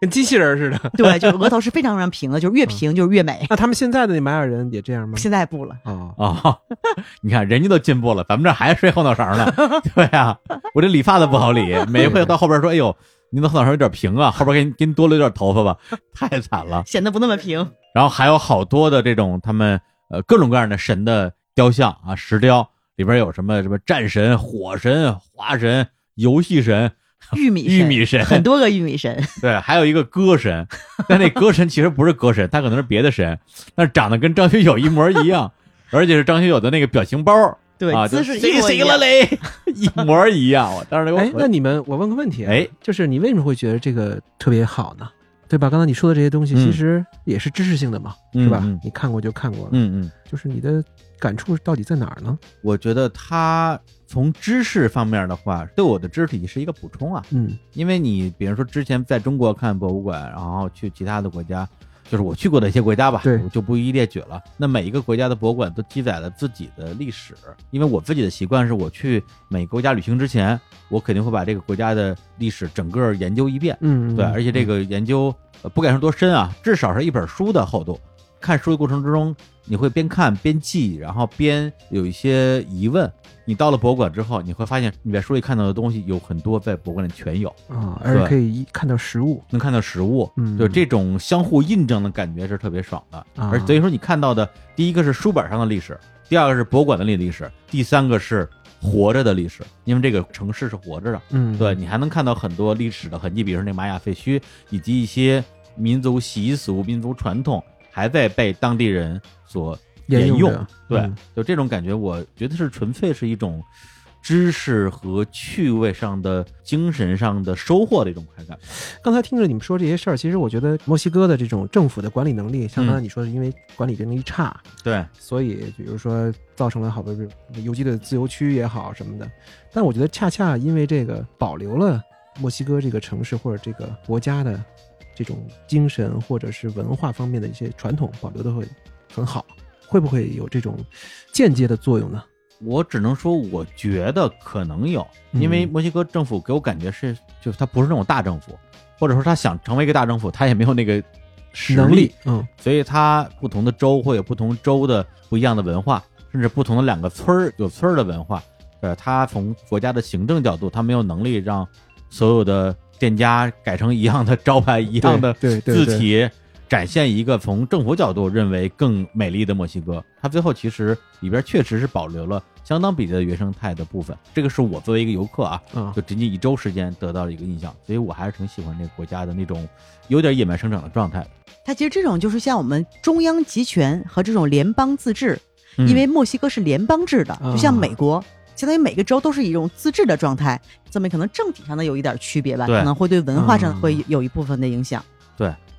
跟机器人似的。
对，就是额头是非常非常平的，就是越平就是越美。
那他们现在的那玛雅人也这样
嗯
吗？
现在不了，
啊，
啊、 你看人家都进步了，咱们这还睡后脑勺呢。对呀、我这理发的不好理，每回到后边说，哎呦，您的后脑勺有点平啊，后边给你给你多留点头发吧， 太惨了。
显得不那么平。
然后还有好多的这种他们呃各种各样的神的雕像啊，石雕里边有什么什么战神、火神、花神、游戏神，
玉米
玉米神
很多个玉米神，
对，还有一个歌神，但那歌神其实不是歌神，他可能是别的神，但是长得跟张学友一模一样，而且是张学友的那个表情包。
对，
啊，
姿
就
势一
谁
模一
行了
样。
嘞，一模一样。我当时
哎，那
我
你们我问个问题，啊
哎，
就是你为什么会觉得这个特别好呢？对吧？刚才你说的这些东西
嗯
其实也是知识性的嘛，
嗯
是吧
嗯？
你看过就看过了，
嗯嗯，
就是你的感触到底在哪儿呢？
我觉得他从知识方面的话，对我的知识体系是一个补充啊。
嗯
因为你比如说之前在中国看博物馆，然后去其他的国家，就是我去过的一些国家吧，
对
我就不一一列举了。那每一个国家的博物馆都记载了自己的历史，因为我自己的习惯是我去每个国家旅行之前，我肯定会把这个国家的历史整个研究一遍。
嗯，
对，而且这个研究、呃不敢说多深啊，至少是一本书的厚度。看书的过程之中，你会边看边记，然后边有一些疑问。你到了博物馆之后，你会发现你在书里看到的东西有很多在博物馆里全有，
啊，而且可以一看到实物，
能看到实物，
嗯
就这种相互印证的感觉是特别爽的。
啊
而所以说，你看到的第一个是书本上的历史，第二个是博物馆的历历史，第三个是活着的历史，因为这个城市是活着的。
嗯，
对你还能看到很多历史的痕迹，比如说那玛雅废墟，以及一些民族习俗、民族传统还在被当地人所沿
沿
用。
用着
对，
嗯
就这种感觉，我觉得是纯粹是一种知识和趣味上的、精神上的收获的一种快感。
刚才听着你们说这些事儿，其实我觉得墨西哥的这种政府的管理能力，像
嗯
刚才你说的，因为管理能力差，
对，
所以比如说造成了好多游击队自由区也好什么的。但我觉得恰恰因为这个保留了墨西哥这个城市或者这个国家的这种精神或者是文化方面的一些传统保留的会很好，会不会有这种间接的作用呢？
我只能说，我觉得可能有，因为
嗯
墨西哥政府给我感觉是，就是他不是那种大政府，或者说他想成为一个大政府，他也没有那个实
能力，嗯
所以它不同的州会有不同州的不一样的文化，甚至不同的两个村儿有村儿的文化。呃，它从国家的行政角度，它没有能力让所有的店家改成一样的招牌、一样的
对对对
字体，展现一个从政府角度认为更美丽的墨西哥。它最后其实里边确实是保留了相当比例的原生态的部分，这个是我作为一个游客啊，
啊
就仅仅一周时间得到了一个印象，所以我还是挺喜欢这个国家的那种有点野蛮生长的状态的。
它其实这种就是像我们中央集权和这种联邦自治，
嗯
因为墨西哥是联邦制的，
啊
就像美国，相当于每个州都是一种自治的状态，这么可能政体上的有一点区别吧，
对
可能会对文化上
嗯
会有一部分的影响。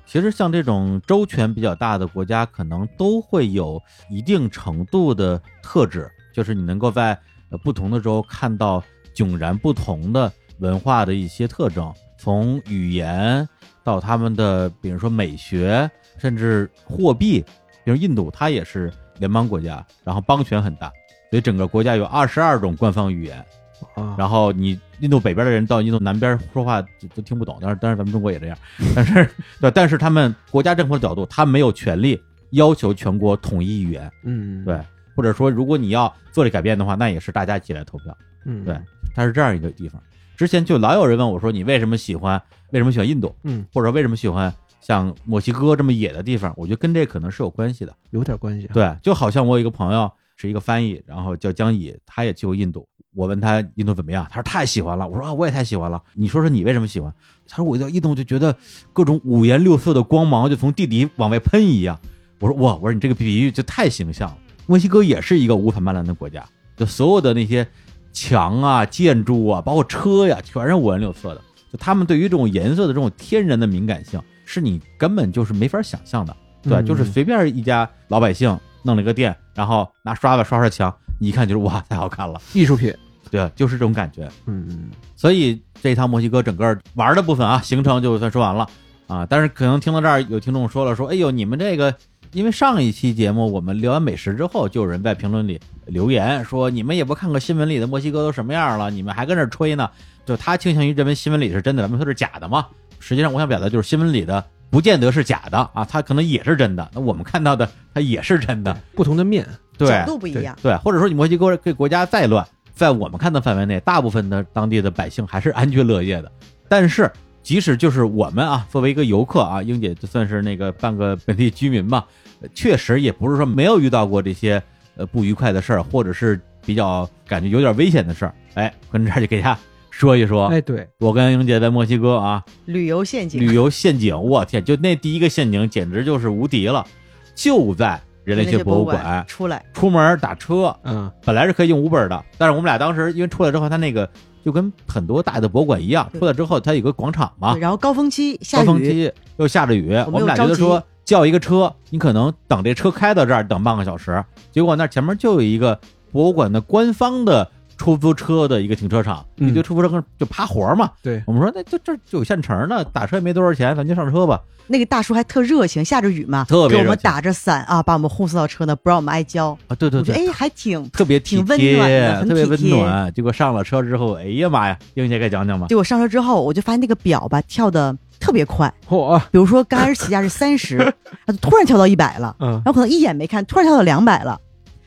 其实像这种州权比较大的国家，可能都会有一定程度的特质，就是你能够在呃不同的州看到迥然不同的文化的一些特征，从语言到他们的，比如说美学，甚至货币，比如印度，它也是联邦国家，然后邦权很大，所以整个国家有二十二种官方语言。
啊，
然后你印度北边的人到印度南边说话就都听不懂，但是但是咱们中国也这 样，但是对，但是他们国家政府的角度，他没有权利要求全国统一语言，
嗯，
对，，或者说如果你要做这改变的话，那也是大家一起来投票，
嗯，
对，它是这样一个地方。之前就老有人问我说，你为什么喜欢为什么喜欢印度，
嗯，
或者为什么喜欢像墨西哥这么野的地方？我觉得跟这可能是有关系的。
有点关系啊，
对，就好像我有一个朋友是一个翻译，然后叫江乙，他也去过印度。我问他印度怎么样，他说太喜欢了。我说啊，我也太喜欢了。你说说你为什么喜欢？他说我到印度就觉得各种五颜六色的光芒就从地底往外喷一样。我说哇，我说你这个比喻就太形象了。墨西哥也是一个五彩斑斓的国家，就所有的那些墙啊、建筑啊，包括车呀、全是五颜六色的。就他们对于这种颜色的这种天然的敏感性，是你根本就是没法想象的。对，啊就是
嗯
随便一家老百姓弄了一个店，然后拿刷子刷刷墙，你一看就是哇，太好看了。
艺术品，
对，啊就是这种感觉。
嗯嗯。
所以这一趟墨西哥整个玩的部分啊，行程就算说完了啊。但是可能听到这儿有听众说了说，哎呦，你们这个，因为上一期节目我们聊完美食之后，就有人在评论里留言说，你们也不看看新闻里的墨西哥都什么样了，你们还跟这儿吹呢？就他倾向于认为新闻里是真的，咱们说是假的嘛。实际上，我想表达就是新闻里的不见得是假的啊，它可能也是真的。那我们看到的它也是真的，
不同的面，
对，
角度不一样，
对，或者说你墨西哥这国家再乱，在我们看的范围内，大部分的当地的百姓还是安居乐业的。但是，即使就是我们啊，作为一个游客啊，英姐就算是那个半个本地居民吧，呃确实也不是说没有遇到过这些呃不愉快的事儿，或者是比较感觉有点危险的事儿。哎，跟这儿就给大家说一说，
哎，对，
我跟英姐在墨西哥啊，
旅游陷阱，
旅游陷阱，我天，就那第一个陷阱简直就是无敌了，就在人类
那
学
些
博
物
物馆。
出来，
出门打车，
嗯，
本来是可以用 Uber 的，但是我们俩当时因为出来之后，它那个就跟很多大的博物馆一样，
对
出来之后它有个广场嘛
对，然后高峰期下
啊高峰
雨，
期又下着雨，
们
我们俩觉
又着
得
急
说叫一个车，你可能等这车开到这儿等半个小时，结果那前面就有一个博物馆的官方的出租车的一个停车场，
嗯
一堆出租车就趴活嘛，
对，
我们说那就这儿就有现成的，打车也没多少钱，咱就上车吧。
那个大叔还特热情，下着雨嘛，
特别
给我
热
们
情
打着伞啊，把我们护送到车呢，不让我们挨浇。
啊，对对
我觉
对，
得哎，还挺。
特别体
挺温
贴，
暖的很
特别
体
温
贴
暖。结果上了车之后，哎呀妈呀，英姐给讲讲吧。
对我上车之后，我就发现那个表吧跳的特别快，
嚯，啊
比如说刚开始起价是三十， 啊突然跳到一百了，
嗯
然后可能一眼没看，突然跳到两百了。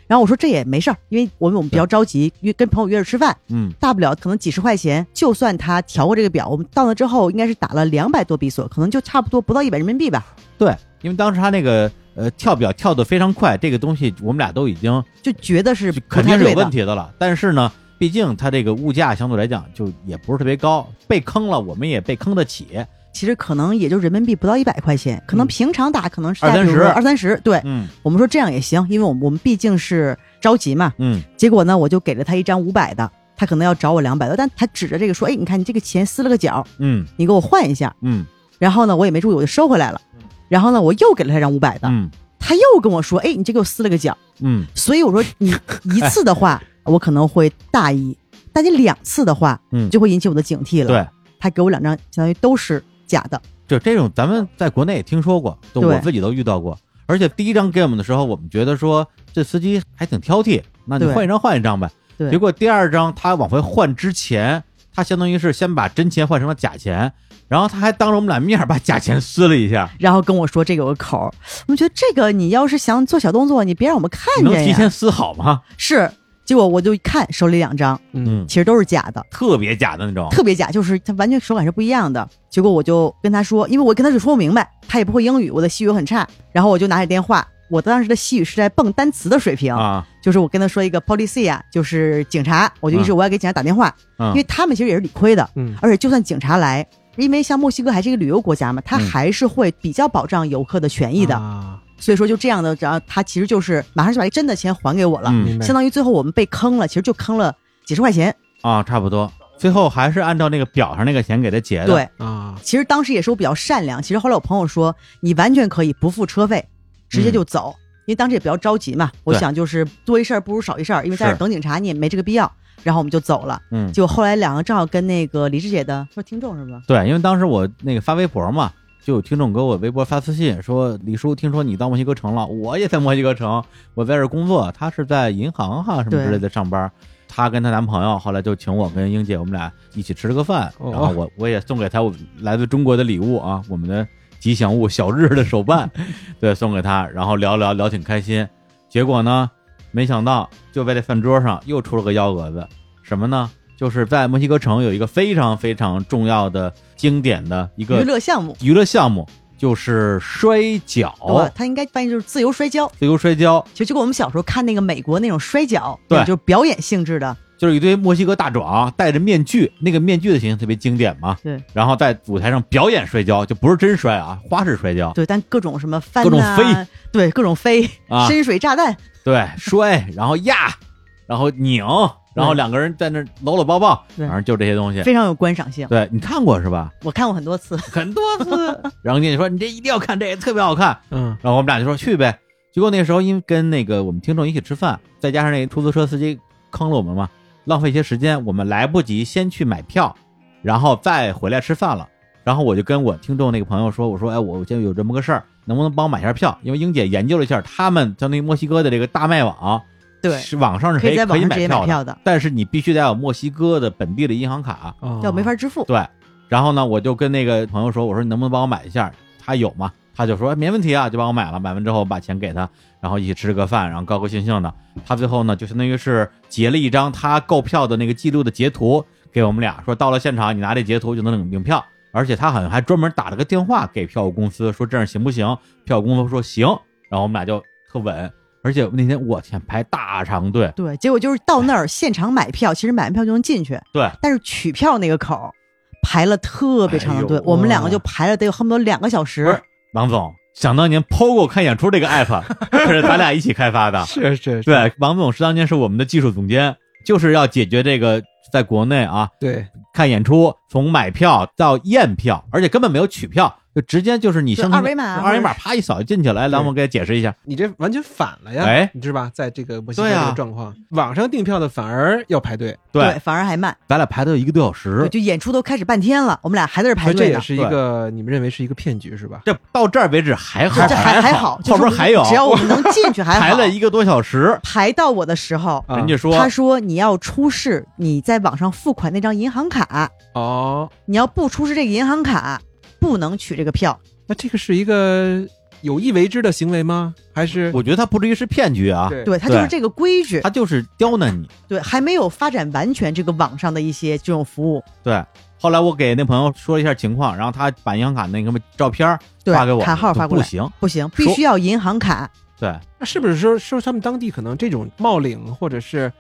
然后我说这也没事儿，因为我们我们比较着急，约跟朋友约着吃饭，
嗯
大不了可能几十块钱，就算他调过这个表，我们到那之后应该是打了两百多比索，可能就差不多不到一百人民币吧，
对，因为当时他那个呃跳表跳得非常快，这个东西我们俩都已经
就觉得是不
肯
太
定是
对
有
的
问。题的了。但是呢，毕竟它这个物价相对来讲就也不是特别高，被坑了我们也被坑得起。
其实可能也就人民币不到一百块钱，可能
嗯
平常打可能是
二三十
二三十。对，
嗯
我们说这样也行，因为我们我们毕竟是着急嘛。
嗯，
结果呢，我就给了他一张五百的，他可能要找我两百的，但他指着这个说：“哎，你看你这个钱撕了个角，
嗯
你给我换一下。
嗯”
然后呢，我也没注意，我就收回来了。然后呢，我又给了他一张五百的，
嗯
他又跟我说：“哎，你这给我撕了个角。
嗯”
所以我说，你一次的话，
哎
我可能会大意；但你两次的话，
嗯，
就会引起我的警惕了。
对，
他给我两张，相当于都是假的。
就这种咱们在国内也听说过，就
对
我自己都遇到过。而且第一张给我们的时候，我们觉得说这司机还挺挑剔，那你
对
换一张换一张呗。
对
结果第二张他往回换之前，他相当于是先把真钱换成了假钱，然后他还当着我们俩面儿把假钱撕了一下，
然后跟我说这个有个口儿，我们觉得这个你要是想做小动作，你别让我们看
能
见
提
呀。
前撕好吗？
是，结果我就一看手里两张，
嗯，
其实都是假的，
特别假的那种。
特别假，就是它完全手感是不一样的。结果我就跟他说，因为我跟他是说不明白，他也不会英语，我的西语又很差，然后我就拿起电话，我当时的西语是在蹦单词的水平，
啊，
就是我跟他说一个 policia，就是警察，我就一直
嗯
我要给警察打电话，
嗯
因为他们其实也是理亏的，
嗯
而且就算警察来。因为像墨西哥还是一个旅游国家嘛，他
嗯
还是会比较保障游客的权益的。
啊
所以说就这样的，然后他其实就是马上就把真的钱还给我了，
嗯
明白
相当于最后我们被坑了，其实就坑了几十块钱。
啊，差不多。最后还是按照那个表上那个钱给他结的。，
对，
啊，
其实当时也是我比较善良，其实后来我朋友说你完全可以不付车费，直接就走，因为当时也比较着急嘛。我
嗯对
想就是多一事儿不如少一事儿，因为在这儿
是
等警察你也没这个必要。然后我们就走了，
嗯，
结果后来两个正好跟那个李志姐的说听众是吧？
对，因为当时我那个发微博嘛，就有听众给我微博发私信说：“李叔，听说你到墨西哥城了，我也在墨西哥城，我在这儿工作，他是在银行哈什么之类的上班。”她跟她男朋友后来就请我跟英姐，我们俩一起吃了个饭，
哦
然后我我也送给她我来自中国的礼物啊，我们的吉祥物小日的手办， 对，送给她，然后聊聊聊挺开心。结果呢，没想到就在这饭桌上又出了个幺蛾子，什么呢？就是在墨西哥城有一个非常非常重要的、经典的一
娱
个
乐项目，
娱乐项目，就是摔
对
跤，，
他应该翻译就是自由摔跤。
自由摔跤，
其实就跟我们小时候看那个美国那种摔跤，
对
那种就是表演性质的，
就是一堆墨西哥大壮戴着面具，那个面具的形象特别经典嘛。
对，
然后在舞台上表演摔跤，就不是真摔啊，花式摔跤，
对，但各种什么翻、
各
啊、
种飞，
对，各种飞，
啊
深水炸弹，
对，摔，然后压，然后拧，然后
对
两个人在那搂搂抱抱，
对
反正就这些东西。
非常有观赏性。
对你看过是吧？
我看过很多次，
很多次。 然后你说你这一定要看，这也特别好看。
嗯
然后我们俩就说去呗。结果那时候因为跟那个我们听众一起吃饭，再加上那出租车司机坑了我们嘛，浪费一些时间，我们来不及先去买票，然后再回来吃饭了。然后我就跟我听众那个朋友说，我说哎，我现在有这么个事儿，能不能帮我买一下票？因为英姐研究了一下，他们相当于墨西哥的这个大麦网，啊
对，
是网上是
可以在
可
网
以
上直接买
票的，
票的，
但是你必须得有墨西哥的本地的银行卡。
哦
要没法支付。
对，然后呢，我就跟那个朋友说，我说你能不能帮我买一下？他有吗？他就说哎没问题啊，就帮我买了。买完之后把钱给他，然后一起吃了个饭，然后高高兴兴的。他最后呢，就相当于是截了一张他购票的那个记录的截图给我们俩，说到了现场你拿这截图就能领领票。而且他好像还专门打了个电话给票务公司，说这样行不行？票务公司说行，然后我们俩就特稳。而且那天我天排大长队，
对，结果就是到那儿现场买票，其实买完票就能进去，
对，
但是取票那个口儿排了特别长的队，
哎呦
我们两个就排了得有恨不得两个小
不是
时。
王总，想当年 POGO 看演出这个 app 可是咱俩一起开发的，
是是，是
对，王总是当年是我们的技术总监，就是要解决这个在国内啊
对，
看演出，从买票到验票，而且根本没有取票，就直接就是你
对
相当于
二维码
二维码啪一扫就进去了。哎，来，
对
王总给解释一下，
你这完全反了呀！
哎
你知道吧？在这个墨西哥
对啊
这个状况，网上订票的反而要排队，
对，
反而还慢，
咱俩排队一个多小时
对，就演出都开始半天了，我们俩还在这儿
所
排
以这
队
也
呢。
是一个你们认为是一个骗局是吧？
这到这儿为止还好，
这还
还
好，就
后
是
边还有，
只要我们能进 去还好。
排了一个多小时，
排到我的时候，
啊
人家说
他说你要出示你在网上付款那张银行卡，
哦，
你要不出示这个银行卡，不能取这个票。
那这个是一个有意为之的行为吗？还是
我觉得他不至于是骗局啊，
对
对，它就是
对
这个规矩
他。就是刁难你。
对，还没有发展完全这个网上的一些这种服务。
对，后来我给那朋友说了一下情况，然后他把银行卡那个什么照片儿
对
发给我，
卡号发过
不
来
行，
不行，必须要银行卡，
对，
那是不是说说他们当地可能这种冒领或者是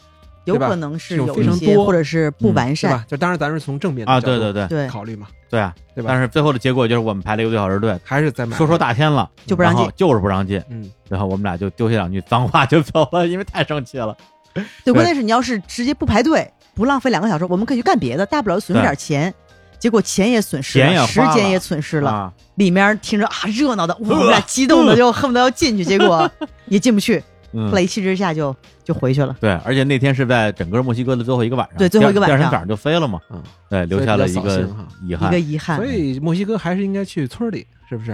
有
对吧
可能是
这种
有
非
一
常
些
多
或者是不完
是
善。
吧？就当然咱是从正面的
啊，
角度
对对对
对，
考虑嘛，
对啊，
对吧？
但是最后的结果就是我们排了一个多小时队，
还是在买
说说大天了，
就不让
然
进
后就是不让进，
嗯，
然后我们俩就丢下两句脏话就走了，因为太生气了。
对，关键是你要是直接不排队，不浪费两个小时，我们可以去干别的，大不了损失点钱。结果钱也损失
钱也
了，
花
时间
了
也损失了，
啊，
里面听着啊热闹的，哇我们俩激动的就恨不得要进去，结果也进不去，
嗯
后来，一气之下就就回去了。
对，而且那天是在整个墨西哥的最后一个晚上，
对最后一个晚上
第二天早上就飞了嘛，
嗯，
对，留下了一
所以比较扫
个
兴哈
遗
一
憾
个。遗憾
所，以墨西哥还是应该去村里，是不是？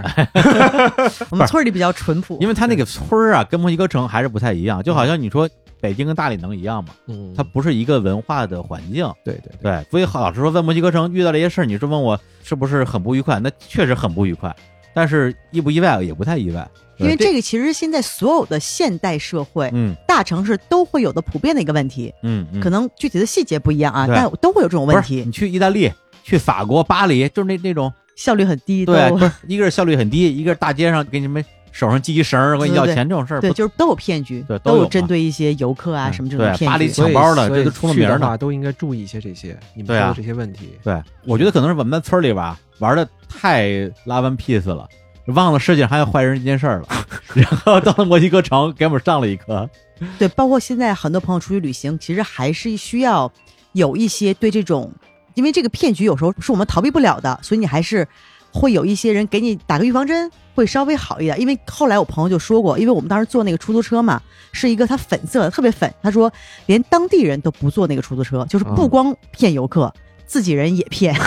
我们村儿里比较淳朴，
因为它那个村儿啊，跟墨西哥城还是不太一样，就好像你说北京跟大理能一样吗？
嗯，
它不是一个文化的环境，
对对对，
对，所以好老实说，在墨西哥城遇到这些事儿，你是问我是不是很不愉快？那确实很不愉快，但是意不意外也不太意外，对
因为这个其实现在所有的现代社会、
嗯
大城市都会有的普遍的一个问题，
嗯嗯，
可能具体的细节不一样啊，
对
但都会有这种
不是
问题
你，去意大利、去法国巴黎，就是那那种
效率很低，
对，
都
不是一个是效率很低，一个是大街上给你们手上系一绳儿管你要钱这种事儿，
对，
不
就是都有骗局，
对都
都
有
有
嘛
针对一些游客啊
嗯
什么这
对
种
巴黎
骗局。
所以
抢包的
所以
这都出了
去
名儿
的
呢
话都应该注意一些这些你们
对
说
啊
的这些问题。
对，我觉得可能是我们村里边儿啊玩的太拉 one piece 了。忘了世界上还有坏人这件事儿了， 然后到了墨西哥城给我们上了一课。
对，包括现在很多朋友出去旅行，其实还是需要有一些对这种，因为这个骗局有时候是我们逃避不了的，所以你还是会有一些人给你打个预防针，会稍微好一点。因为后来我朋友就说过，因为我们当时坐那个出租车嘛，是一个他粉色的，特别粉，他说连当地人都不坐那个出租车，就是不
嗯
光骗游客，自己人也骗。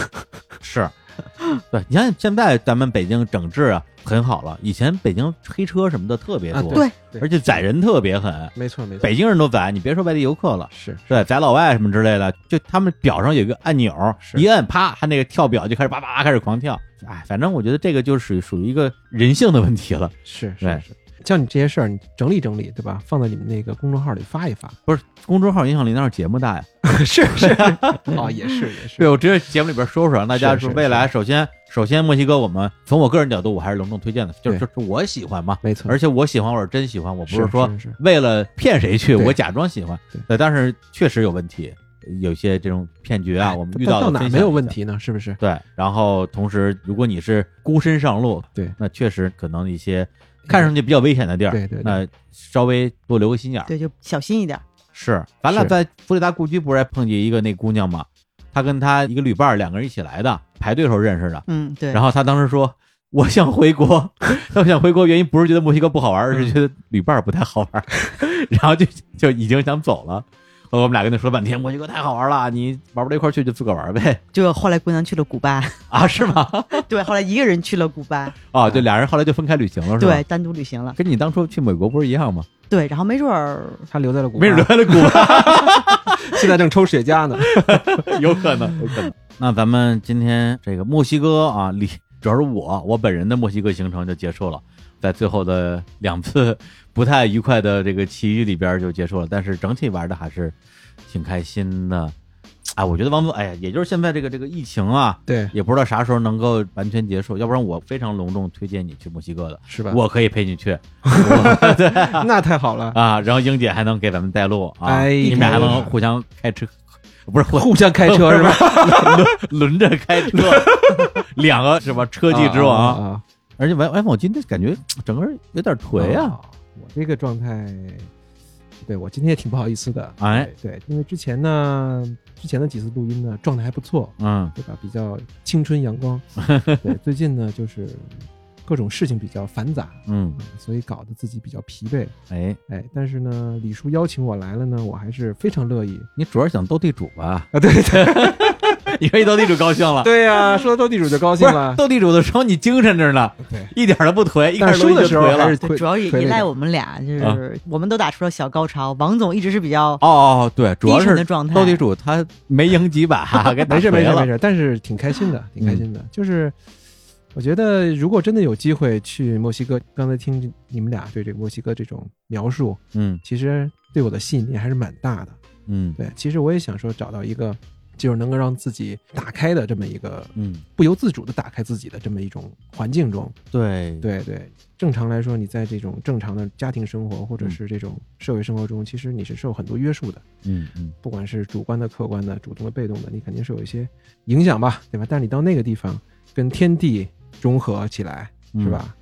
是， 对，你看现在咱们北京整治啊很好了，以前北京黑车什么的特别
啊
多，
对
对
而且宰人特别狠，
没错没错，
北京人都宰，你别说外地游客了。
是
对，宰老外什么之类的，就他们表上有一个按钮，
是
一摁，啪，他那个跳表就开始叭叭开始狂跳。哎，反正我觉得这个就属于属于一个人性的问题了。
是
对
是是，像你这些事儿，你整理整理，对吧？放在你们那个公众号里发一发。
不是公众号影响力那是节目大呀，
是是啊，也是也
对
是，
我直接节目里边说说，让大家
是
说
是
未来首先首先墨西哥，我们从我个人角度我还是隆重推荐的，就是就
对
是我喜欢嘛，
没错，
而且我喜欢我是真喜欢，我不
是
说
是是
为了骗谁去，
对
我假装喜欢
对，
对，但是确实有问题，有些这种骗局啊，我们遇
哎到
到
到
的
哪
分
没
享
有
一
问
下。
题呢？是不是？
对，然后同时，如果你是孤身上路，
对
那确实可能一些看上去比较危险的地儿，
对对对
那稍微多留个心眼儿。
对，就小心一点。
是，咱俩
是
在弗里达故居不是还碰见一个那姑娘吗？她跟她一个旅伴儿两个人一起来的，排队时候认识的。
嗯，对。
然后她当时说：“我想回国， 她想回国，原因不是觉得墨西哥不好玩儿，而是觉得旅伴儿不太好玩儿， 然后就就已经想走了。”我们俩跟她说半天，墨西哥太好玩儿了，你玩不到一块儿去就自个儿玩儿呗。
就后来姑娘去了古巴，
啊，是吗？
对，后来一个人去了古巴，
啊，对，俩人后来就分开旅行 了，是吧？
对，，单独旅行了，
跟你当初去美国不是一样吗？
对，然后没准儿
他留在了古巴，
没准留了 古巴，
现在正抽雪茄呢。
有可能，有可能。那咱们今天这个墨西哥啊，里主要是我我本人的墨西哥行程就结束了，在最后的两次不太愉快的这个奇遇里边就结束了，但是整体玩的还是挺开心的。哎，我觉得王总，哎呀，也就是现在这个这个疫情啊，
对，
也不知道啥时候能够完全结束，要不然我非常隆重推荐你去墨西哥的，
是吧？
我可以陪你去，
那太好了，
啊，然后英姐还能给咱们带路啊，
哎
你们俩还
太厉
能
害了
互相开车，不是互
互相开车是吧？
吧？ 轮轮着开车，两个什么车技之
啊
王，
啊啊
而且完完，我今天感觉整个人有点颓啊，！
哦我这个状态，对我今天也挺不好意思的。
哎
对，对，因为之前呢，之前的几次录音呢，状态还不错，
嗯
对吧？比较青春阳 光。对，最近呢，就是各种事情比较繁杂，
嗯，
嗯所以搞得自己比较疲惫。
哎，
哎，但是呢，李叔邀请我来了呢，我还是非常乐意
你主要是想斗地主吧？
啊。对对
因为斗地主高兴了，
对呀、 说到斗地主就高
不
兴
是
了。
斗地主的时候你精神着呢，
对，
一点都不颓，一开
但
始
是输的时候
就颓
还是
了。
推
主要也依赖我们俩，就
啊
是我们都打出了小高潮。王总一直是比较
哦哦，对，主要
低沉
是
的状态
斗地主他哎没赢几把，给打
没事
颓
没事
了 嗯
没事，但是挺开心的，挺开心的，就是。我觉得如果真的有机会去墨西哥，刚才听你们俩对这个墨西哥这种描述，
嗯
其实对我的吸引力还是蛮大的。
嗯
对，其实我也想说找到一个就是能够让自己打开的这么一个
嗯，
不由自主的打开自己的这么一种环境中。
对
对对，正常来说，你在这种正常的家庭生活或者
嗯
是这种社会生活中，其实你是受很多约束的，
嗯嗯
不管是主观的、客观的、主动的、被动的，你肯定是有一些影响吧，对吧？但是你到那个地方跟天地融合起来，
嗯
是吧？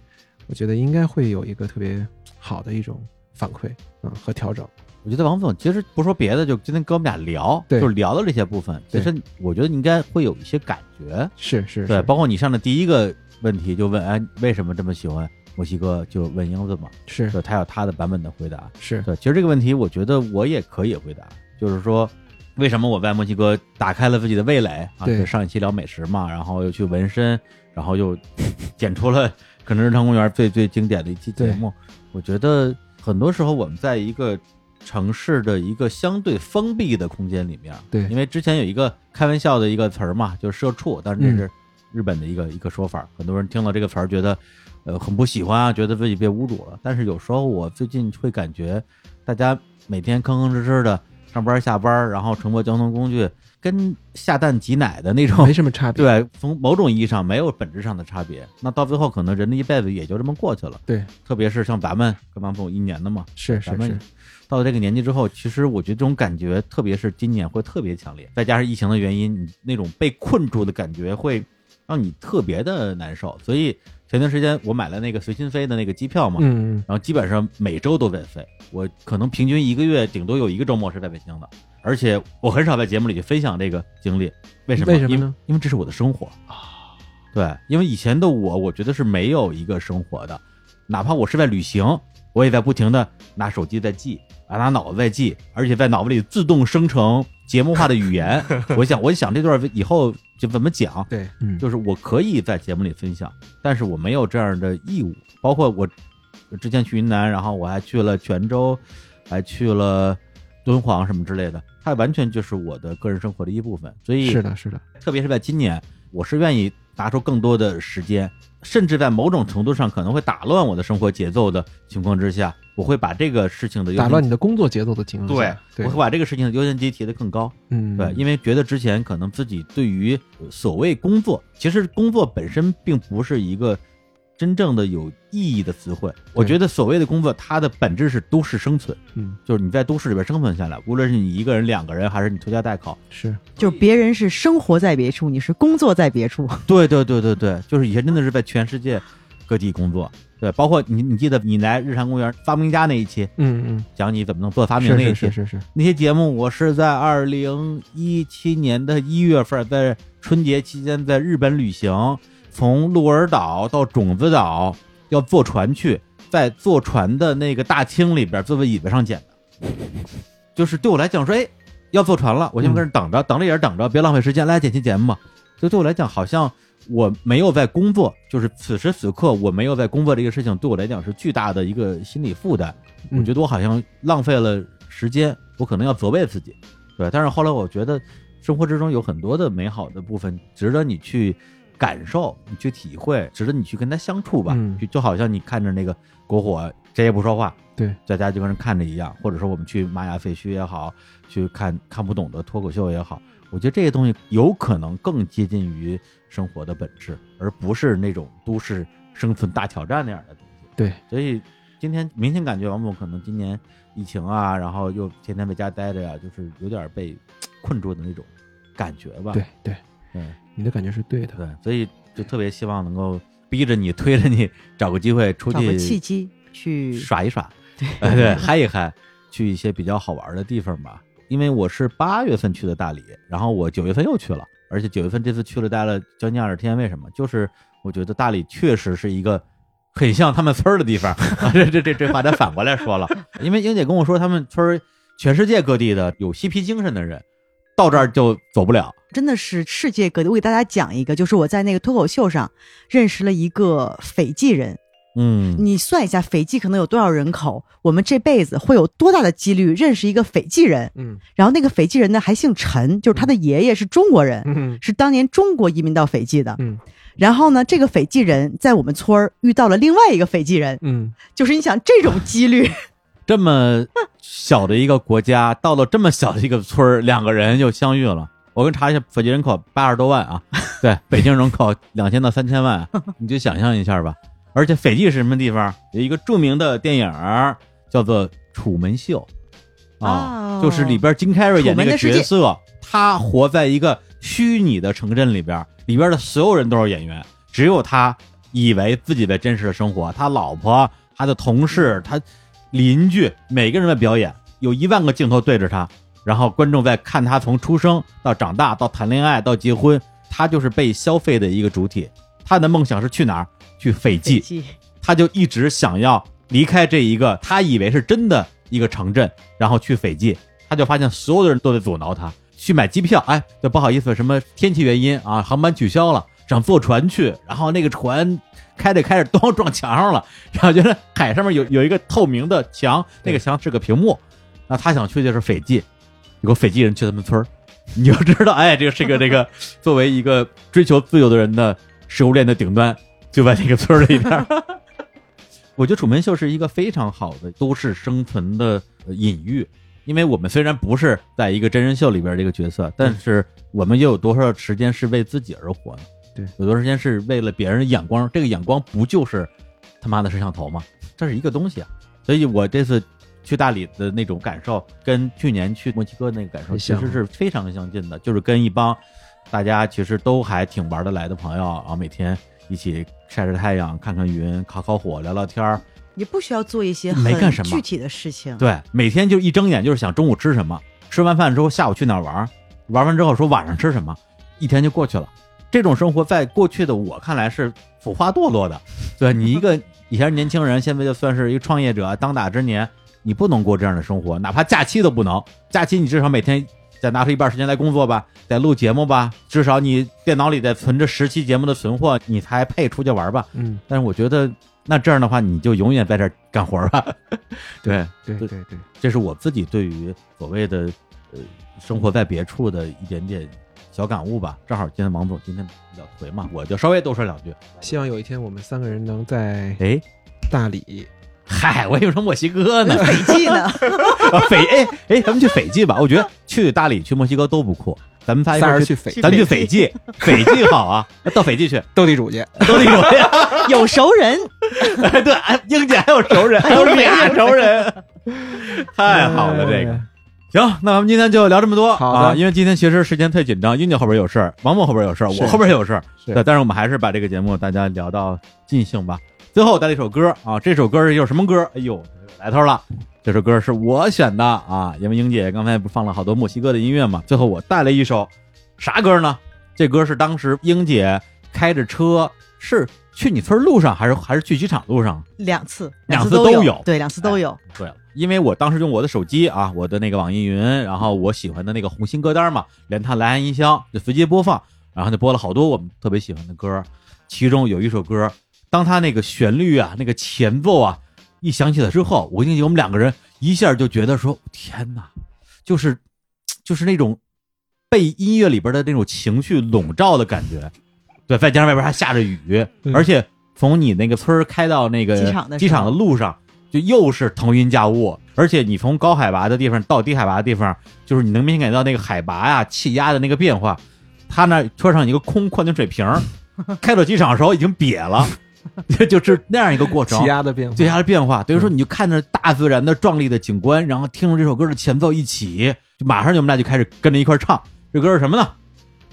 我觉得应该会有一个特别好的一种反馈啊、和调整。
我觉得王总其实不说别的，就今天跟我们俩聊，
对
就聊到这些部分，其
对
实我觉得你应该会有一些感觉，
是是
对，
是，
包括你上的第一个问题就问，哎，为什么这么喜欢墨西哥？就问英子嘛，
是
对，他有他的版本的回答。
是，
对，其实这个问题我觉得我也可以回答，就是说。为什么我在墨西哥打开了自己的味蕾啊？
对
就上一期聊美食嘛，然后又去纹身，然后又 剪出了《可能日常公园》最最经典的一期节目。我觉得很多时候我们在一个城市的一个相对封闭的空间里面，
对
因为之前有一个开玩笑的一个词儿嘛，就是社畜，但是这
嗯
是日本的一个、一个说法，很多人听了这个词儿觉得，呃，很不喜欢啊，觉得自己被侮辱了。但是有时候我最近会感觉，大家每天吭吭哧哧的上班下班，然后乘坐交通工具，跟下蛋挤奶的那种
没什么差 别。
对，从某种意义上没有本质上的差别。那到最后，可能人的一辈子也就这么过去了。
对，
特别是像咱们跟王总一年的嘛，
是
咱
是
们
是，
到了这个年纪之后，其实我觉得这种感觉，特别是今年会特别强烈，再加上疫情的原因，你那种被困住的感觉会让你特别的难受。所以前段时间我买了那个随心飞的那个机票嘛，
嗯，嗯
然后基本上每周都在飞，我可能平均一个月顶多有一个周末是在北京的，而且我很少在节目里去分享这个经历，为什么？
为什么
因
呢
因为这是我的生活啊。对，因为以前的我，我觉得是没有一个生活的，哪怕我是在旅行，我也在不停的拿手机在记，啊，拿脑子在记，而且在脑子里自动生成节目化的语 言。我想，我想这段以后就怎么讲，
对，嗯，
就是我可以在节目里分享，但是我没有这样的义务。包括我之前去云南，然后我还去了泉州，还去了敦煌什么之类的，它完全就是我的个人生活的一部分。所以
是的，是的，
特别是在今年，我是愿意拿出更多的时间，甚至在某种程度上可能会打乱我的生活节奏的情况之下，我会把这个事情的优
打
先
乱你的工作节奏的情况
对
下，，对
我会，把这个事情的优先级提得更高。
嗯，
对，因为觉得之前可能自己对于呃所谓工作，其实工作本身并不是一个真正的有意义的词汇。我觉得所谓的工作，它的本质是都市生存，
嗯
就是你在都市里边生存下来，无论是你一个人、两个人，还是你拖家带口。
是，
就是别人是生活在别处，你是工作在别处。
对对对对对，就是以前真的是在全世界各地工作。对，包括你，你记得你来日坛公园发明家那一期，
嗯
讲你怎么能做发
嗯，
明
是
那一期，
是是是是，
那些节目，我是在二零一七年的一月份，在春节期间在日本旅行，从鹿儿岛到种子岛，要坐船去，在坐船的那个大厅里边坐在椅子上剪的，就是对我来讲说，哎，要坐船了，我先跟这等着，等着也是等着，别浪费时间，来剪期节目吧。就对我来讲，好像我没有在工作，就是此时此刻我没有在工作这个事情，对我来讲是巨大的一个心理负担。
嗯
我觉得我好像浪费了时间，我可能要责备自己，对。但是后来我觉得，生活之中有很多的美好的部分，值得你去感受、你去体会，值得你去跟他相处吧。
嗯
就就好像你看着那个篝火，谁也不说话，
对，
在家就跟人看着一样。或者说我们去玛雅废墟也好，去看看不懂的脱口秀也好，我觉得这些东西有可能更接近于生活的本质，而不是那种都市生存大挑战那样的东西。
对，
所以今天明显感觉王总可能今年疫情啊，然后又天天在家待着呀、就是有点被嘖困住的那种感觉吧。
对对，
嗯
你的感觉是对的，
对，所以就特别希望能够逼着你、推着你找个机会出
找个
去
契机去
耍一耍，嗯 对对，嗨一嗨，去一些比较好玩的地方吧。因为我是八月份去的大理，然后我九月份又去了，而且九月份这次去了待了将近二十天。为什么？就是我觉得大理确实是一个很像他们村儿的地方。 啊这这这这话咱反过来说了，因为英姐跟我说，他们村儿全世界各地的有嬉皮精神的人，到这儿就走不了。
真的是世界各地。我给大家讲一个，就是我在那个脱口秀上认识了一个斐济人。
嗯，
你算一下，斐济可能有多少人口？我们这辈子会有多大的几率认识一个斐济人？
嗯
然后那个斐
嗯
济人呢，还姓陈，就是他的爷爷是中国人，
嗯
是当年中国移民到斐济的。
嗯
然后呢，这个斐济人在我们村儿遇到了另外一个斐济人，
嗯，
就是你想这种几率，
这么小的一个国家，到了这么小的一个村儿，两个人就相遇了。我跟查一下，斐济人口八十多万啊，对，北京人口两千到三千万，啊你就想象一下吧。而且斐济是什么地方？有一个著名的电影儿叫做《楚门秀》啊，
哦
就是里边金凯瑞演那
楚门
个
的世界
角色，他活在一个虚拟的城镇里边，里边的所有人都是演员，只有他以为自己在真实的生活，他老婆、他的同事、他邻居，每个人在表演，有一万个镜头对着他，然后观众在看他从出生到长大，到谈恋爱，到结婚，他就是被消费的一个主体。他的梦想是去哪儿？去斐济。他就一直想要离开这一个他以为是真的一个城镇，然后去斐济。他就发现所有的人都在阻挠他去买机票，哎，就不好意思，什么天气原因啊，航班取消了，想坐船去，然后那个船开着开着咚撞墙上了，然后觉得海上面有有一个透明的墙，那个墙是个屏幕， 那他想去的是斐济，有个斐济人去他们村儿，你就知道，哎，这个是个这个作为一个追求自由的人的食物链的顶端，就在这个村儿里边儿。我觉得楚门秀是一个非常好的都市生存的呃隐喻，因为我们虽然不是在一个真人秀里边这个角色，但是我们又有多少时间是为自己而活呢？
对，
有多少时间是为了别人的眼光？这个眼光不就是他妈的摄像头吗？这是一个东西啊！所以我这次去大理的那种感受，跟去年去墨西哥那个感受
很
其
像
实是非常相近的，就是跟一帮大家其实都还挺玩得来的朋友，然后每天一起晒晒太阳、看看云、烤烤火、聊聊天儿。
也不需要做一些
没干
很
什么
具体的事情。
对，每天就一睁眼就是想中午吃什么，吃完饭之后下午去哪儿玩儿，玩完之后说晚上吃什么，一天就过去了。这种生活在过去的我看来是腐化堕落的。对你一个以前是年轻人，现在就算是一个创业者，当打之年，你不能过这样的生活，哪怕假期都不能。假期你至少每天再拿出一半时间来工作吧，得录节目吧，至少你电脑里得存着十期节目的存货，你才配出去玩吧。
嗯，
但是我觉得那这样的话，你就永远在这儿干活儿吧。 对，
对
对
对对，
这是我自己对于所谓的呃生活在别处的一点点小感悟吧。正好今天王总今天比较颓嘛，我就稍微多说两句。
希望有一天我们三个人能在
哎，
大理，
嗨，我以为说墨西哥呢，
斐济 呢？
啊斐哎哎，咱们去斐济吧。我觉得去大理、去墨西哥都不酷，咱们仨一块
仨
儿
人
去
去，斐
咱们去斐济，斐济好啊，到斐济去，
斗地主去，
都那种呀。
有熟人，
哎对，哎英姐还有熟人，还有俩熟人， 太好了，这个。
哎
行，那咱们今天就聊这么多
好的
啊，因为今天确实时间太紧张，英姐后边有事儿，王梦后边有事儿，
是
我后边有事儿，
是
对，但是我们还是把这个节目大家聊到尽兴吧。最后带了一首歌啊，这首歌是一首什么歌？哎呦，来头了，这首歌是我选的啊，因为英姐刚才不放了好多墨西哥的音乐嘛，最后我带了一首啥歌呢？这歌是当时英姐开着车是去你村路上，还是还是去机场路上？
两次，
两次
次
都
有，
有
对，两次都有。
对了，因为我当时用我的手机啊，我的那个网易云，然后我喜欢的那个红心歌单嘛，连它蓝牙音箱就随机播放，然后就播了好多我们特别喜欢的歌，其中有一首歌，当它那个旋律啊，那个前奏啊一响起来之后，我跟你我们两个人一下就觉得说，天哪，就是就是那种被音乐里边的那种情绪笼罩的感觉，对，再加上外边还下着雨，
对
而且从你那个村儿开到那个
机场的时候
机场的路上，就又是腾云驾雾，而且你从高海拔的地方到低海拔的地方，就是你能明显感觉到那个海拔呀、气压的那个变化。他那车上有一个空矿泉水瓶 儿，开到机场的时候已经瘪了， 就是那样一个过程
气。
啊
压的变化，
对它的变化，等于说你就看着大自然的壮丽的景观，然后听着这首歌的前奏一起，就马上就我们俩就开始跟着一块儿唱。这歌是什么呢？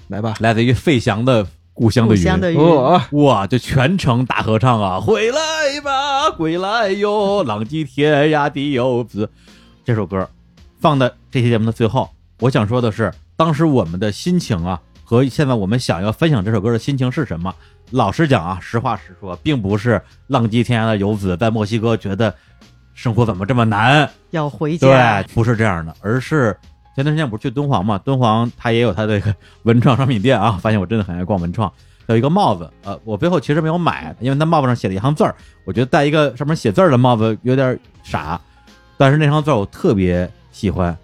来吧，
来自于费翔的《故乡的
故
云》。
乡的云，
哦，
哇，就全程大合唱啊！回来吧，归来哟，浪迹天涯的游子。这首歌放在这期节目的最后，我想说的是，当时我们的心情啊，和现在我们想要分享这首歌的心情是什么？老实讲啊，实话实说，并不是浪迹天涯的游子在墨西哥觉得生活怎么这么难，
要回家。
对，不是这样的，而是前段时间不是去敦煌嘛？敦煌它也有它的一个 文创商品店啊。发现我真的很爱逛文创，有一个帽子，呃，我最后其实没有买，因为它帽子上写了一行字儿，我觉得戴一个上面写字儿的帽子有点傻，但是那行字儿我特别喜欢，“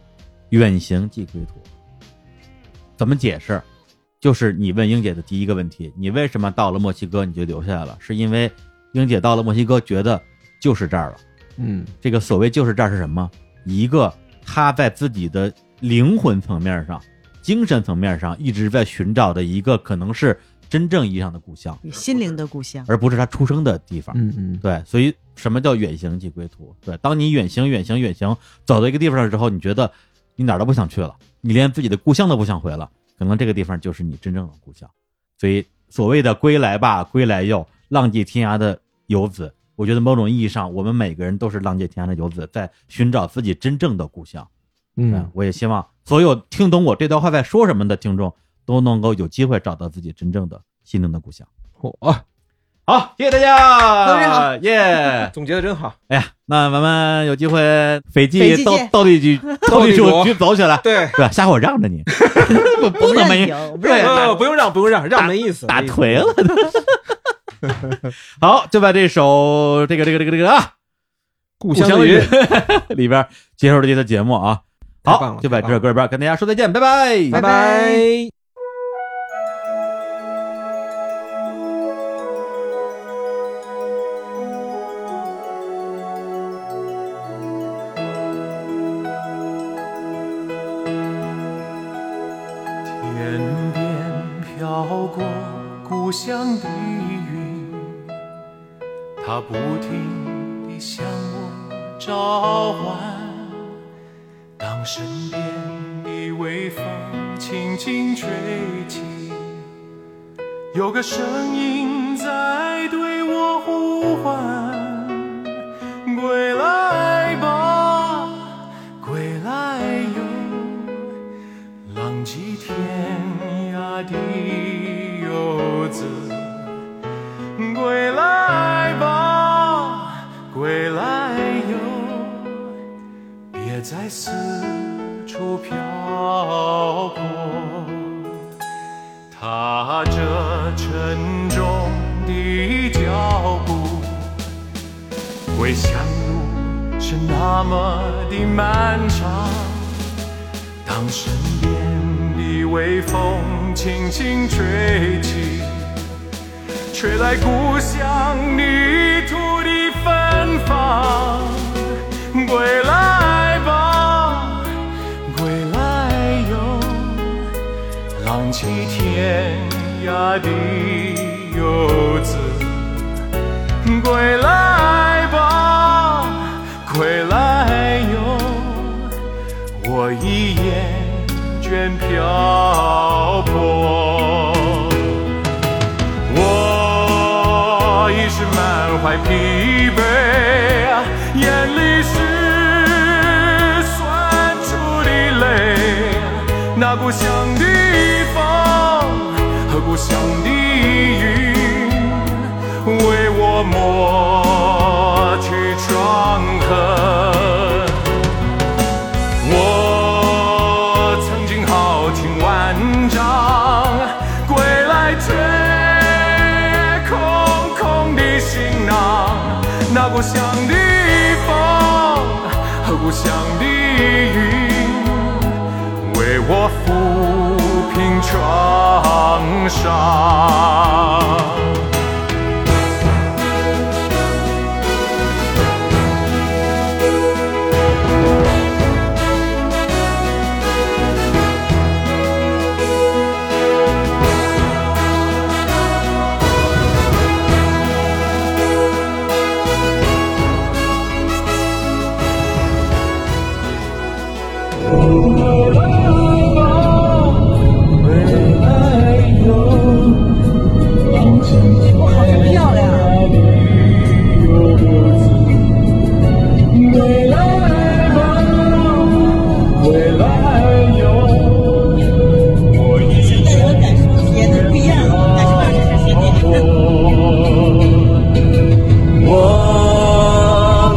远行即归途”。怎么解释？就是你问英姐的第一个问题：你为什么到了墨西哥你就留下来了？是因为英姐到了墨西哥觉得就是这儿了。
嗯
这个所谓就是这儿是什么？一个他在自己的灵魂层面上、精神层面上一直在寻找的一个可能是真正意义上的故乡，
你心灵的故乡。
而不是他出生的地方。
嗯嗯，
对，所以什么叫远行即归途？对，当你远行、远行、远行，走到一个地方之后，你觉得你哪儿都不想去了，你连自己的故乡都不想回了，可能这个地方就是你真正的故乡。所以所谓的归来吧，归来又，浪迹天涯的游子，我觉得某种意义上，我们每个人都是浪迹天涯的游子，在寻找自己真正的故乡。
嗯，
我也希望所有听懂我这段话在说什么的听众，都能够有机会找到自己真正的心灵的故乡。
嚯，
好，谢谢大家，
各位好
耶、
总结的真好。
哎呀，那咱们有机会斐
斐
济
济
斗
见
斗地主 斗地
斗
主
地
去
主
走起来，
对，
对，下回我让着你， 不不能没
不让赢
对
不不用让，不用让，让没意思。
打
没意思
颓了。 好，就把这首这个这个这个这个啊
故
《
乡
乡
的
的
云
云》 里边结束了这期的节目啊。
太棒
好，
了
就把这
太棒
首
了
歌里边跟大家说再见，拜拜，
拜
拜拜。
天边飘过故乡的云，它不停地向我召唤。当身边的微风轻轻吹起，有个声音在对我呼唤：“归来吧，归来哟。”浪迹天涯的游子，归来吧，归来哟，别再四处漂泊。踏着沉重的脚步。回乡路是那么的漫长，当身边的微风轻轻吹起，吹来故乡泥土的芬芳。归来吧，归来哟，浪迹天涯的游子。归来吧，归来哟，我已厌倦漂泊，我已是满怀疲惫，眼里是酸楚的泪，那故乡的风和故乡的云。为我抹去创痕。我曾经豪情万丈，归来却空空的行囊。那故乡的风和故乡的云，为我抚平创伤。未来吧，未来有我一起
带我感受体验的不一样，感受二十世纪。
我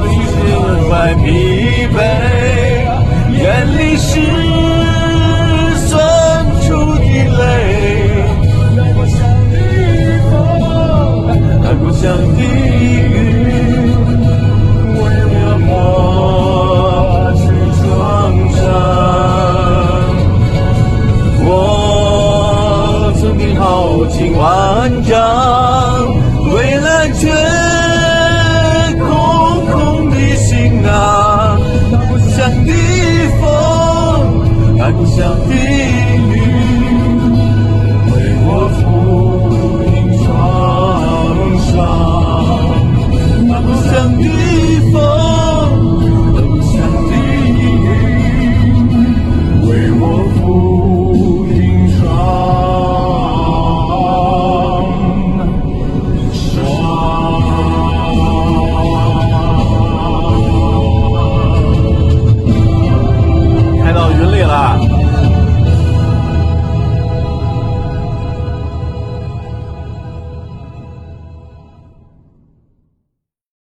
已是满怀疲惫，眼里是